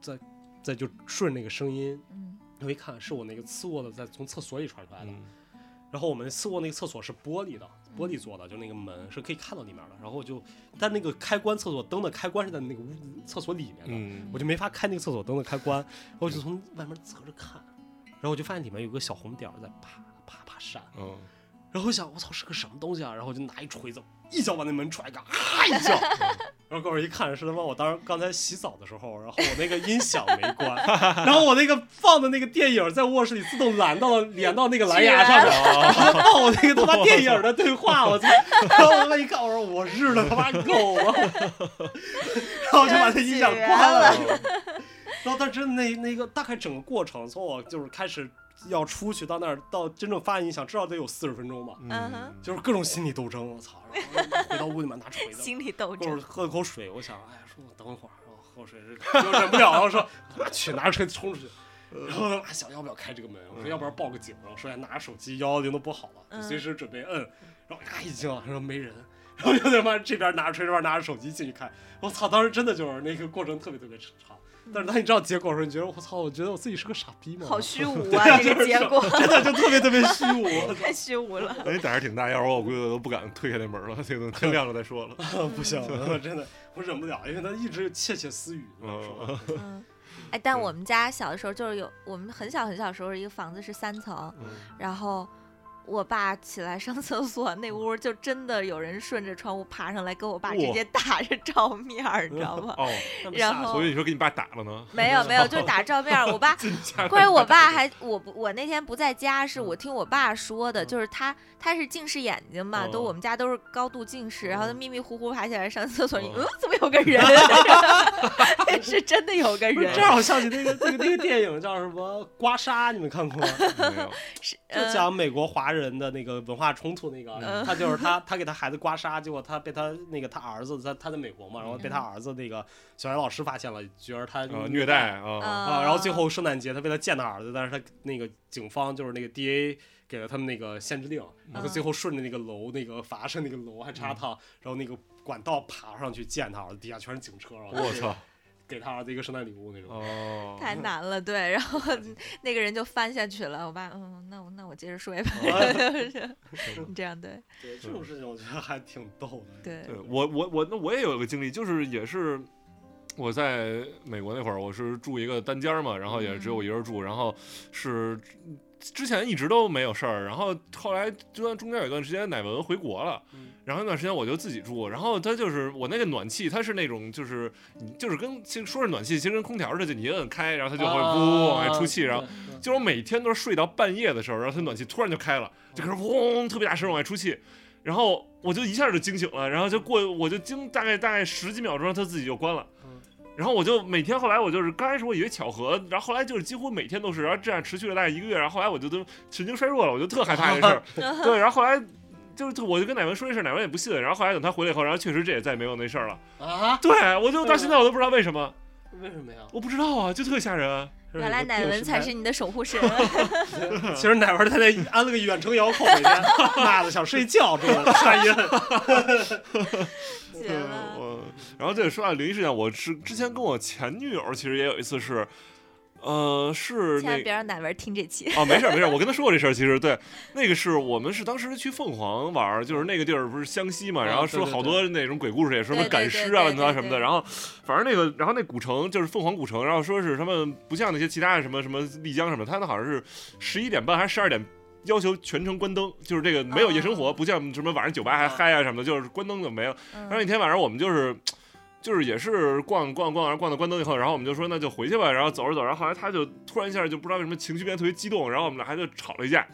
Speaker 2: 在在就顺着那个声音，
Speaker 3: 嗯
Speaker 2: 我一看是我那个次卧的在从厕所里传出来
Speaker 4: 嗯
Speaker 2: 的。然后我们次卧那个厕所是玻璃的，玻璃做的，就那个门是可以看到里面的。然后就，但那个开关厕所灯的开关是在那个屋厕所里面的，
Speaker 4: 嗯
Speaker 2: 我就没法开那个厕所灯的开关，然后我就从外面侧着看，然后我就发现里面有个小红点儿在啪啪啪闪，
Speaker 4: 嗯
Speaker 2: 然后我想我操是个什么东西啊，然后我就拿一锤子一脚把那门踹开，啊一 脚，然后过会儿一看是他妈我当时刚才洗澡的时候，然后我 那个音响没关，然后我那个放的那个电影在卧室里自动拦到了连到那个蓝牙上面，他报我那个他妈电影的对话，我操！然后我他妈一看，我说我日了他妈狗啊！然后我就把那音响关了。
Speaker 4: 嗯
Speaker 2: 然后但真的那那个大概整个过程，从我就是开始要出去到那儿到真正发现音响，至少得有四十分钟吧，
Speaker 3: 嗯哼，
Speaker 2: 就是各种心理斗争，我操！然后回到屋里面拿锤子，
Speaker 3: 心理斗
Speaker 2: 跟
Speaker 3: 争
Speaker 2: 我，喝了口水，我想，哎呀，说我等会儿，然后喝口水就忍不了了，我说我去拿着车冲出去，然后我想要不要开这个门，我说要不然报个警，然后说哎拿着手机幺幺零都拨好了，就随
Speaker 3: 嗯
Speaker 2: 时准备摁，然后咔一惊，然后没人。然后就他妈这边拿着锤，这边拿着手机进去看，我操！当时真的就是那个过程特别特别长，但是当你知道结果的时候，你觉得我操，我觉得我自己是个傻逼吗？
Speaker 3: 嗯好虚无啊，这个结果
Speaker 2: 真的就特别特别虚无，我
Speaker 3: 太虚无了。
Speaker 4: 那你哎胆儿挺大，要是我，我估计我都不敢推开那门了，这个天亮了再 说了。
Speaker 2: 操，不 行，我真的我忍不了，因为他一直窃窃私语，你知道
Speaker 4: 哦
Speaker 2: 吗
Speaker 3: 嗯，哎，但
Speaker 4: 嗯
Speaker 3: 我们家小的时候就是有，我们很小很小的时候，一个房子是三层，然后我爸起来上厕所，那屋就真的有人顺着窗户爬上来，跟我爸直接打着照面儿，你知道吗？
Speaker 4: 哦，
Speaker 3: 然后
Speaker 4: 我以为你说给你爸打了 呢，
Speaker 3: 没有没有，就是打照面儿。我爸
Speaker 4: 进 家门
Speaker 3: 关键我爸还我不我那天不在家，是我听我爸说的，就是他他是近视眼睛嘛，
Speaker 4: 嗯
Speaker 3: 都我们家都是高度近视，然后他
Speaker 4: 嗯
Speaker 3: 迷迷糊糊爬起来上厕所，你
Speaker 4: 嗯
Speaker 3: 嗯怎么有个人？是真的有个
Speaker 2: 不是
Speaker 3: 人
Speaker 2: 这，让我想起那个那个那个电影叫什么《刮痧》，你们看过吗？
Speaker 4: 没有
Speaker 3: 是
Speaker 2: 就
Speaker 3: 呃
Speaker 2: 讲美国华人的那个文化冲突那个，
Speaker 3: 嗯
Speaker 2: 他就是他他给他孩子刮痧，结果他被他那个他儿子在他在美国嘛，然后被他儿子那个小学老师发现了，觉得他
Speaker 4: 啊虐待
Speaker 3: 嗯
Speaker 4: 啊，
Speaker 2: 啊，然后最后圣诞节他为了见他儿子，但是他那个警方就是那个 D A 给了他们那个限制令，然后
Speaker 3: 啊
Speaker 2: 他最后顺着那个楼那个法拉盛那个楼还
Speaker 4: 嗯
Speaker 2: 插套，然后那个管道爬上去见他儿子，底下全是警车，然后
Speaker 4: 我操，
Speaker 2: 给他儿子一个圣诞礼物那种。
Speaker 4: 哦，
Speaker 3: 太难了，对，然后那个人就翻下去了。我爸，嗯，那我那我接着睡吧，
Speaker 4: 哦
Speaker 3: 你这样对
Speaker 2: 对这种事情我觉得还挺逗的。
Speaker 3: 对
Speaker 4: 对我我我那我也有一个经历，就是也是我在美国那会儿，我是住一个单间儿嘛，然后也
Speaker 3: 嗯
Speaker 4: 只有一人住，然后是之前一直都没有事儿，然后后来就算中间有一段时间乃文回国了，
Speaker 2: 嗯
Speaker 4: 然后那段时间我就自己住，然后它就是我那个暖气，它是那种就是你就是跟其实说是暖气，其实跟空调似的，就你一摁开，然后它就会
Speaker 3: 哦
Speaker 4: 呜往外出气，然后。就是我每天都是睡到半夜的时候，然后它暖气突然就开了，就开始嗡特别大声往外出气，然后我就一下就惊醒了，然后就过我就惊大概大概十几秒钟，它自己就关了
Speaker 2: 嗯。
Speaker 4: 然后我就每天后来我就是刚开始我以为巧合，然后后来就是几乎每天都是，然后这样持续了大概一个月，然后后来我就都神经衰弱了，我就特害怕这事儿。对，然后后来就是我就跟乃文说这事儿，乃文也不信。然后后来等他回来以后，然后确实这也再也没有那事儿了。
Speaker 2: 啊，
Speaker 4: 对，我就到现在我都不知道为什么，
Speaker 2: 为什么呀？
Speaker 4: 我不知道啊，就特吓人。
Speaker 3: 原来乃文才是你的守护神，
Speaker 2: 其实奶文他在安了个远程遥控，每天 妈的想睡觉，这 种声音。
Speaker 3: 绝了。
Speaker 4: 我，然后这个说到灵异事件，我之之前跟我前女友其实也有一次是，呃，是
Speaker 3: 千万
Speaker 4: 那
Speaker 3: 别让乃文听这期，
Speaker 4: 哦，没事儿没事儿，我跟他说过这事儿，其实对，那个是我们是当时去凤凰玩儿，就是那个地儿不是湘西
Speaker 3: 嗯
Speaker 4: 嘛，
Speaker 2: 啊
Speaker 4: 然后
Speaker 2: 对
Speaker 4: 说
Speaker 2: 对
Speaker 4: 好
Speaker 2: 对
Speaker 4: 多那种鬼故事，也是什么
Speaker 3: 对对
Speaker 4: 赶
Speaker 3: 对
Speaker 4: 尸
Speaker 3: 对
Speaker 4: 啊、乱七八
Speaker 3: 对
Speaker 4: 糟什么的，
Speaker 3: 对
Speaker 4: 然后反正那个，然后那古城就是凤凰古城，然后说是他们不像那些其他的什么什么丽江什么的，他那好像是十一点半还是十二点。要求全城关灯，就是这个没有夜生活，
Speaker 3: 哦
Speaker 4: 不像什么晚上酒吧还
Speaker 2: 啊
Speaker 4: 嗨啊什么的，就是关灯就没了。然后那
Speaker 3: 嗯
Speaker 4: 天晚上我们就是。就是也是逛逛逛，然后逛到关灯以后，然后我们就说那就回去吧。然后走着走着，然后后来他就突然一下就不知道为什么情绪变得特别激动，然后我们俩还就吵了一架，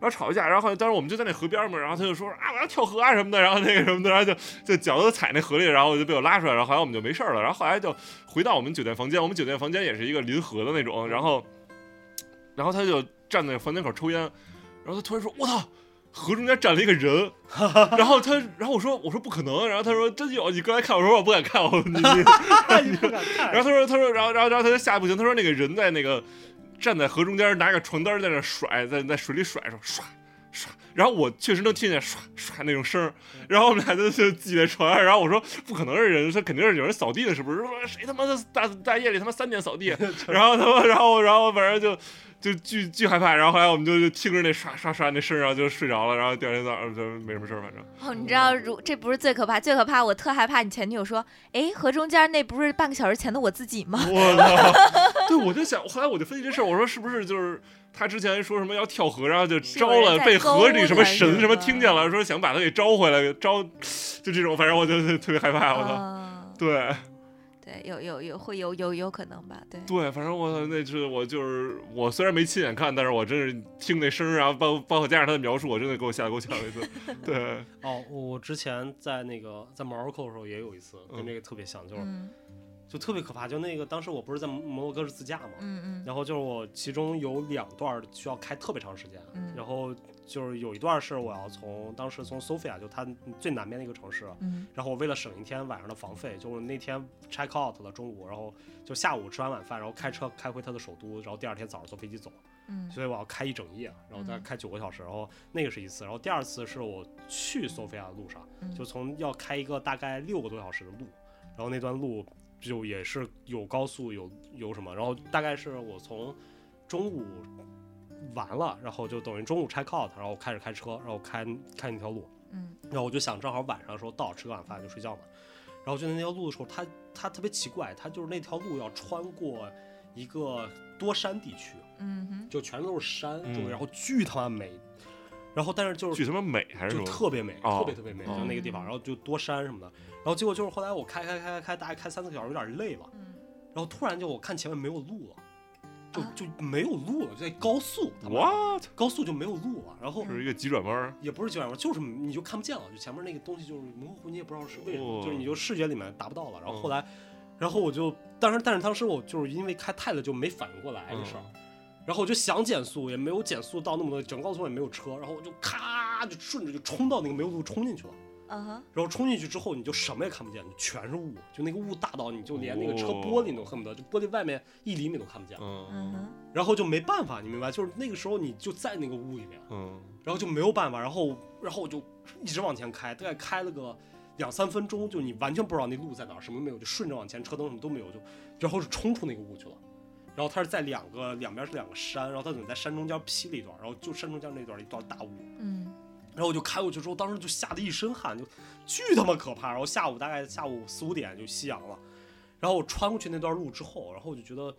Speaker 4: 然后吵一架，然后后来当时我们就在那河边嘛，然后他就说啊我要跳河啊什么的，然后那个什么的，然后就就脚都踩那河里，然后就被我拉出来，然后后来我们就没事儿了。然后后来就回到我们酒店房间，我们酒店房间也是一个临河的那种，然后然后他就站在房间口抽烟，然后他突然说我操，河中间站了一个人。然后他，然后我说，我说不可能，然后他说真有，你刚才看，我说我不敢看，我你，你然后他说，他说，然后，然后，然后他就吓得不行，他说那个人在那个站在河中间，拿个床单在那甩，在在水里甩说唰唰，然后我确实能听见唰唰那种声儿，然后我们俩就就挤在床上，然后我说不可能是人，他肯定是有人扫地的，是不是？说谁他妈的大大夜里他妈三点扫地，然后他妈，然后然后反正就。就巨巨害怕，然后后来我们就就听着那唰唰唰那声儿，然后就睡着了，然后第二天早上就没什么事儿，反正。
Speaker 3: 哦，你知道，如这不是最可怕，最可怕，我特害怕你前女友说，哎，河中间那不是半个小时前的我自己 吗？
Speaker 4: 我操！ 对，我就想，后来我就分析这事儿，我说是不是就是他之前说什么要跳河，然后就是招
Speaker 3: 有人
Speaker 4: 了
Speaker 3: 在
Speaker 4: 被河里什么
Speaker 3: 勾
Speaker 4: 神
Speaker 3: 搭
Speaker 4: 什么
Speaker 3: 是吧
Speaker 4: 听见了，说想把他给招回来，招就这种，反正我就特别害怕，我操！
Speaker 3: 嗯，
Speaker 4: 对
Speaker 3: 对，有有有会有有有可能吧，对。
Speaker 4: 对，反正我操，那次我就是我虽然没亲眼看，但是我真是听那声儿，然后包包括加上他的描述，我真的给我吓得够呛一次。对，
Speaker 2: 哦，我之前在那个在 Morocco 的时候也有一次跟
Speaker 4: 嗯
Speaker 2: 这个特别像，就是
Speaker 3: 嗯
Speaker 2: 就特别可怕。就那个当时我不是在摩洛哥是自驾嘛，
Speaker 3: 嗯嗯
Speaker 2: 然后就是我其中有两段儿需要开特别长时间，
Speaker 3: 嗯
Speaker 2: 然后就是有一段儿是我要从当时从 Sofia 就它最南边的一个城市，
Speaker 3: 嗯
Speaker 2: 然后我为了省一天晚上的房费，就是那天 check out 了中午，然后就下午吃完晚饭，然后开车开回他的首都，然后第二天早上坐飞机走，
Speaker 3: 嗯
Speaker 2: 所以我要开一整夜，啊然后再
Speaker 3: 嗯
Speaker 2: 开九个小时，然后那个是一次，然后第二次是我去索菲亚的路上，
Speaker 3: 嗯
Speaker 2: 就从要开一个大概六个多小时的路，然后那段路就也是有高速有有什么，然后大概是我从中午完了，然后就等于中午 check out，然后开始开车，然后开开那条路，
Speaker 3: 嗯
Speaker 2: 然后我就想正好晚上的时候到吃个晚饭就睡觉嘛，然后就在那条路的时候，它它特别奇怪，它就是那条路要穿过一个多山地区，
Speaker 3: 嗯哼
Speaker 2: 就全都是山，
Speaker 4: 嗯
Speaker 2: 周围然后巨他妈美。然后但是就是
Speaker 4: 巨他妈美还是
Speaker 2: 就
Speaker 4: 什么？
Speaker 2: 特别美，
Speaker 4: 哦
Speaker 2: 特别特别美，
Speaker 4: 哦
Speaker 2: 就那个地方，然后就多山什么的，然后结果就是后来我开开开开开，大概开三四个小时有点累了，
Speaker 3: 嗯，
Speaker 2: 然后突然就我看前面没有路了，就
Speaker 3: 啊
Speaker 2: 就没有路了，就在高速，他妈的
Speaker 4: What？
Speaker 2: 高速就没有路了，然后
Speaker 4: 这是一个急转弯儿，
Speaker 2: 也不是九眼弯，就是你就看不见了，就前面那个东西就是模糊，你也不知道是为什么，
Speaker 4: 哦嗯
Speaker 2: 就是你就视觉里面达不到了。然后后来，然后我就，当时但是当时我就是因为开太了就没反应过来这事儿，
Speaker 4: 嗯
Speaker 2: 然后我就想减速，也没有减速到那么多，整个高速也没有车，然后我就咔就顺着就冲到那个没有路冲进去了。
Speaker 3: 嗯哼，
Speaker 2: 然后冲进去之后，你就什么也看不见，就全是雾，就那个雾大到你就连那个车
Speaker 4: 哦
Speaker 2: 玻璃都恨不得，就玻璃外面一厘米都看不见。
Speaker 3: 嗯
Speaker 4: 嗯
Speaker 3: 哼，
Speaker 2: 然后就没办法，你明白？就是那个时候你就在那个雾里面。
Speaker 4: 嗯，
Speaker 2: 然后就没有办法，然后然后我就一直往前开，大概开了个两三分钟，就你完全不知道那路在哪儿，什么都没有，就顺着往前，车灯什么都没有，就然后是冲出那个雾去了。然后它是在两个两边是两个山，然后它等于在山中间劈了一段，然后就山中间那段一段大雾，
Speaker 3: 嗯，
Speaker 2: 然后我就开过去之后，当时就吓得一身汗，就巨他妈可怕。然后下午大概下午四五点就夕阳了，然后我穿过去那段路之后，然后我就觉得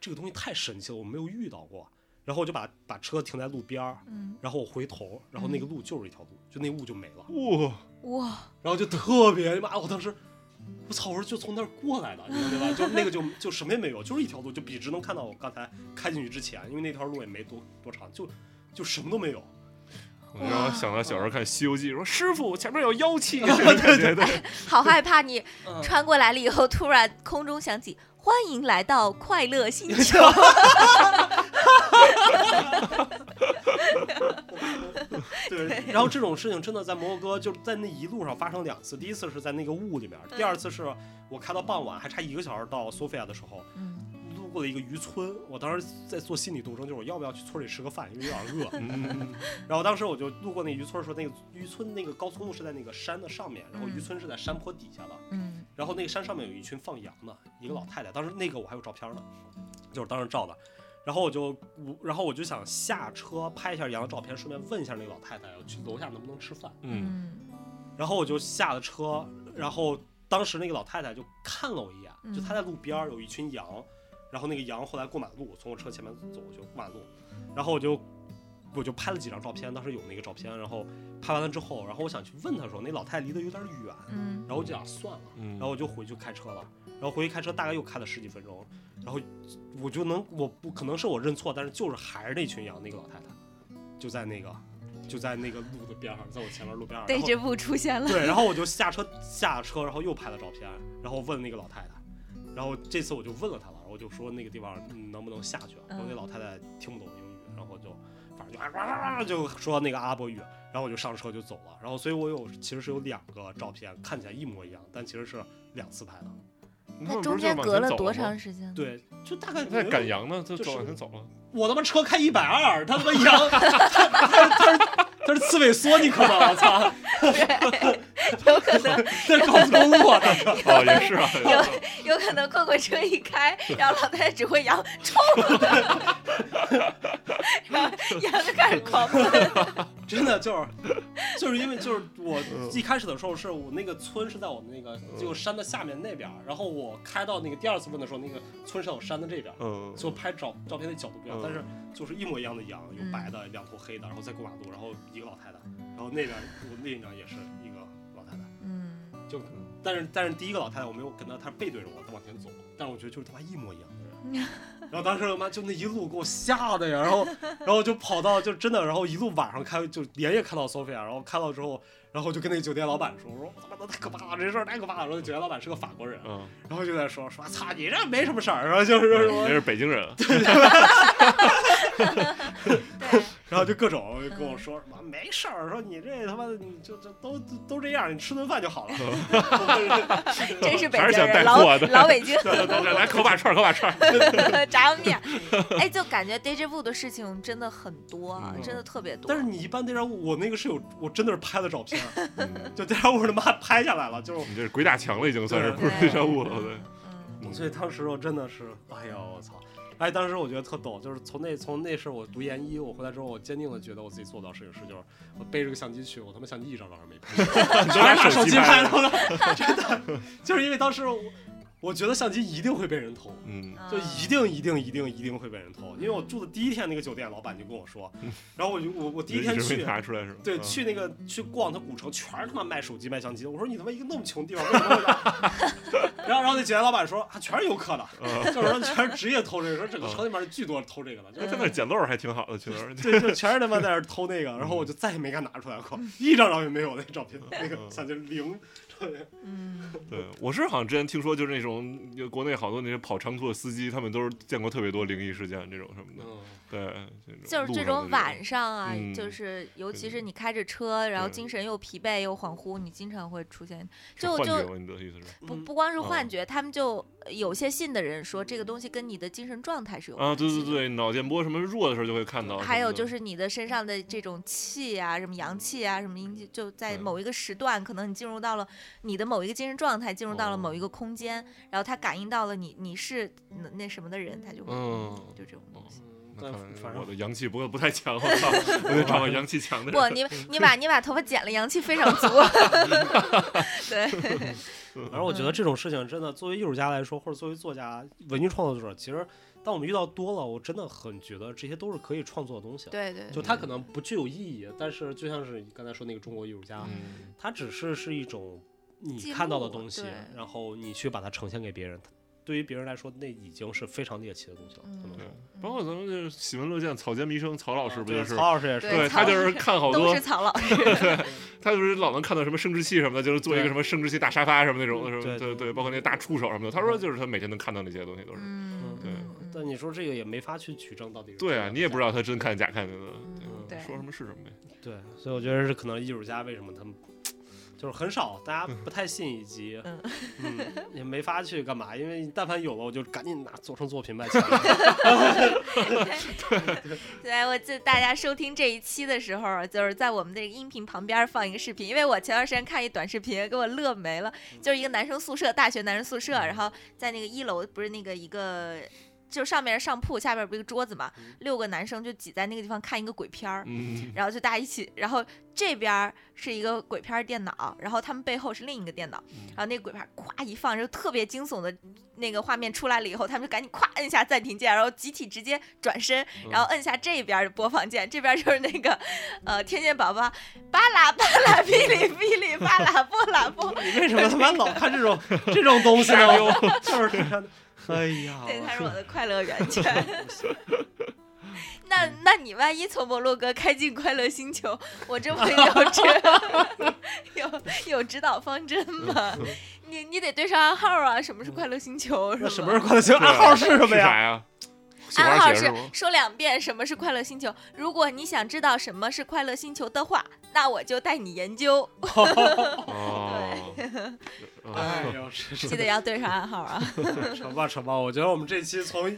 Speaker 2: 这个东西太神奇了，我没有遇到过。然后我就把把车停在路边儿，
Speaker 3: 嗯
Speaker 2: 然后我回头，然后那个路就是一条路，就那雾就没了，
Speaker 4: 哇，
Speaker 3: 哇，
Speaker 2: 然后就特别妈，我当时。我操！我说就从那儿过来的，你明白吧？就那个就就什么也没有，就是一条路，就笔直能看到我刚才开进去之前，因为那条路也没多多长，就就什么都没有。
Speaker 4: 你让我想到小时候看《西游记》，说师傅前面有 妖气，对对对，
Speaker 3: 好害怕！你
Speaker 2: 嗯
Speaker 3: 穿过来了以后，突然空中响起“欢迎来到快乐 星球
Speaker 2: 哈对，然后这种事情真的在摩洛哥就是在那一路上发生两次，第一次是在那个雾里面，第二次是我开到傍晚还差一个小时到索菲亚的时候”。，
Speaker 3: 嗯，
Speaker 2: 路过了一个渔村，我当时在做心理斗争，就是我要不要去村里吃个饭，因为有点饿。
Speaker 4: 嗯
Speaker 2: 然后当时我就路过那渔村的时候，那个渔村那个高速公路是在那个山的上面，然后
Speaker 3: 嗯
Speaker 2: 渔村是在山坡底下的，
Speaker 3: 嗯，
Speaker 2: 然后那个山上面有一群放羊的，一个老太太，当时那个我还有照片呢，就是当时照的。然后我就我，然后我就想下车拍一下羊的照片，顺便问一下那个老太太，我去楼下能不能吃饭。
Speaker 4: 嗯，
Speaker 2: 然后我就下了车，然后当时那个老太太就看了我一眼，
Speaker 3: 嗯
Speaker 2: 就她在路边儿有一群羊，然后那个羊后来过马路，从我车前面走过去过马路，然后我就我就拍了几张照片，当时有那个照片，然后拍完了之后，然后我想去问她说，那老太太离得有点远，
Speaker 3: 嗯，
Speaker 2: 然后我就想算了，
Speaker 4: 嗯
Speaker 2: 然后我就回去开车了，然后回去开车大概又开了十几分钟，然后我就能我不可能是我认错，但是就是还是那群羊，那个老太太就在那个就在那个路的边上，在我前面路边上，然
Speaker 3: 对
Speaker 2: 后
Speaker 3: 着雾出现了，
Speaker 2: 对，然后我就下车下车，然后又拍了照片，然后问那个老太太，然后这次我就问了她了，我就说那个地方嗯能不能下去啊？然后那
Speaker 3: 嗯
Speaker 2: 老太太听不懂英语，然后就反正就啊哇哇哇就说那个阿拉伯语，然后我就上车就走了。然后所以我有其实是有两个照片看起来一模一样，但其实是两次拍的。
Speaker 3: 那中间隔了多长
Speaker 4: 时
Speaker 3: 时间？，
Speaker 2: 对，就大概
Speaker 4: 在
Speaker 2: 没有
Speaker 4: 赶羊呢，就
Speaker 2: 就
Speaker 4: 走往
Speaker 2: 是
Speaker 4: 前走 了。
Speaker 2: 我他妈车开一百二，他他妈羊， 他他他是他是刺猬索尼克吗？我操，
Speaker 3: 有可能，
Speaker 2: 这是高速公路啊！大哥
Speaker 4: 哦，也是啊，
Speaker 3: 有可能，困困车一开，然后老太太只会扬冲，然后羊就开始狂奔，
Speaker 2: 真的就是，就是因为就是我一开始的时候是我那个村是在我们那
Speaker 4: 嗯
Speaker 2: 个就山的下面那边儿，然后我开到那个第二次问的时候，那个村是在我山的这边儿，
Speaker 4: 嗯，
Speaker 2: 就拍照照片的角度不一样
Speaker 4: 嗯，
Speaker 2: 但是就是一模一样的羊，有白的，两头黑的，然后再过马路，然后一个老太太，然后那边我另一张也是一个老太太，
Speaker 3: 嗯，
Speaker 2: 就但是但是第一个老太太我没有跟她，她是背对着我，她往前走，但是我觉得就是他妈一模一样的人。然后当时我妈就那一路给我吓的呀，然后然后就跑到就真的，然后一路晚上开就连夜开到索菲亚，然后开到之后，然后就跟那个酒店老板说，我说他妈的太可怕了，这事儿太可怕了。然后那酒店老板是个法国人，
Speaker 4: 嗯，
Speaker 2: 然后就在说说操你这没什么事儿，然后就是说什
Speaker 4: 你
Speaker 2: 么
Speaker 4: 这是北 京人，
Speaker 3: 对，
Speaker 2: 然后就各种跟我说什么没事儿，说你这他妈的你就就都都都这样，你吃顿饭就好了。
Speaker 3: 真是北
Speaker 4: 还是
Speaker 3: 京
Speaker 4: 想带
Speaker 3: 人，老
Speaker 4: 货 对
Speaker 3: 老北京。
Speaker 4: 来来来，烤把串儿，烤把串儿。
Speaker 3: 炸酱面， 哎，就感觉 deja vu 的事情真的很多啊，
Speaker 4: 嗯
Speaker 3: 真的特别多。
Speaker 2: 但是你一般那张我那个是有，我真的是拍的照片，
Speaker 4: 嗯
Speaker 2: 就那张我他妈拍下来了，就是
Speaker 4: 你这是鬼打墙了，已经算是
Speaker 2: 对
Speaker 4: 不是
Speaker 3: 对
Speaker 4: 对商务了，对。
Speaker 3: 嗯
Speaker 2: 所以当时我真的是，哎呀，我操！哎，当时我觉得特逗，就是从那从那是我读研一，我回来之后，我坚定的觉得我自己做不到摄影师，就是我背着个相机去，我他妈相 机一张照片没拍，
Speaker 4: 你
Speaker 2: 我还拿
Speaker 4: 手
Speaker 2: 手
Speaker 4: 机
Speaker 2: 机
Speaker 4: 拍
Speaker 2: 拍
Speaker 4: 的
Speaker 2: 的，真的，就是因为当时我我觉得相机一定会被人偷。
Speaker 4: 嗯
Speaker 3: 啊
Speaker 2: 就一定一定一定一定会被人偷，因为我住的第一天那个酒店，老板就跟我说，然后我就我我第一天
Speaker 4: 你是没
Speaker 2: 去，
Speaker 4: 拿出来是吗？
Speaker 2: 对，
Speaker 4: 嗯
Speaker 2: 去那个去逛他古城，全是他妈卖手机卖相机的。我说你他妈一个那么穷的地方，为什么 会拿然后然后那酒店老板说啊，全是游客的，
Speaker 4: 嗯
Speaker 2: 就是说全是职业偷这个，说整个城里面巨多偷这个的，就
Speaker 4: 哎在那儿捡漏儿还挺好的，去那儿。
Speaker 2: 对，就全是他妈在那儿偷那个，然后我就再也没敢拿出来过，
Speaker 3: 嗯
Speaker 2: 一张照片没有那照片，那
Speaker 4: 嗯
Speaker 2: 个相机零照片。
Speaker 3: 嗯，
Speaker 4: 对，我是好像之前听说，就是那种有国内好多那些跑长途的司机，他们都是见过特别多灵异事件这种什么的。对，
Speaker 3: 就是这
Speaker 4: 路上的
Speaker 3: 种晚上啊，
Speaker 4: 嗯
Speaker 3: 就是尤其
Speaker 4: 对
Speaker 3: 是你开着车，然后
Speaker 4: 对
Speaker 3: 精神又疲惫又恍惚，你经常会出现，
Speaker 4: 是
Speaker 3: 就
Speaker 4: 幻觉
Speaker 3: 就
Speaker 4: 吗你的意思是？
Speaker 3: 不
Speaker 2: 嗯
Speaker 3: 不光是幻
Speaker 4: 嗯
Speaker 3: 觉，他们就呃有些信的人说这个东西跟你的精神状态是有
Speaker 4: 啊，
Speaker 3: 关系
Speaker 4: 对
Speaker 3: 的。
Speaker 4: 对对，脑电哦波什么弱的时候就会看到。，
Speaker 3: 还有就是是你的身上的这种气啊，什么阳气啊，什么阴气，就在
Speaker 4: 对
Speaker 3: 某一个时段，可能你进入到了你的某一个精神状态，进入到了某一
Speaker 4: 哦
Speaker 3: 个空间，然后它感应到了你你是那那什么的人，他就会
Speaker 4: 嗯
Speaker 3: 就这种东西。
Speaker 2: 但
Speaker 4: 那看来
Speaker 2: 反
Speaker 4: 我
Speaker 2: 正
Speaker 4: 的阳气不不太强，我操，我得找个阳气强的
Speaker 3: 不，
Speaker 4: 人。
Speaker 3: 你你把你把头发剪了，阳气非常足。 对，
Speaker 2: 反正我
Speaker 3: 嗯
Speaker 2: 觉得这种事情真的，作为艺术家来说，或者作为作家、文艺创作者，其实当我们遇到多了，我真的很觉得这些都是可以创作的东西。
Speaker 3: 对对，
Speaker 2: 就它可能不具有意义，但是就像是你刚才说那个中国艺术家，
Speaker 4: 嗯，
Speaker 2: 它只是是一种
Speaker 3: 记
Speaker 2: 你
Speaker 3: 录
Speaker 2: 看到的东西
Speaker 3: 对，
Speaker 2: 然后你去把它呈现给别人。对于别人来说，那已经是非常猎奇的东西了。
Speaker 3: 嗯
Speaker 2: 可能
Speaker 4: 对，包括咱们就是喜闻乐见，草间弥生曹老师
Speaker 2: 啊
Speaker 4: 不
Speaker 2: 对
Speaker 4: 嗯就是
Speaker 2: 曹？老师也是，
Speaker 4: 对他就是看好
Speaker 3: 都
Speaker 4: 多
Speaker 3: 是，曹老师。
Speaker 4: 他就是老能看到什么生殖器什么的，就是做一个
Speaker 2: 对嗯
Speaker 4: 什么生殖器大沙发什么那种的，什么
Speaker 2: 对
Speaker 4: 对
Speaker 2: 对嗯
Speaker 4: 对，包括那大触手什么的。他说就是他每天能看到那些东西都是。
Speaker 3: 嗯，
Speaker 4: 对
Speaker 3: 嗯嗯
Speaker 2: 但你说这个也没法去取证到底是
Speaker 4: 对
Speaker 2: 真
Speaker 4: 啊，
Speaker 2: 的
Speaker 4: 你也不知
Speaker 2: 假
Speaker 4: 道他真看假看的，啊
Speaker 3: 嗯对
Speaker 4: 说什么是什么呗。
Speaker 2: 的对，所以我觉得是可能艺术家为什么他们就是很少，大家不太信，以及
Speaker 3: 嗯
Speaker 2: 嗯也没法去干嘛，因为但凡有了，我就赶紧拿做成作品卖钱。
Speaker 3: 对，我记得大家收听这一期的时候，就是在我们的这个音频旁边放一个视频，因为我前段时间看一短视频，给我乐没了。就是一个男生宿舍，大学男生宿舍，然后在那个一楼不是那个一个，就上面是上铺，下边不是一个桌子嘛
Speaker 2: 嗯，
Speaker 3: 六个男生就挤在那个地方看一个鬼片儿。
Speaker 4: 嗯，
Speaker 3: 然后就大家一起，然后这边儿是一个鬼片儿电脑，然后他们背后是另一个电脑，然后那个鬼片儿咵一放，就特别惊悚的那个画面出来了以后，他们就赶紧咵摁下暂停键，然后集体直接转身，
Speaker 2: 嗯
Speaker 4: 嗯
Speaker 3: 然后摁下这边儿的播放键，这边儿就是那个呃天线宝宝，巴拉巴拉噼里噼里巴拉布拉布，
Speaker 2: 你为什么他妈老看这种这种东西呢？
Speaker 4: 哎
Speaker 2: 就是这样的，哎呀，
Speaker 3: 对，它是我的快乐源泉。
Speaker 2: 嗯
Speaker 3: 那那你万一从摩洛哥开进快乐星球，我这不有 指有有指导方针
Speaker 2: 嗯
Speaker 3: 吗？ 你你得对上暗号啊，什么是快乐星球？
Speaker 2: 那什
Speaker 3: 什
Speaker 2: 么是快乐星？暗号啊是什么
Speaker 4: 是
Speaker 2: 呀？
Speaker 4: 啥呀？雪
Speaker 3: 暗
Speaker 4: 花
Speaker 3: 号
Speaker 4: 鞋
Speaker 3: 是
Speaker 4: 吗？
Speaker 3: 说两遍什么是快乐星球。如果你想知道什么是快乐星球的话，那我就带你研究。
Speaker 4: 哦，
Speaker 2: 哎
Speaker 4: 哦
Speaker 2: 呦，是
Speaker 3: 记得要对上暗号啊！
Speaker 2: 成吧成吧，我觉得我们这期从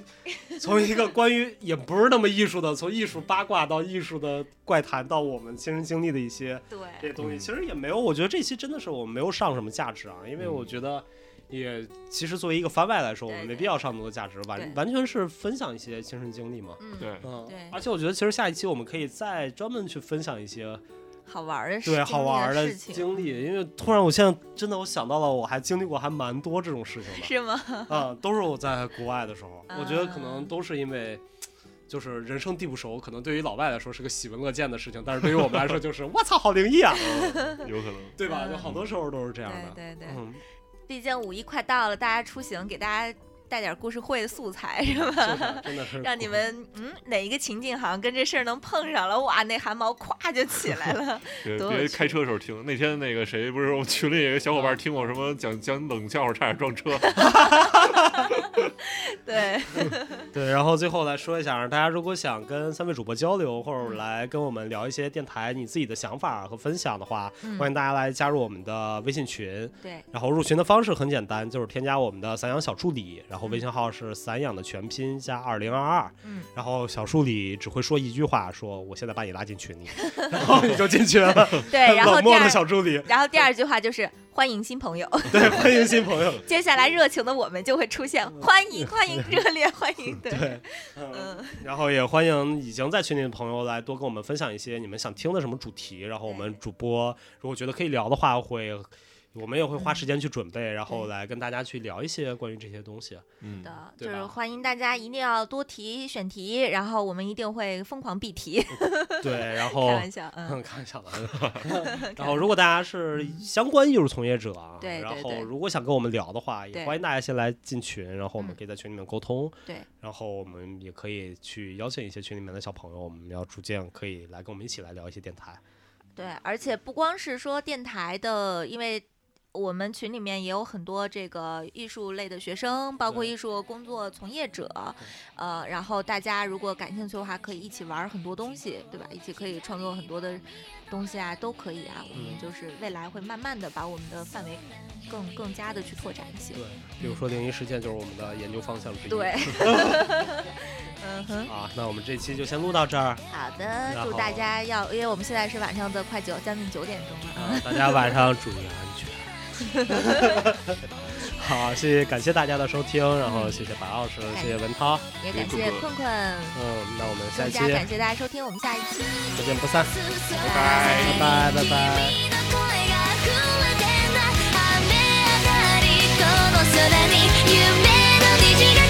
Speaker 2: 从一个关于也不是那么艺术的，从艺术八卦到艺术的怪谈，到我们亲身经历的一些
Speaker 3: 对，
Speaker 2: 这些东西，
Speaker 4: 嗯
Speaker 2: 其实也没有，我觉得这期真的是我们没有上什么价值啊，因为
Speaker 4: 嗯
Speaker 2: 我觉得。也其实作为一个番外来说，我
Speaker 3: 对
Speaker 2: 们没
Speaker 3: 对
Speaker 2: 必要上那么多价值，
Speaker 3: 对
Speaker 2: 完完全是分享一些亲身经历嘛。
Speaker 3: 嗯，
Speaker 4: 对，
Speaker 2: 嗯
Speaker 3: 对，
Speaker 2: 而且我觉得其实下一期我们可以再专门去分享一些
Speaker 3: 好玩儿的事
Speaker 2: 对好玩儿的
Speaker 3: 事情
Speaker 2: 经历，因为突然我现在真的我想到了，我还经历过还蛮多这种事情的。
Speaker 3: 是啊吗？
Speaker 2: 啊，都是我在国外的时候，我觉得可能都是因为。就是人生地不熟，可能对于老外来说是个喜闻乐见的事情，但是对于我们来说就是 我操，好灵异啊，
Speaker 4: 哦有可能。
Speaker 2: 对吧？
Speaker 3: 嗯
Speaker 2: 就好多时候都是这样
Speaker 3: 对
Speaker 2: 的。
Speaker 3: 对对。
Speaker 2: 嗯，
Speaker 3: 毕竟五一快到了，大家出行给大家带点故事会的素材 是吧？
Speaker 2: 是的嗯真的是
Speaker 3: 让你们嗯哪一个情境好像跟这事儿能碰上了，哇，那汗毛咵就起来 了。
Speaker 4: 别
Speaker 3: 多有
Speaker 4: 别
Speaker 3: 趣
Speaker 4: 开车的时候听。那天那个谁不是我们群里有个小
Speaker 3: 嗯
Speaker 4: 伙伴听我什么讲讲冷笑话，差点撞 车。
Speaker 3: 对，
Speaker 2: 对。然后最后来说一下，大家如果想跟三位主播交流，或
Speaker 3: 嗯
Speaker 2: 者来跟我们聊一些电台你自己的想法和分享的话，
Speaker 3: 嗯
Speaker 2: 欢迎大家来加入我们的微信群。
Speaker 3: 对，
Speaker 2: 然后入群的方式很简单，就是添加我们的散养小助理，然后微信号是散养的全拼加二零二二。
Speaker 3: 嗯，
Speaker 2: 然后小助理只会说一句话，说我现在把你拉进 群里，然后你就进群了。
Speaker 3: 对然后
Speaker 2: 冷漠
Speaker 3: 第
Speaker 2: 的
Speaker 3: 二
Speaker 2: 小助理，
Speaker 3: 然后第二句话就是欢迎新朋友，
Speaker 2: 对，欢迎新朋友。
Speaker 3: 接下来热情的我们就会出现欢迎欢迎热烈欢迎，对，
Speaker 2: 嗯 对，嗯，
Speaker 3: 嗯，
Speaker 2: 然后也欢迎已经在群里的朋友来多跟我们分享一些你们想听的什么主题，然后我们主播如果觉得可以聊的话，会我们也会花时间去准备，然后来跟大家去聊一些关于这些东西。
Speaker 4: 嗯，
Speaker 3: 的，
Speaker 2: 对
Speaker 3: 就是
Speaker 2: 吧
Speaker 3: 欢迎大家一定要多提选题，然后我们一定会疯狂必提。
Speaker 2: 对，然
Speaker 3: 开
Speaker 2: 后
Speaker 3: 玩笑，嗯，
Speaker 2: 开玩 笑的。然后，如果大家是相关艺术从业者啊，
Speaker 3: 对对
Speaker 2: 然
Speaker 3: 对
Speaker 2: 后如果想跟我们聊的话，
Speaker 3: 对
Speaker 2: 也欢迎大家先来进群，然后我们
Speaker 3: 嗯
Speaker 2: 可以在群里面沟通。
Speaker 3: 对，
Speaker 2: 然后我们也可以去邀请一些群里面的小朋友，我们要逐渐可以来跟我们一起来聊一些电台。
Speaker 3: 对，而且不光是说电台的，因为。我们群里面也有很多这个艺术类的学生，包括
Speaker 2: 对
Speaker 3: 艺术工作从业者，呃，然后大家如果感兴趣的话，可以一起玩很多东西，对吧？一起可以创作很多的东西啊，都可以啊。我们
Speaker 2: 嗯
Speaker 3: 就是未来会慢慢的把我们的范围更更加的去拓展一些。
Speaker 2: 对，比如说灵异事件就是我们的研究方向之一。
Speaker 3: 对，嗯哼，
Speaker 2: 啊，那我们这期就先录到这 儿
Speaker 3: 好的，祝大
Speaker 2: 然后
Speaker 3: 家要，因为我们现在是晚上的快九，将近九点钟了啊。
Speaker 2: 啊，大家晚上注意安全。 好，谢谢感谢大家的收听，然后谢谢白老师，谢谢文涛，
Speaker 3: 也感谢困困，
Speaker 2: 嗯，那我们下
Speaker 3: 更
Speaker 2: 期
Speaker 3: 加感谢大家收听，我们下一期
Speaker 2: 不见不散。
Speaker 4: 拜
Speaker 2: 拜拜拜拜
Speaker 1: 君の声が溢れてんだ雨上がりこの空に夢の虹が